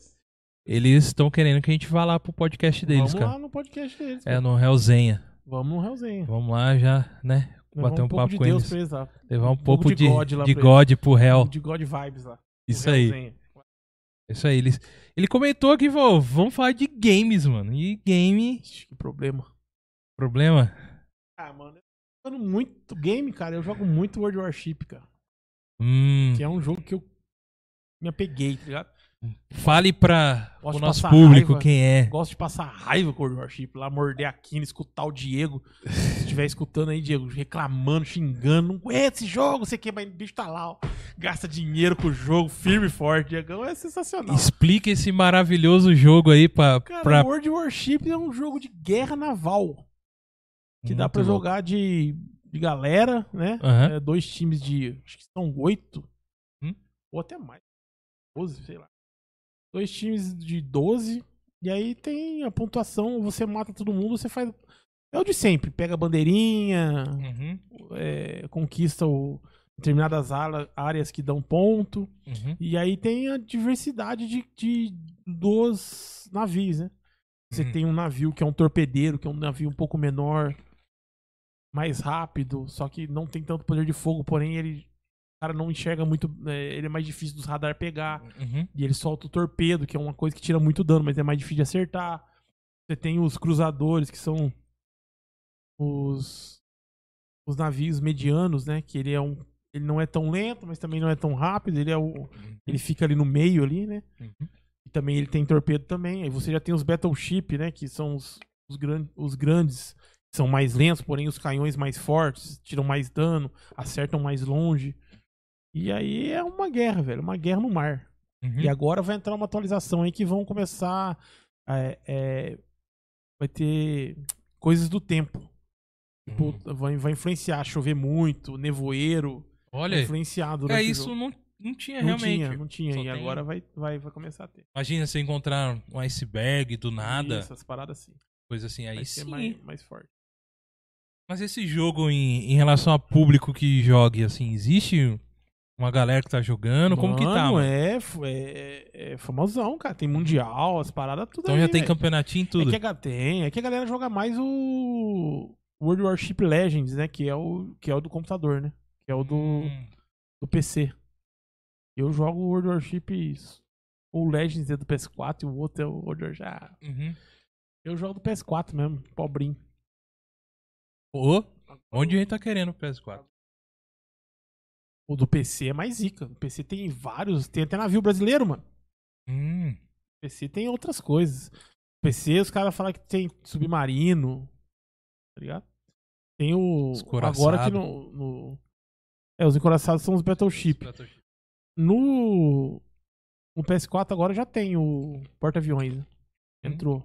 A: Eles estão querendo que a gente vá lá pro podcast deles,
B: Vamos
A: cara.
B: lá no podcast deles.
A: É,
B: cara.
A: no Hellzenha.
B: Vamos no Hellzinho.
A: Vamos lá já, né? Bater um,
B: pouco
A: papo
B: de
A: com
B: Deus
A: eles.
B: pra eles lá.
A: Levar um
B: um
A: pouco, de, de God,
B: lá pra Um
A: pro Hell.
B: De God Vibes lá.
A: Isso
B: O
A: aí.
B: Hellzinho.
A: Isso aí. Ele, ele comentou que, vô, vamos falar de games, mano. E game,
B: Ixi, Que problema.
A: problema?
B: Ah, mano. Eu tô jogando muito game, cara. Eu jogo muito World Warship, cara.
A: Hum,
B: Que é um jogo que eu me apeguei, tá ligado?
A: fale pra
B: Gosto
A: o
B: de
A: nosso
B: passar
A: público
B: raiva.
A: quem é.
B: Gosto de passar raiva com o World Warship, lá morder a quina, escutar o Diego. Se estiver escutando aí, Diego, reclamando, xingando, não aguenta esse jogo, você queima, o bicho tá lá, ó. Gasta dinheiro com o jogo, firme e forte. Diegão é sensacional.
A: Explique esse maravilhoso jogo aí pra.
B: Cara,
A: pra...
B: World Warship é um jogo de guerra naval. Que dá
A: Muito
B: pra
A: louco.
B: jogar de, de galera, né?
A: Aham.
B: É, dois times de. Acho que são oito.
A: Hum?
B: Ou até mais. Doze, sei lá. Dois times de 12. E aí tem a pontuação, você mata todo mundo, você faz. É o de sempre. Pega a bandeirinha,
A: Uhum,
B: é, conquista o- determinadas ala- áreas que dão ponto.
A: uhum.
B: E aí tem a diversidade de, de dos navios, né? Você
A: Uhum.
B: tem um navio que é um torpedeiro, que é um navio um pouco menor, mais rápido, só que não tem tanto poder de fogo, porém ele o cara não enxerga muito, né, ele é mais difícil dos radar pegar.
A: uhum.
B: E ele solta o torpedo, que é uma coisa que tira muito dano, mas é mais difícil de acertar. Você tem os cruzadores, que são os os navios medianos, né? Que ele é um ele não é tão lento, mas também não é tão rápido, ele é o ele fica ali no meio ali, né?
A: Uhum.
B: E também ele tem torpedo também. Aí você já tem os battleship, né, que são os os, gran, os grandes que são mais lentos, porém os canhões mais fortes, tiram mais dano, acertam mais longe. E aí é uma guerra, velho, uma guerra no mar.
A: uhum.
B: E agora vai entrar uma atualização aí que vão começar. é, é, vai ter coisas do tempo.
A: Hum.
B: Tipo, vai, vai influenciar, chover muito, nevoeiro.
A: Olha,
B: vai influenciar durante
A: é
B: o
A: isso
B: jogo.
A: não, não tinha
B: Não
A: realmente.
B: tinha, né? não tinha.
A: Só
B: e
A: tem-
B: agora vai, vai, vai começar a ter.
A: Imagina você encontrar um iceberg do nada,
B: Essas paradas assim.
A: coisa assim, aí
B: Vai ser
A: sim.
B: mais, mais forte.
A: Mas esse jogo em, em relação a público que jogue, assim, existe uma galera que tá jogando? Como que tá,
B: Mano,
A: mano?
B: É, f- é, é famosão, cara. Tem mundial, as paradas, tudo
A: Então
B: aí,
A: já tem
B: velho.
A: campeonatinho e
B: É
A: tudo.
B: que, a, ga- tem, é que a galera joga mais o World Warship Legends, né? Que é o, que é o do computador, né? Que é o do,
A: Hum,
B: do PC. Eu jogo o World Warship isso. O Legends é do PS4 e o outro é o World Warship. Ah,
A: uhum.
B: eu jogo do PS4 mesmo, pobrinho.
A: Ô, onde a gente tá querendo o PS4?
B: O do PC é mais zica. O PC tem vários, tem até navio brasileiro, mano.
A: Hum,
B: O PC tem outras coisas. O PC os caras falam que tem submarino, tá ligado? Tem o
A: Os
B: agora que é,
A: coraçados.
B: no, no- é os encoraçados são os battleship. No, no PS4 agora já tem o porta-aviões. né? Entrou.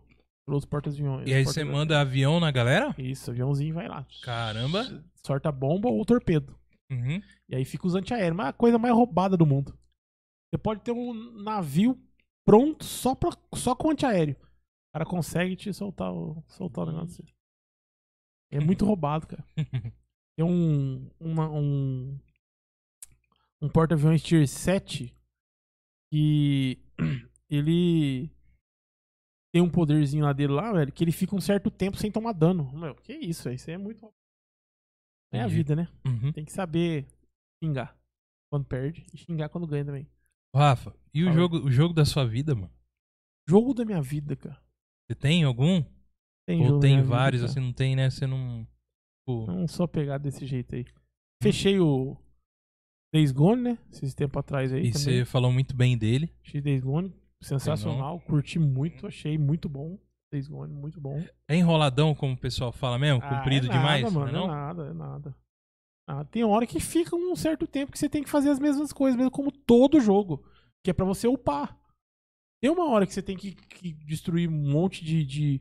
B: Entrou os porta-aviões.
A: Hum? E aí
B: Porta-
A: você manda avião na galera?
B: Isso, aviãozinho vai lá.
A: Caramba.
B: Sorta a bomba ou o torpedo.
A: Uhum.
B: E aí fica os antiaéreos. Mas é a coisa mais roubada do mundo. Você pode ter um navio pronto só, pra, só com antiaéreo. O cara consegue te soltar o, soltar o negócio. É muito roubado, cara. Tem um. uma- um um porta-aviões Tier 7 que ele tem um poderzinho lá dele lá, velho, que ele fica um certo tempo sem tomar dano. Meu, que isso, velho? Isso aí é muito. roubado. É a
A: Entendi.
B: vida, né?
A: Uhum.
B: Tem que saber xingar quando perde e xingar quando ganha também.
A: Rafa, e o
B: Fala.
A: jogo, o jogo da sua vida, mano?
B: Jogo da minha vida, cara.
A: Você tem algum?
B: Tem
A: Ou
B: jogo da
A: tem
B: minha vida,
A: vários,
B: cara.
A: assim, não tem, né? Você não. tipo, Pô,
B: Não só pegar desse jeito aí.
A: Hum.
B: Fechei o Days Gone, né? Esses tempo atrás aí.
A: e
B: também.
A: você falou muito bem dele.
B: Fechei Days Gone. Sensacional. Curti muito. Achei muito bom. Days Gone, muito bom.
A: É enroladão, como o pessoal fala mesmo?
B: Ah,
A: Comprido
B: é nada,
A: demais? não
B: Mano,
A: é
B: é
A: não?
B: nada, é nada. Ah, tem hora que fica um certo tempo que você tem que fazer as mesmas coisas, mesmo como todo jogo. Que é pra você upar. Tem uma hora que você tem que, que destruir um monte de, de,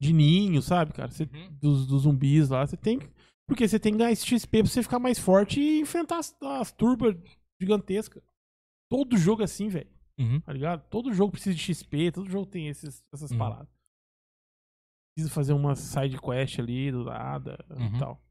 B: de ninho, sabe, cara? Você-
A: Uhum.
B: dos, dos zumbis lá. Você tem que. Porque você tem que ganhar esse XP pra você ficar mais forte e enfrentar as, as turbas gigantescas. Todo jogo é assim, velho.
A: Uhum.
B: Tá ligado? Todo jogo precisa de XP, todo jogo tem esses, essas
A: Uhum.
B: paradas. Preciso fazer uma side quest ali do nada
A: Uhum.
B: e tal.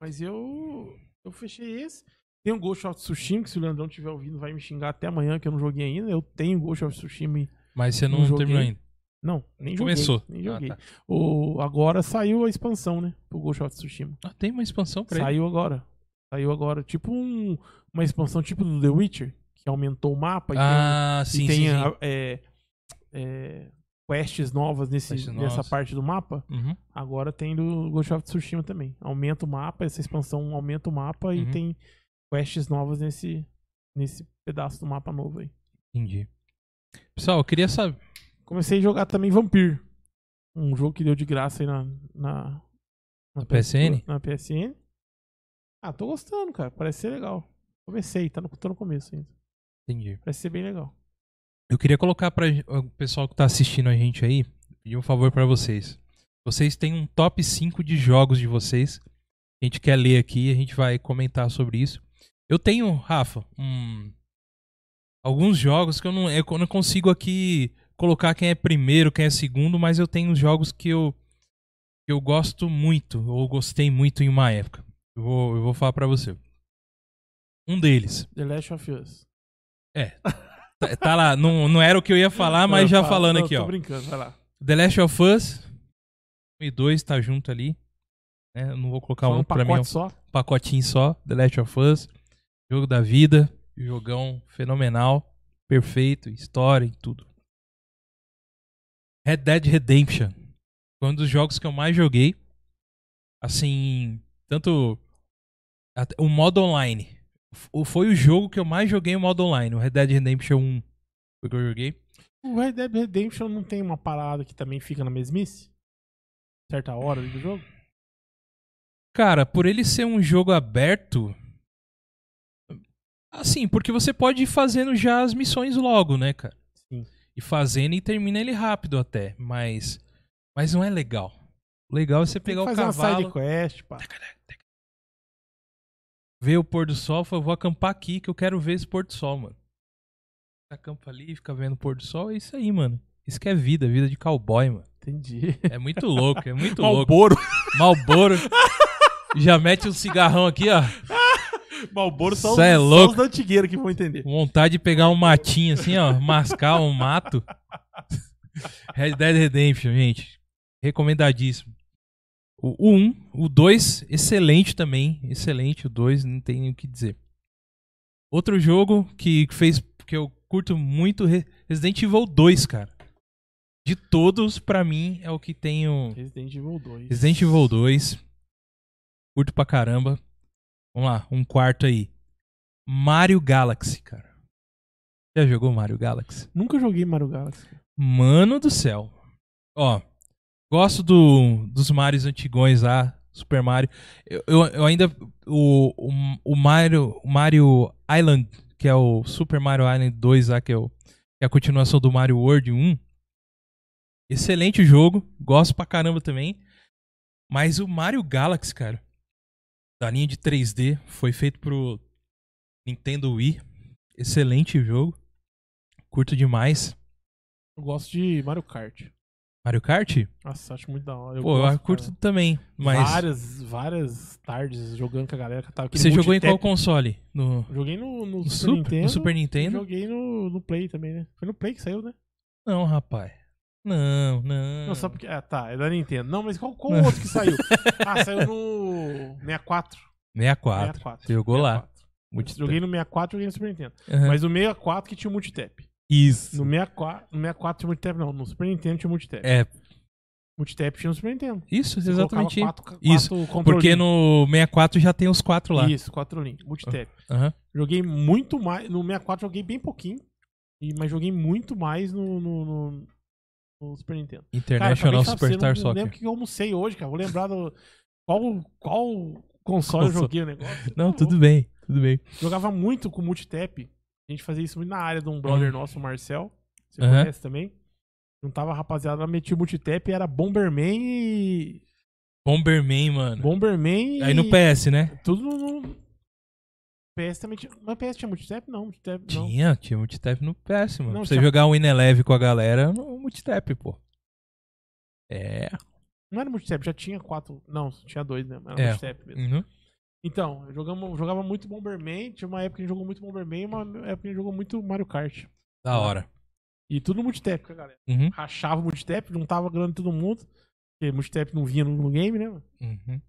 B: Mas eu. Eu fechei esse. Tem o Ghost of Tsushima, que se o Leandrão estiver ouvindo, vai me xingar até amanhã, que eu não joguei ainda. Eu tenho Ghost of Tsushima. e-
A: Mas você não,
B: Não joguei.
A: terminou ainda.
B: Não, nem joguei.
A: Começou.
B: Nem joguei.
A: Ah, tá.
B: o, agora saiu a expansão, né? Pro Ghost of Tsushima.
A: Ah, tem uma expansão pra ele.
B: Saiu agora. Saiu agora. Tipo um- uma expansão tipo do The Witcher, que aumentou o mapa e tem um-
A: Ah,
B: e
A: sim,
B: tem
A: sim. sim.
B: a- é, é, quests novas nesse,
A: Quests
B: nessa
A: novas.
B: parte do mapa.
A: Uhum.
B: Agora tem do Ghost of Tsushima também. Aumenta o mapa, essa expansão aumenta o mapa
A: Uhum.
B: e tem quests novas nesse, nesse pedaço do mapa novo aí.
A: Entendi. Pessoal, eu queria saber.
B: Comecei a jogar também Vampir. Um jogo que deu de graça aí na. Na, na
A: PSN?
B: Na PSN. Ah, tô gostando, cara. Parece ser legal. Comecei, tá no, tô no começo ainda.
A: Entendi.
B: Parece ser bem legal.
A: Eu queria colocar para o pessoal que tá assistindo a gente aí, pedir um favor para vocês. Vocês têm um top 5 de jogos de vocês. A gente quer ler aqui, a gente vai comentar sobre isso. Eu tenho, Rafa, um- alguns jogos que eu não, eu não consigo aqui colocar quem é primeiro, quem é segundo, mas eu tenho os jogos que eu, que eu gosto muito, ou gostei muito em uma época. Eu vou, eu vou falar para você. Um deles.
B: The Last of Us.
A: Tá, tá lá, não, não era o que eu ia falar, Ah, mas já
B: fala.
A: falando
B: Não,
A: aqui,
B: tô
A: ó.
B: brincando, vai lá.
A: The Last of Us 1 e 2 tá junto ali. né? Eu não vou colocar
B: Só
A: um,
B: um
A: pra mim, é
B: pacote
A: um
B: só.
A: pacotinho só. The Last of Us, jogo da vida, jogão fenomenal, perfeito, história e tudo. Red Dead Redemption, foi um dos jogos que eu mais joguei. Assim, tanto até- o modo online. O- Foi o jogo que eu mais joguei o modo online, o Red Dead Redemption 1. Foi o que eu joguei.
B: O Red Dead Redemption não tem uma parada que também fica na mesmice? Certa hora ali do jogo?
A: Cara, por ele ser um jogo aberto. Assim, porque você pode ir fazendo já as missões logo, né, cara?
B: Sim.
A: E fazendo e termina ele rápido até. Mas. Mas não é legal. O legal é você pegar
B: tem que
A: o
B: fazer uma side
A: cavalo,
B: quest, pá.
A: ver o pôr do sol, falar, eu vou acampar aqui que eu quero ver esse pôr do sol, mano. Você acampa ali, fica vendo o pôr do sol, é isso aí, mano. Isso que é vida, vida de cowboy, mano.
B: Entendi.
A: É muito louco, é muito louco.
B: Malboro.
A: Malboro. Já mete um cigarrão aqui, ó.
B: Malboro são,
A: Cê é
B: são
A: louco.
B: os da antigueira que vão entender.
A: Vontade de pegar um matinho assim, ó, mascar um mato. Red Dead Redemption, gente. Recomendadíssimo. O 1, o 2, excelente também. Excelente, o 2, não tem nem o que dizer. Outro jogo que fez que eu curto muito, Re- Resident Evil 2, cara. De todos, pra mim, é o que tenho.
B: Resident Evil 2.
A: Resident Evil 2. Curto pra caramba. Vamos lá, um quarto aí. Mario Galaxy, cara. Já jogou Mario Galaxy?
B: Nunca joguei Mario Galaxy.
A: Mano do céu. Ó, gosto do, dos Marios antigões lá, Super Mario. Eu, eu, eu ainda. O, o, o Mario, o Mario Island, que é o Super Mario Island 2, lá, que é, o- que é a continuação do Mario World 1. Excelente jogo, gosto pra caramba também. Mas o Mario Galaxy, cara, da linha de 3D, foi feito pro Nintendo Wii. Excelente jogo. Curto demais.
B: Eu gosto de Mario Kart.
A: Mario Kart?
B: Nossa, acho muito da hora. Eu
A: Pô,
B: gosto,
A: eu curto
B: cara.
A: também, mas.
B: Várias, várias tardes jogando com a galera. que Tava aquele
A: Você jogou em qual
B: multitap.
A: console? No,
B: Joguei no, no
A: no
B: Super,
A: Sup-
B: Nintendo.
A: no Super Nintendo?
B: Joguei no, no Play também, né? Foi no Play que saiu, né?
A: Não, rapaz. Não, não.
B: Não, só porque. Ah, tá, é da Nintendo. Não, mas qual, qual outro que saiu? ah, saiu no 64.
A: 64.
B: 64.
A: Você jogou lá.
B: 64.
A: Multi-
B: Joguei no 64 e joguei no Super Nintendo.
A: Aham.
B: Mas no 64 que tinha o multitap.
A: Isso.
B: No 64, no 64 tinha multitap, não. No Super Nintendo tinha multitap.
A: É,
B: Multitap tinha no Super Nintendo.
A: isso,
B: Você
A: exatamente.
B: colocava quatro-
A: isso.
B: quatro
A: Porque
B: controlinhos.
A: no 64 já tem os quatro lá. Ah.
B: Isso, quatro links. Multitap.
A: Aham.
B: Joguei muito mais. No 64 joguei bem pouquinho. e- Mas joguei muito mais no, no, no- no Super Nintendo. Cara,
A: International
B: acabei de falar pra
A: é
B: você,
A: Superstar
B: eu não, Eu lembro
A: Soccer.
B: que eu almocei hoje, cara. Vou lembrar do. Qual, qual console eu
A: Console.
B: joguei o negócio?
A: Não,
B: Tá
A: tudo
B: bom.
A: bem, tudo bem.
B: Jogava muito com multitap. A gente fazia isso muito na área de um brother nosso, o Marcel. Você
A: Uhum. Aham.
B: conhece também? Juntava a rapaziada, metia o multitap e era Bomberman e.
A: Bomberman, mano.
B: Bomberman e.
A: Aí no PS, né?
B: Tudo no. no- PS também tinha. Mas PS tinha multitap? Não, multitap não.
A: Tinha, tinha multitap no PS, mano.
B: Não,
A: pra você
B: tinha-
A: jogar um Ineleve com a galera, no multitap, pô. É.
B: Não era multitap, já tinha quatro. Não, tinha dois mesmo. Era
A: É.
B: multitap mesmo.
A: uhum.
B: Então, jogamos, jogava muito Bomberman. Tinha uma época que a gente jogou muito Bomberman e uma época que a gente jogou muito Mario Kart.
A: Da
B: Tá.
A: hora.
B: E tudo no multitap, cara. galera.
A: Uhum.
B: Rachava o multitap, juntava grana de todo mundo. Porque multitap não vinha no, no game, né? mano?
A: Uhum.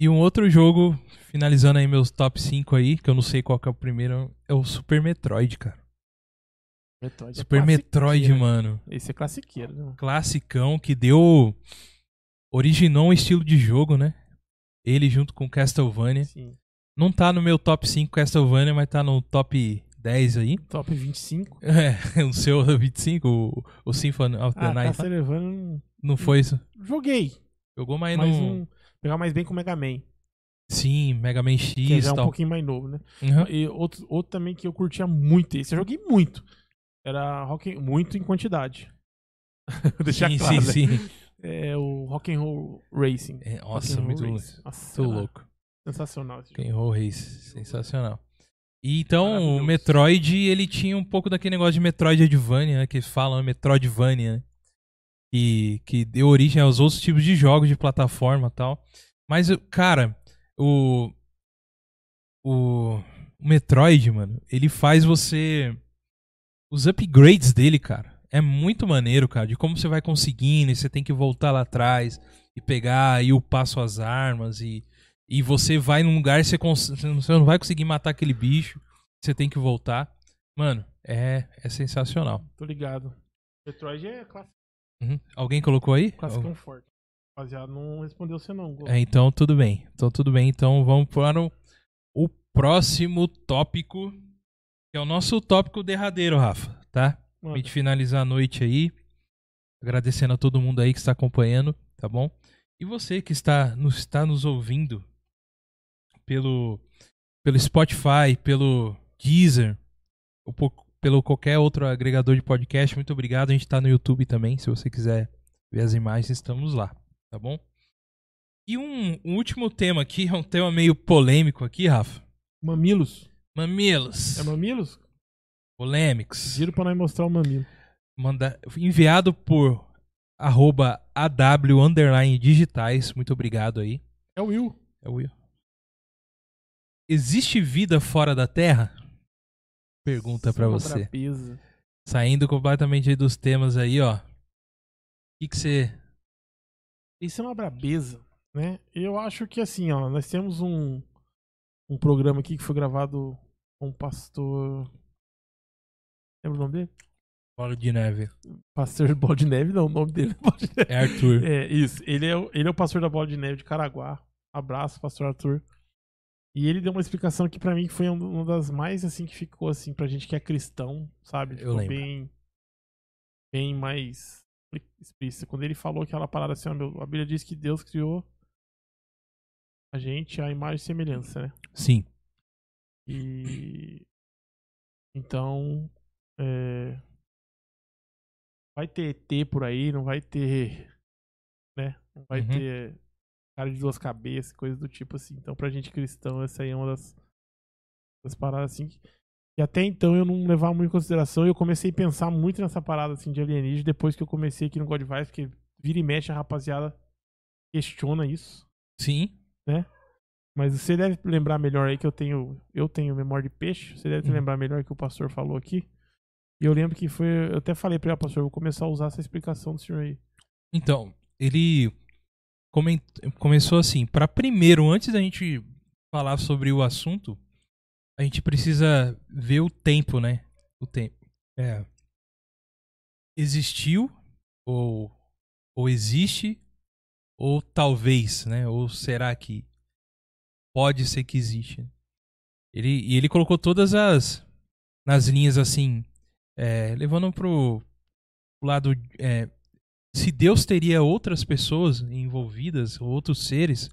A: E um outro jogo, finalizando aí meus top 5 aí, que eu não sei qual que é o primeiro, é o Super Metroid, cara.
B: Metroid é
A: Super Metroid,
B: classiqueira.
A: mano.
B: Esse é classiqueiro, né? mano?
A: Classicão que deu. Originou um estilo de jogo, né? Ele junto com Castlevania.
B: Sim.
A: Não tá no meu top 5 Castlevania, mas tá no top 10 aí.
B: Top 25.
A: É, o seu 25, o, o Symphony of the
B: Ah, tá
A: Night.
B: se levando.
A: Não foi isso?
B: Joguei.
A: Jogou mais,
B: mas
A: no.
B: um. Pegar mais bem com o Mega Man.
A: Sim, Mega Man X
B: Que
A: e
B: já é um
A: tal.
B: pouquinho mais novo, né?
A: Uhum.
B: E outro, outro também que eu curtia muito, esse eu joguei muito. Era rock and- muito em quantidade. Vou Deixar
A: sim,
B: claro, né?
A: sim, sim.
B: É o Rock and Roll Racing.
A: É,
B: Rock
A: Nossa,
B: and Roll
A: muito,
B: Racing. Nossa,
A: muito
B: era
A: louco.
B: sensacional esse jogo.
A: Rock'n'Roll Race, sensacional. E então, o
B: Maravilhoso.
A: Metroid, ele tinha um pouco daquele negócio de Metroidvania, né, que falam Metroidvania, né? E que deu origem aos outros tipos de jogos de plataforma e tal. Mas, eu- cara, o o o Metroid, mano, ele faz você os upgrades dele, cara. É muito maneiro, cara, de como você vai conseguindo, e você tem que voltar lá atrás e pegar e upar suas armas e e você vai num lugar e você, cons- você não- você não vai conseguir matar aquele bicho, você tem que voltar. Mano, é, é sensacional.
B: Tô ligado. Metroid é clássico,
A: Uhum. Alguém colocou aí?
B: classicão forte. Rapaziada, não respondeu você não. Gol.
A: um É, então tudo bem. Então tudo bem. Então vamos para o, o próximo tópico, que é o nosso tópico derradeiro, Rafa, tá? Pra
B: Mano,
A: gente finalizar a noite aí. Agradecendo a todo mundo aí que está acompanhando, tá bom? E você que está nos, está nos ouvindo pelo, pelo Spotify, pelo Deezer, ou po- pelo qualquer outro agregador de podcast, muito obrigado. A gente está no YouTube também, se você quiser ver as imagens, estamos lá, tá bom? E um, um último tema aqui, é um tema meio polêmico aqui, Rafa.
B: Mamilos.
A: Mamilos,
B: É Mamilos?
A: polêmicos.
B: Giro pra nós mostrar o mamilo.
A: manda, enviado por arroba AW underline digitais. Muito obrigado aí.
B: É o Will.
A: É o Will. Existe vida fora da Terra? Pergunta pra
B: Samba
A: você.
B: Trapeza.
A: Saindo completamente aí dos temas aí, ó. O que que você...
B: Isso é uma brabeza, né? Eu acho que assim, ó, nós temos um, um programa aqui que foi gravado com o pastor. Lembra o nome dele?
A: Bola de neve.
B: Pastor Bola de Neve, não, o nome dele é Bola de Neve.
A: É Arthur.
B: É, isso. Ele é, o- ele é o pastor da Bola de Neve de Caraguá. Abraço, pastor Arthur. E ele deu uma explicação que pra mim foi um- uma das mais assim que ficou assim pra gente que é cristão, sabe?
A: Eu
B: Ficou
A: lembro.
B: bem bem mais explícito. Quando ele falou aquela parada assim, ó, meu, a Bíblia diz que Deus criou a gente à imagem e semelhança, né?
A: Sim.
B: E Então. é, Vai ter ET por aí, não vai ter. Né? Não vai
A: Uhum.
B: ter cara de duas cabeças, coisa do tipo assim. Então, pra gente cristão, essa aí é uma das, das paradas assim. Que, que até então eu não levava muito em consideração. E eu comecei a pensar muito nessa parada assim de alienígena depois que eu comecei aqui no God Vibes, porque vira e mexe a rapaziada questiona isso.
A: Sim.
B: Mas você deve lembrar melhor aí que eu tenho, eu tenho memória de peixe. Você deve
A: Uhum.
B: lembrar melhor que o pastor falou aqui. E eu lembro que foi, eu até falei pra ele, "Ah, pastor, eu vou começar a usar essa explicação do senhor aí.
A: Então, ele coment- começou assim, para primeiro, antes da gente falar sobre o assunto, a gente precisa ver o tempo, né? O tempo. É. Existiu ou ou existe ou talvez, né? Ou será que pode ser que existe. Ele e ele colocou todas as nas linhas assim, é, levando pro lado é, se Deus teria outras pessoas envolvidas, ou outros seres,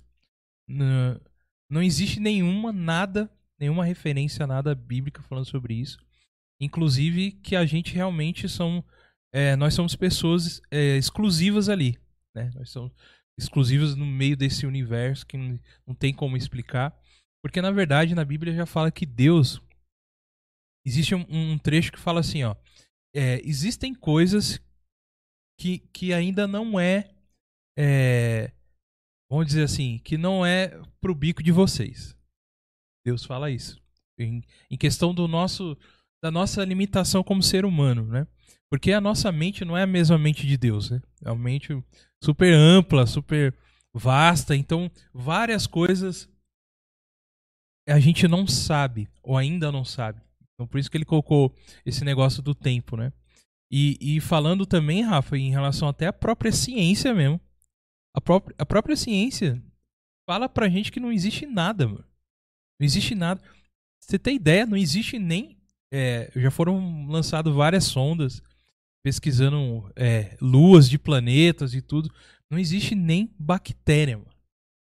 A: n- não existe nenhuma nada, nenhuma referência a nada bíblica falando sobre isso. Inclusive que a gente realmente são, é, nós somos pessoas é, exclusivas ali, né? Nós somos exclusivos no meio desse universo que n- não tem como explicar, porque na verdade na Bíblia já fala que Deus existe um, um trecho que fala assim, ó, é, existem coisas que, que ainda não é, é, Vamos dizer assim, que não é pro bico de vocês. Deus fala isso. Em, em questão do nosso. Da nossa limitação como ser humano, né? Porque a nossa mente não é a mesma mente de Deus, né? É uma mente super ampla, super vasta. Então, várias coisas a gente não sabe, ou ainda não sabe. Então, por isso que ele colocou esse negócio do tempo, né? E, e falando também, Rafa, em relação até à própria ciência mesmo. A, própria a própria ciência fala pra gente que não existe nada, mano. Não existe nada. Pra Você tem ideia, não existe nem. é, já foram lançadas várias sondas pesquisando é, luas de planetas e tudo. Não existe nem bactéria, mano.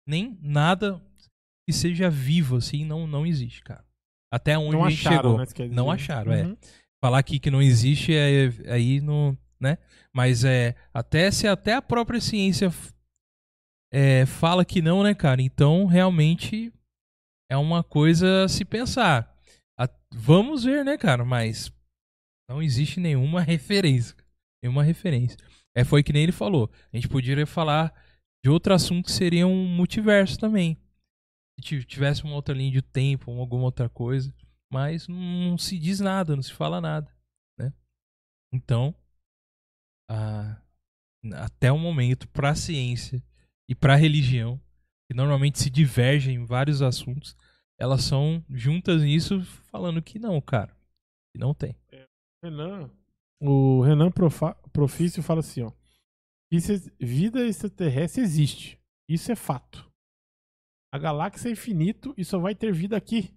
A: Nem nada que seja vivo, assim, não, não existe, cara. Até onde
B: Não
A: a gente
B: acharam,
A: Um chegou.
B: né? Você quer dizer?
A: Não acharam, é
B: Uhum.
A: falar aqui que não existe é, aí não, né? Mas é até se até a própria ciência f- é, fala que não, né, cara? Então realmente é uma coisa a se pensar. A- vamos ver, né, cara? Mas não existe nenhuma referência, nenhuma referência. É foi que nem ele falou. A gente poderia falar de outro assunto que seria um multiverso também. Se ti- tivesse uma outra linha de tempo, ou alguma outra coisa mas não se diz nada, não se fala nada, né? Então, a- até o momento, para a ciência e para a religião, que normalmente se divergem em vários assuntos, elas são juntas nisso, falando que não, cara, que não tem.
B: Renan, o Renan Profa- Profício fala assim, ó. Isso é- vida extraterrestre existe. Isso é fato. A galáxia é infinito e só vai ter vida aqui.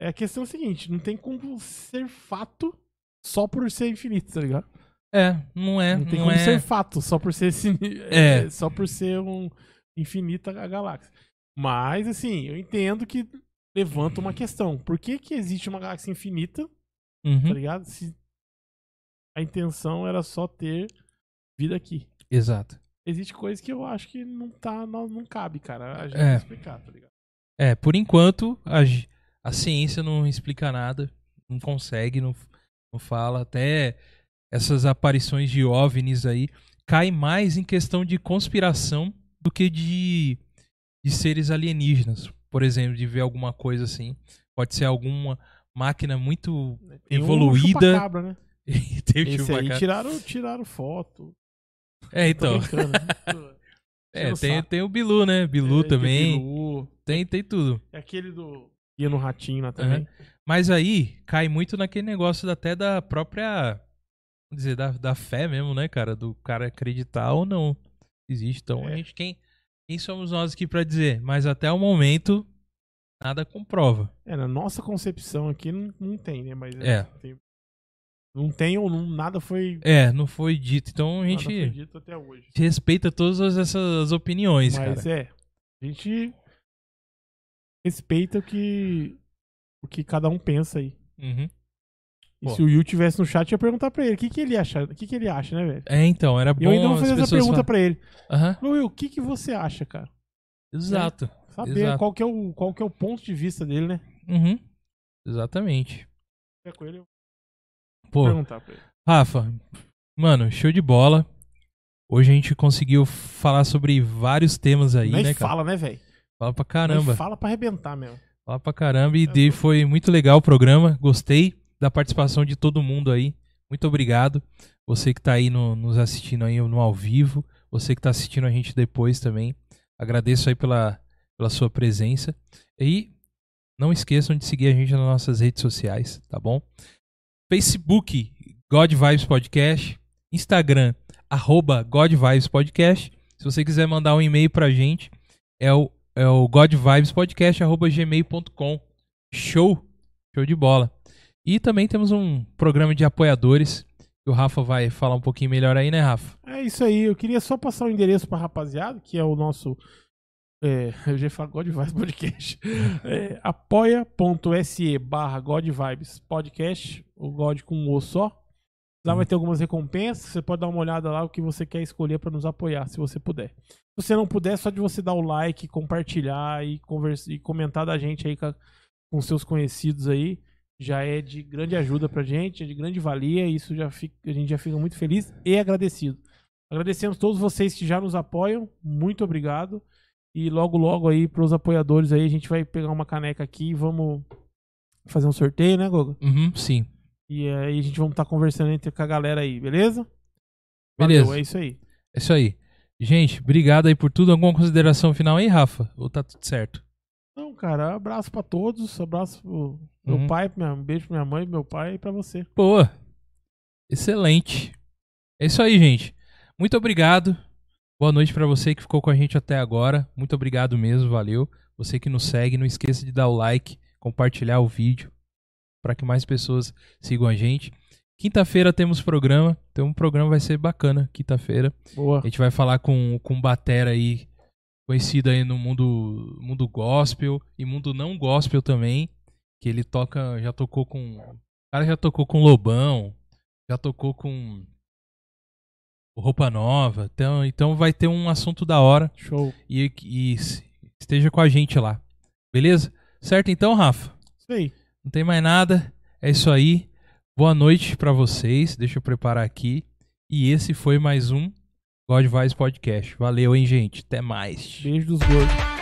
B: É a questão seguinte, não tem como ser fato só por ser infinito, tá ligado?
A: É, não é,
B: não tem
A: não
B: como
A: é.
B: ser fato só por ser esse-
A: É.
B: é, só por ser um infinita a galáxia. Mas assim, eu entendo que levanta uma questão. Por que que existe uma galáxia infinita tá
A: Uhum,
B: ligado? Se a intenção era só ter vida aqui.
A: Exato.
B: Existe coisa que eu acho que não tá, não, não cabe, cara. A gente
A: É.
B: vai explicar, tá ligado?
A: É, por enquanto, a, gi- a ciência não explica nada, não consegue, não, f- não fala. Até essas aparições de OVNIs aí cai mais em questão de conspiração do que de, de seres alienígenas. Por exemplo, de ver alguma coisa assim. Pode ser alguma máquina muito
B: Tem um
A: Evoluída.
B: chupacabra, né?
A: E teve
B: Esse
A: uma
B: aí
A: cara-
B: tiraram, tiraram foto.
A: É,
B: Tô
A: então.
B: brincando, né?
A: É,
B: Enchendo o
A: tem,
B: saco.
A: tem o Bilu, né? Bilu
B: É, tem
A: também.
B: Bilu,
A: Tem, tem tudo.
B: é aquele do. Ia no ratinho lá também.
A: Mas aí cai muito naquele negócio da- até da própria. Vamos dizer, da, da fé mesmo, né, cara? Do cara acreditar ou não. Existe. Então,
B: É.
A: a gente, quem, quem somos nós aqui pra dizer? Mas até o momento, nada comprova.
B: É, na nossa concepção aqui não, não tem, né? Mas
A: É.
B: tem- não tem ou não, nada foi.
A: É, não foi dito. Então a
B: nada foi
A: gente
B: dito até hoje.
A: respeita todas essas opiniões,
B: Mas
A: cara.
B: é, a gente respeita o que o que cada um pensa aí.
A: Uhum.
B: E
A: Pô.
B: se o Yu tivesse no chat, eu ia perguntar pra ele o que, que ele acha, o que, que ele acha, né, velho?
A: É, então, era bom.
B: E eu ainda vou fazer
A: as
B: essa
A: pessoas
B: pergunta
A: falar-
B: pra ele.
A: Aham,
B: Falou, Will, o que, que você acha, cara?
A: Exato.
B: Saber
A: Exato.
B: qual que, é o, qual que é o ponto de vista dele, né?
A: Uhum. Exatamente.
B: É com ele, eu
A: Pô,
B: vou perguntar pra ele.
A: Rafa, mano, show de bola. Hoje a gente conseguiu falar sobre vários temas aí,
B: Nem
A: né, cara?
B: fala, né, velho?
A: Fala pra
B: Nem
A: caramba.
B: fala pra arrebentar mesmo.
A: Fala pra caramba. E de- foi muito legal o programa. Gostei da participação de todo mundo aí. Muito obrigado. Você que tá aí no- nos assistindo aí no ao vivo. Você que tá assistindo a gente depois também. Agradeço aí pela, pela sua presença. E não esqueçam de seguir a gente nas nossas redes sociais, tá bom? Facebook, God Vibes Podcast. Instagram, arroba God Vibes Podcast. Se você quiser mandar um e-mail pra gente, é o, é o godvibespodcast.gmail.com. Show! Show de bola. E também temos um programa de apoiadores, que o Rafa vai falar um pouquinho melhor aí, né, Rafa?
B: É isso aí, eu queria só passar o endereço pra rapaziada, que é o nosso. É, eu já ia falar God Vibes Podcast. É, apoia.se barra God Vibes Podcast, o God com um O só. Lá vai ter algumas recompensas, você pode dar uma olhada lá o que você quer escolher pra nos apoiar, se você puder. Se você não puder, é só de você dar o like, compartilhar e, conversa, e comentar da gente aí com, a- com seus conhecidos aí. Já é de grande ajuda pra gente, é de grande valia, e isso já fica, a gente já fica muito feliz e agradecido. Agradecemos todos vocês que já nos apoiam, muito obrigado. E logo, logo aí, pros apoiadores aí, a gente vai pegar uma caneca aqui e vamos fazer um sorteio, né, Gogo?
A: Uhum, sim.
B: E aí a gente vamos estar conversando entre com a galera aí, beleza?
A: Beleza.
B: Valeu, é isso aí.
A: É isso aí. Gente, obrigado aí por tudo. Alguma consideração final aí, Rafa? Ou tá tudo certo?
B: Então, cara, abraço pra todos, abraço pro
A: Uhum.
B: meu pai, pra minha- um beijo pra minha mãe, pro meu pai e pra você.
A: Boa. Excelente. É isso aí, gente. Muito obrigado. Boa noite pra você que ficou com a gente até agora. Muito obrigado mesmo, valeu. Você que nos segue, não esqueça de dar o like, compartilhar o vídeo para que mais pessoas sigam a gente. Quinta-feira temos programa, então o programa vai ser bacana quinta-feira.
B: Boa.
A: A gente vai falar com com um batera aí conhecido aí no mundo mundo gospel e mundo não gospel também, que ele toca, já tocou com, o cara já tocou com Lobão, já tocou com o Roupa Nova. Então, então vai ter um assunto da hora
B: Show.
A: e, e s- esteja com a gente lá. Beleza? Certo então, Rafa?
B: Isso aí.
A: Não tem mais nada. É isso aí. Boa noite pra vocês. Deixa eu preparar aqui. E esse foi mais um God Vibes Podcast. Valeu, hein, gente. Até mais.
B: Beijo dos gordos.